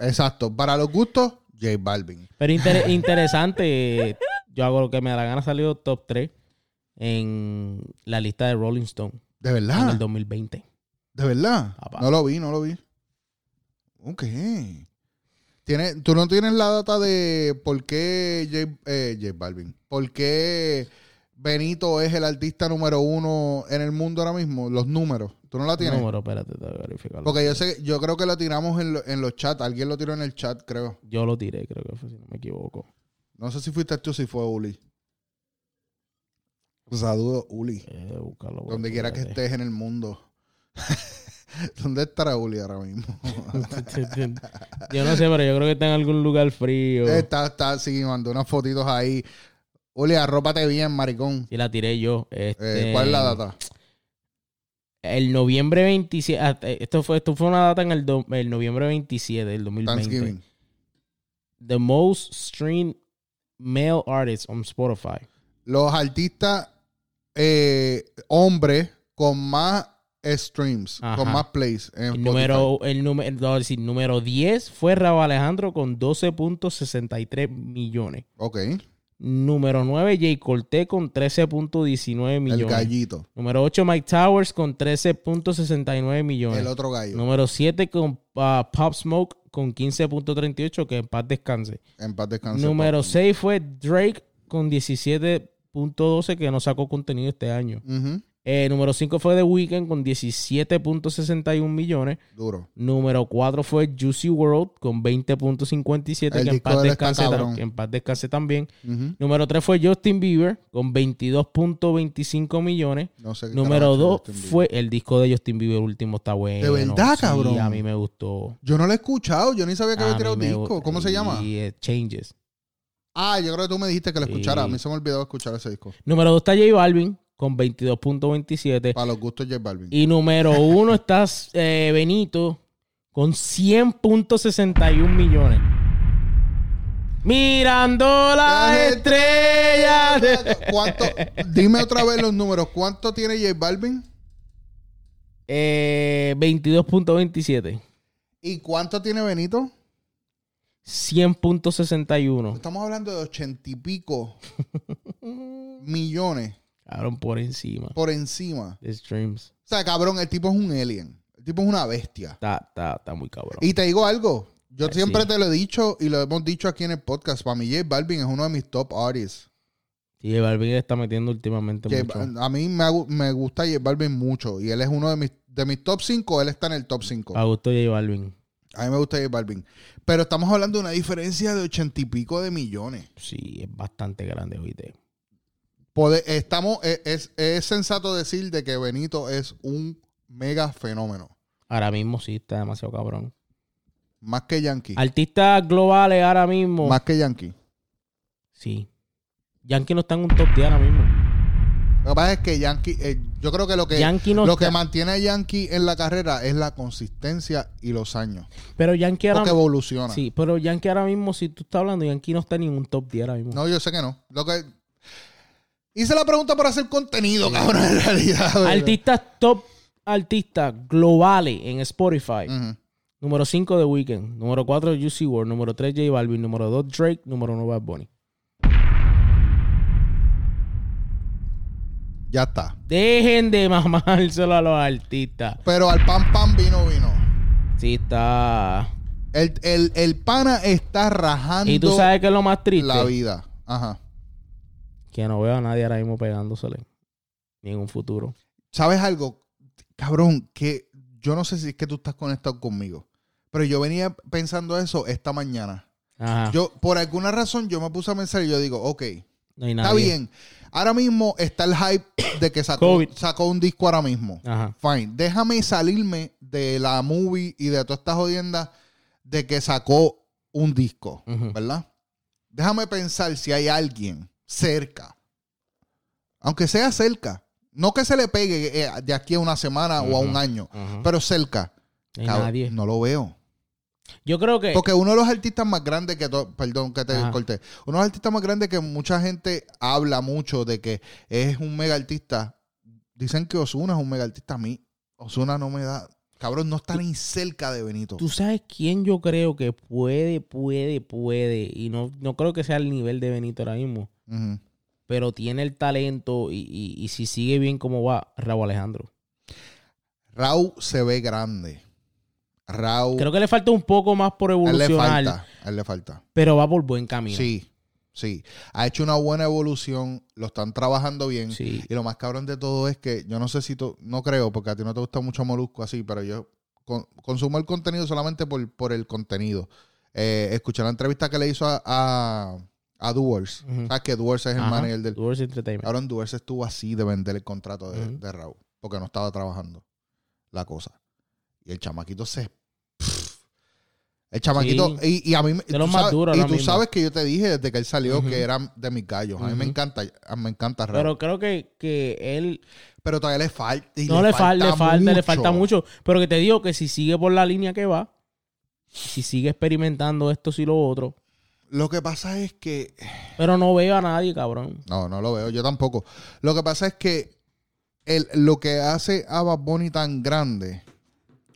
S2: Exacto. Para los gustos, J Balvin.
S1: Pero inter- [LAUGHS] interesante, eh, yo hago lo que me da la gana, salió top 3 en la lista de Rolling Stone
S2: De
S1: en el
S2: verdad,
S1: 2020.
S2: de verdad.
S1: Papá.
S2: No lo vi, no lo vi. Ok. Tiene, ¿Tú no tienes la data de por qué J, eh, J Balvin? ¿Por qué Benito es el artista número uno en el mundo ahora mismo? Los números. ¿Tú no la tienes?
S1: Número, espérate, te voy a verificarlo.
S2: Porque yo sé, yo creo que lo tiramos en, lo- en los chats. Alguien lo tiró en el chat, creo.
S1: Yo lo tiré, creo que fue, si no me equivoco.
S2: No sé si fuiste tú o si fue Uli. Saludos, Uli.
S1: Eh, búscalo, porque
S2: Donde quiera que
S1: espérate.
S2: estés en el mundo. [LAUGHS] ¿Dónde estará Uli ahora
S1: [LAUGHS]
S2: mismo?
S1: yo no sé, pero yo creo que está en algún lugar frío.
S2: Está, está, sí, mandó unas fotitos ahí. Uli, arrópate bien, maricón.
S1: Y la tiré yo.
S2: Eh,
S1: Este,
S2: ¿Cuál es la data?
S1: El noviembre 27. ah, eh, Esto fue, esto fue una data en el, do- el noviembre 27 del 2020.
S2: Thanksgiving.
S1: The most streamed male artist on Spotify.
S2: Los artistas eh, hombres con más streams,
S1: Ajá.
S2: con más plays en
S1: El
S2: Spotify.
S1: número, el número, no, decir, número 10 fue Rabo Alejandro con 12.63 millones.
S2: Ok,
S1: Número 9, Jay Corté con 13.19
S2: el
S1: millones.
S2: gallito.
S1: Número 8, Mike Towers con 13.69 millones.
S2: El otro gallo.
S1: Número 7 con ah, Pop Smoke con 15.38, que en paz descanse.
S2: En paz descanse.
S1: Número
S2: papi.
S1: 6 fue Drake con 17.12, que no sacó contenido este año.
S2: Ujú.
S1: Eh, número 5 fue The Weeknd con 17.61 millones.
S2: Duro.
S1: Número 4 fue Juicy World con 20.57.
S2: El
S1: Que en
S2: disco de
S1: paz,
S2: él está
S1: descanse, ta-
S2: cabrón.
S1: que en paz descanse también.
S2: Ujú.
S1: Número 3 fue Justin Bieber con 22.25 millones.
S2: No sé qué
S1: Número
S2: carajo
S1: 2
S2: es Justin Bieber.
S1: fue el disco de Justin Bieber último está bueno.
S2: verdad,
S1: Sí,
S2: cabrón?
S1: A mí me gustó.
S2: Yo no lo he escuchado, yo ni sabía que
S1: A
S2: había
S1: mí
S2: tirado
S1: me
S2: disco.
S1: gu-
S2: ¿Cómo se llama?
S1: Y, eh, Changes.
S2: Ah, yo creo que tú me dijiste que lo
S1: Sí.
S2: escuchara. A mí se me olvidó escuchar ese
S1: [LAUGHS]
S2: disco.
S1: Número 2 está J Balvin con 22.27.
S2: Para los gustos de J Balvin.
S1: Y número uno está eh, Benito con 100.61 millones. Mirando las
S2: Las
S1: estrellas. de-
S2: ¿Cuánto? Dime otra vez los números. ¿Cuánto tiene J Balvin?
S1: Eh, 22.27.
S2: ¿Y cuánto tiene Benito?
S1: 100.61.
S2: Estamos hablando de ochenta y
S1: [LAUGHS]
S2: pico millones
S1: Cabrón, por encima.
S2: por encima.
S1: De streams.
S2: O sea, cabrón, el tipo es un alien. El tipo es una bestia.
S1: Está, está, está muy cabrón.
S2: Y te digo algo. Yo
S1: Eh,
S2: siempre
S1: sí.
S2: te lo he dicho y lo hemos dicho aquí en el podcast. Para mí, J Balvin es uno de mis top artists.
S1: Y J Balvin le está metiendo últimamente
S2: J
S1: mucho.
S2: Bal- a mí me, gu- me gusta J Balvin mucho. Y él es uno de mis, de mis top 5. Él está en el top 5.
S1: A gusto de J Balvin.
S2: A mí me gusta J Balvin. Pero estamos hablando de una diferencia de ochenta y pico de millones.
S1: Sí, es bastante grande, oíste.
S2: Pode- estamos, es, es- es sensato decir de que Benito es un mega fenómeno.
S1: Ahora mismo sí está demasiado cabrón.
S2: Más que Yankee.
S1: Artistas globales ahora mismo.
S2: Más que Yankee.
S1: Sí. Yankee no está en un top 10 ahora mismo.
S2: Lo que pasa es que Yankee, eh, yo creo que lo que,
S1: Yankee no
S2: lo que
S1: está-
S2: mantiene a Yankee en la carrera es la consistencia y los años.
S1: Pero Yankee ahora
S2: Porque
S1: mismo.
S2: evoluciona.
S1: Sí, pero Yankee ahora mismo, si tú estás hablando, Yankee no está ni en un top 10 ahora mismo.
S2: No, yo sé que no. Lo que hice la pregunta para hacer contenido, cabrón, en realidad. ¿verdad?
S1: artistas top artistas globales en Spotify.
S2: Ujú.
S1: Número 5 de Weekend. Número 4 UC World. Número 3 J Balvin. Número 2 Drake. Número 9 Bad Bunny.
S2: Ya está.
S1: Dejen de mamárselo a los artistas.
S2: Pero al pan pan vino vino.
S1: Sí, está.
S2: El, el, el pana está rajando
S1: Y tú sabes que es lo más triste.
S2: la vida. Ajá.
S1: Que no veo a nadie ahora mismo pegándosele. Ni en un futuro.
S2: ¿Sabes algo? Cabrón, que yo no sé si es que tú estás conectado conmigo. Pero yo venía pensando eso esta mañana.
S1: Ajá.
S2: Yo, por alguna razón, yo me puse a pensar y yo digo, ok,
S1: no hay nadie.
S2: está bien. Ahora mismo está el hype de que sacó,
S1: COVID.
S2: sacó un disco ahora mismo.
S1: Ajá.
S2: Fine. Déjame salirme de la movie y de todas estas jodiendas de que sacó un disco,
S1: Ujú.
S2: ¿verdad? Déjame pensar si hay alguien cerca. Aunque sea cerca. No que se le pegue eh, de aquí a una semana o a un
S1: Ujú.
S2: año,
S1: Ajá.
S2: pero cerca.
S1: No hay
S2: Cabrón,
S1: nadie.
S2: No lo veo.
S1: Yo creo que.
S2: Porque uno de los artistas más grandes que... to- Perdón que te
S1: Ajá.
S2: corté. Uno de los artistas más grandes que mucha gente habla mucho de que es un mega artista. Dicen que Osuna es un mega artista. A mí Osuna no me da... Cabrón, no está ni cerca de Benito.
S1: ¿Tú sabes quién yo creo que puede, puede, puede? Y no, no creo que sea el nivel de Benito ahora mismo.
S2: Ujú.
S1: Pero tiene el talento y, y- y si sigue bien como va, Raúl Alejandro.
S2: Raúl se ve grande. Raúl...
S1: Creo que le falta un poco más por
S2: a él le
S1: evolucionar,
S2: falta. A él le falta.
S1: pero va por buen camino.
S2: Sí, sí. Ha hecho una buena evolución. Lo están trabajando bien.
S1: Sí.
S2: Y lo más cabrón de todo es que yo no sé si tú, no creo, porque a ti no te gusta mucho Molusco así, pero yo con- consumo el contenido solamente por, por el contenido. Eh, escuché la entrevista que le hizo a, a, a Duers.
S1: Ujú.
S2: ¿Sabes que Duers es el
S1: Ajá.
S2: manager del.
S1: Towards Entertainment.
S2: Cabrón, Duers estuvo así de vender el contrato de,
S1: Ujú.
S2: de Raúl, porque no estaba trabajando la cosa. Y el chamaquito se. pff. el chamaquito. Y, y a mí. me-
S1: De los
S2: tú
S1: más
S2: sabes-
S1: duros
S2: Y
S1: ahora
S2: tú
S1: mismo.
S2: sabes que yo te dije desde que él salió
S1: Ujú.
S2: que era de mis gallos. A mí me
S1: Ujú.
S2: encanta, a- me encanta Raúl.
S1: Pero creo que, que él
S2: Pero todavía le falta. y
S1: no le, fal- le falta, le falta
S2: mucho.
S1: mucho. Pero que te digo que si sigue por la línea que va, si sigue experimentando esto y lo otro,
S2: Lo que pasa es que.
S1: pero no veo a nadie, cabrón.
S2: No, no lo veo, yo tampoco. Lo que pasa es que el- lo que hace a Bad Bunny tan grande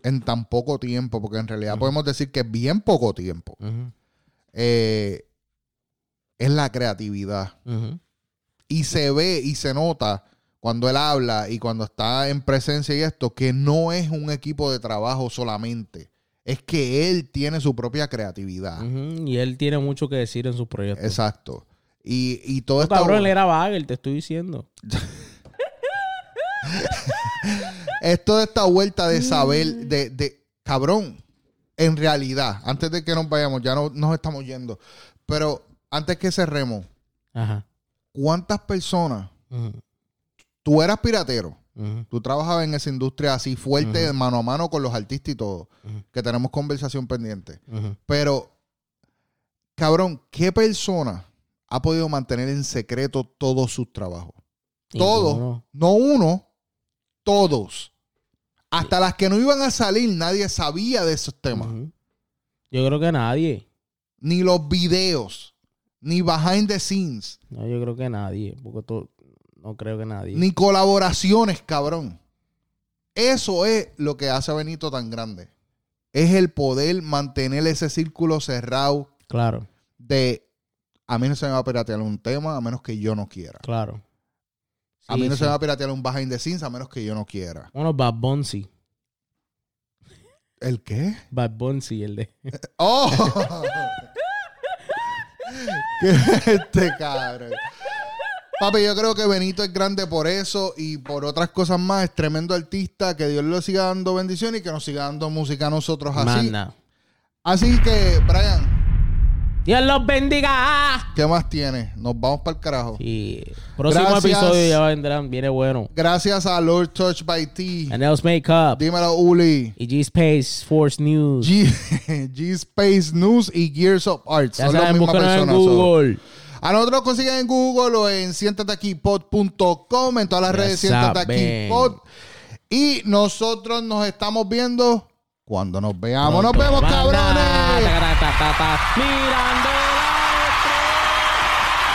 S2: en tan poco tiempo, porque en realidad podemos decir que es bien poco tiempo,
S1: Ujú,
S2: eh, es la creatividad.
S1: ujú.
S2: Y se ve y se nota cuando él habla y cuando está en presencia y esto, que no es un equipo de trabajo solamente. Es que él tiene su propia creatividad.
S1: Ujú, Y él tiene mucho que decir en sus proyectos.
S2: Exacto. Y, y todo
S1: No,
S2: está
S1: cabrón, él era Bagel, te estoy diciendo.
S2: Esto de esta vuelta de saber, de, de cabrón, en realidad, antes de que nos vayamos, ya no, nos estamos yendo, pero antes que cerremos,
S1: Ajá.
S2: ¿cuántas personas?
S1: Ujú,
S2: Tú eras piratero,
S1: ujú.
S2: tú trabajabas en esa industria así fuerte,
S1: Ujú.
S2: mano a mano con los artistas y todo,
S1: Ujú.
S2: que tenemos conversación pendiente.
S1: Ujú.
S2: Pero, cabrón, ¿qué persona ha podido mantener en secreto todos sus trabajos? Todos.
S1: Ninguno.
S2: No uno, todos. Hasta las que no iban a salir, nadie sabía de esos temas.
S1: Ujú. Yo creo que nadie.
S2: Ni los videos, ni behind the scenes,
S1: No, yo creo que nadie. Porque tú- no creo que nadie.
S2: ni colaboraciones, cabrón. Eso es lo que hace a Benito tan grande. Es el poder mantener ese círculo cerrado
S1: Claro,
S2: de a mí no se me va a piratear un tema a menos que yo no quiera.
S1: claro.
S2: A
S1: Sí,
S2: mí no
S1: sí.
S2: se me va a piratear un behind the scenes a menos que yo no quiera.
S1: Bueno, Bad Buncy.
S2: ¿El qué?
S1: Bad Buncy, el de.
S2: ¡Oh! ¿Qué este cabrón? Papi, yo creo que Benito es grande por eso y por otras cosas más. Es tremendo artista. Que Dios le siga dando bendición y que nos siga dando música a nosotros así.
S1: Manda.
S2: Así que, Brian,
S1: Dios los bendiga.
S2: ¿qué más tienes? Nos vamos para el carajo.
S1: Sí. Próximo
S2: Gracias.
S1: episodio ya vendrán. Viene bueno.
S2: Gracias a Lord Touch by T.
S1: And else Makeup.
S2: Dímelo, Uli.
S1: Y G Space Force News.
S2: G- [LAUGHS] G-Space News y Gears of Arts.
S1: ya
S2: Son las
S1: saben,
S2: mismas
S1: búscanos en
S2: personas. so-
S1: Google.
S2: A nosotros nos consiguen en Google o en siéntateaquipod.com, en todas las
S1: Ya
S2: redes siéntate aquí
S1: saben.
S2: pod. Y nosotros nos estamos viendo cuando nos veamos. Nos vemos,
S1: Manda.
S2: cabrones.
S1: Ta, ta, ta, ta. Mirando la estrella.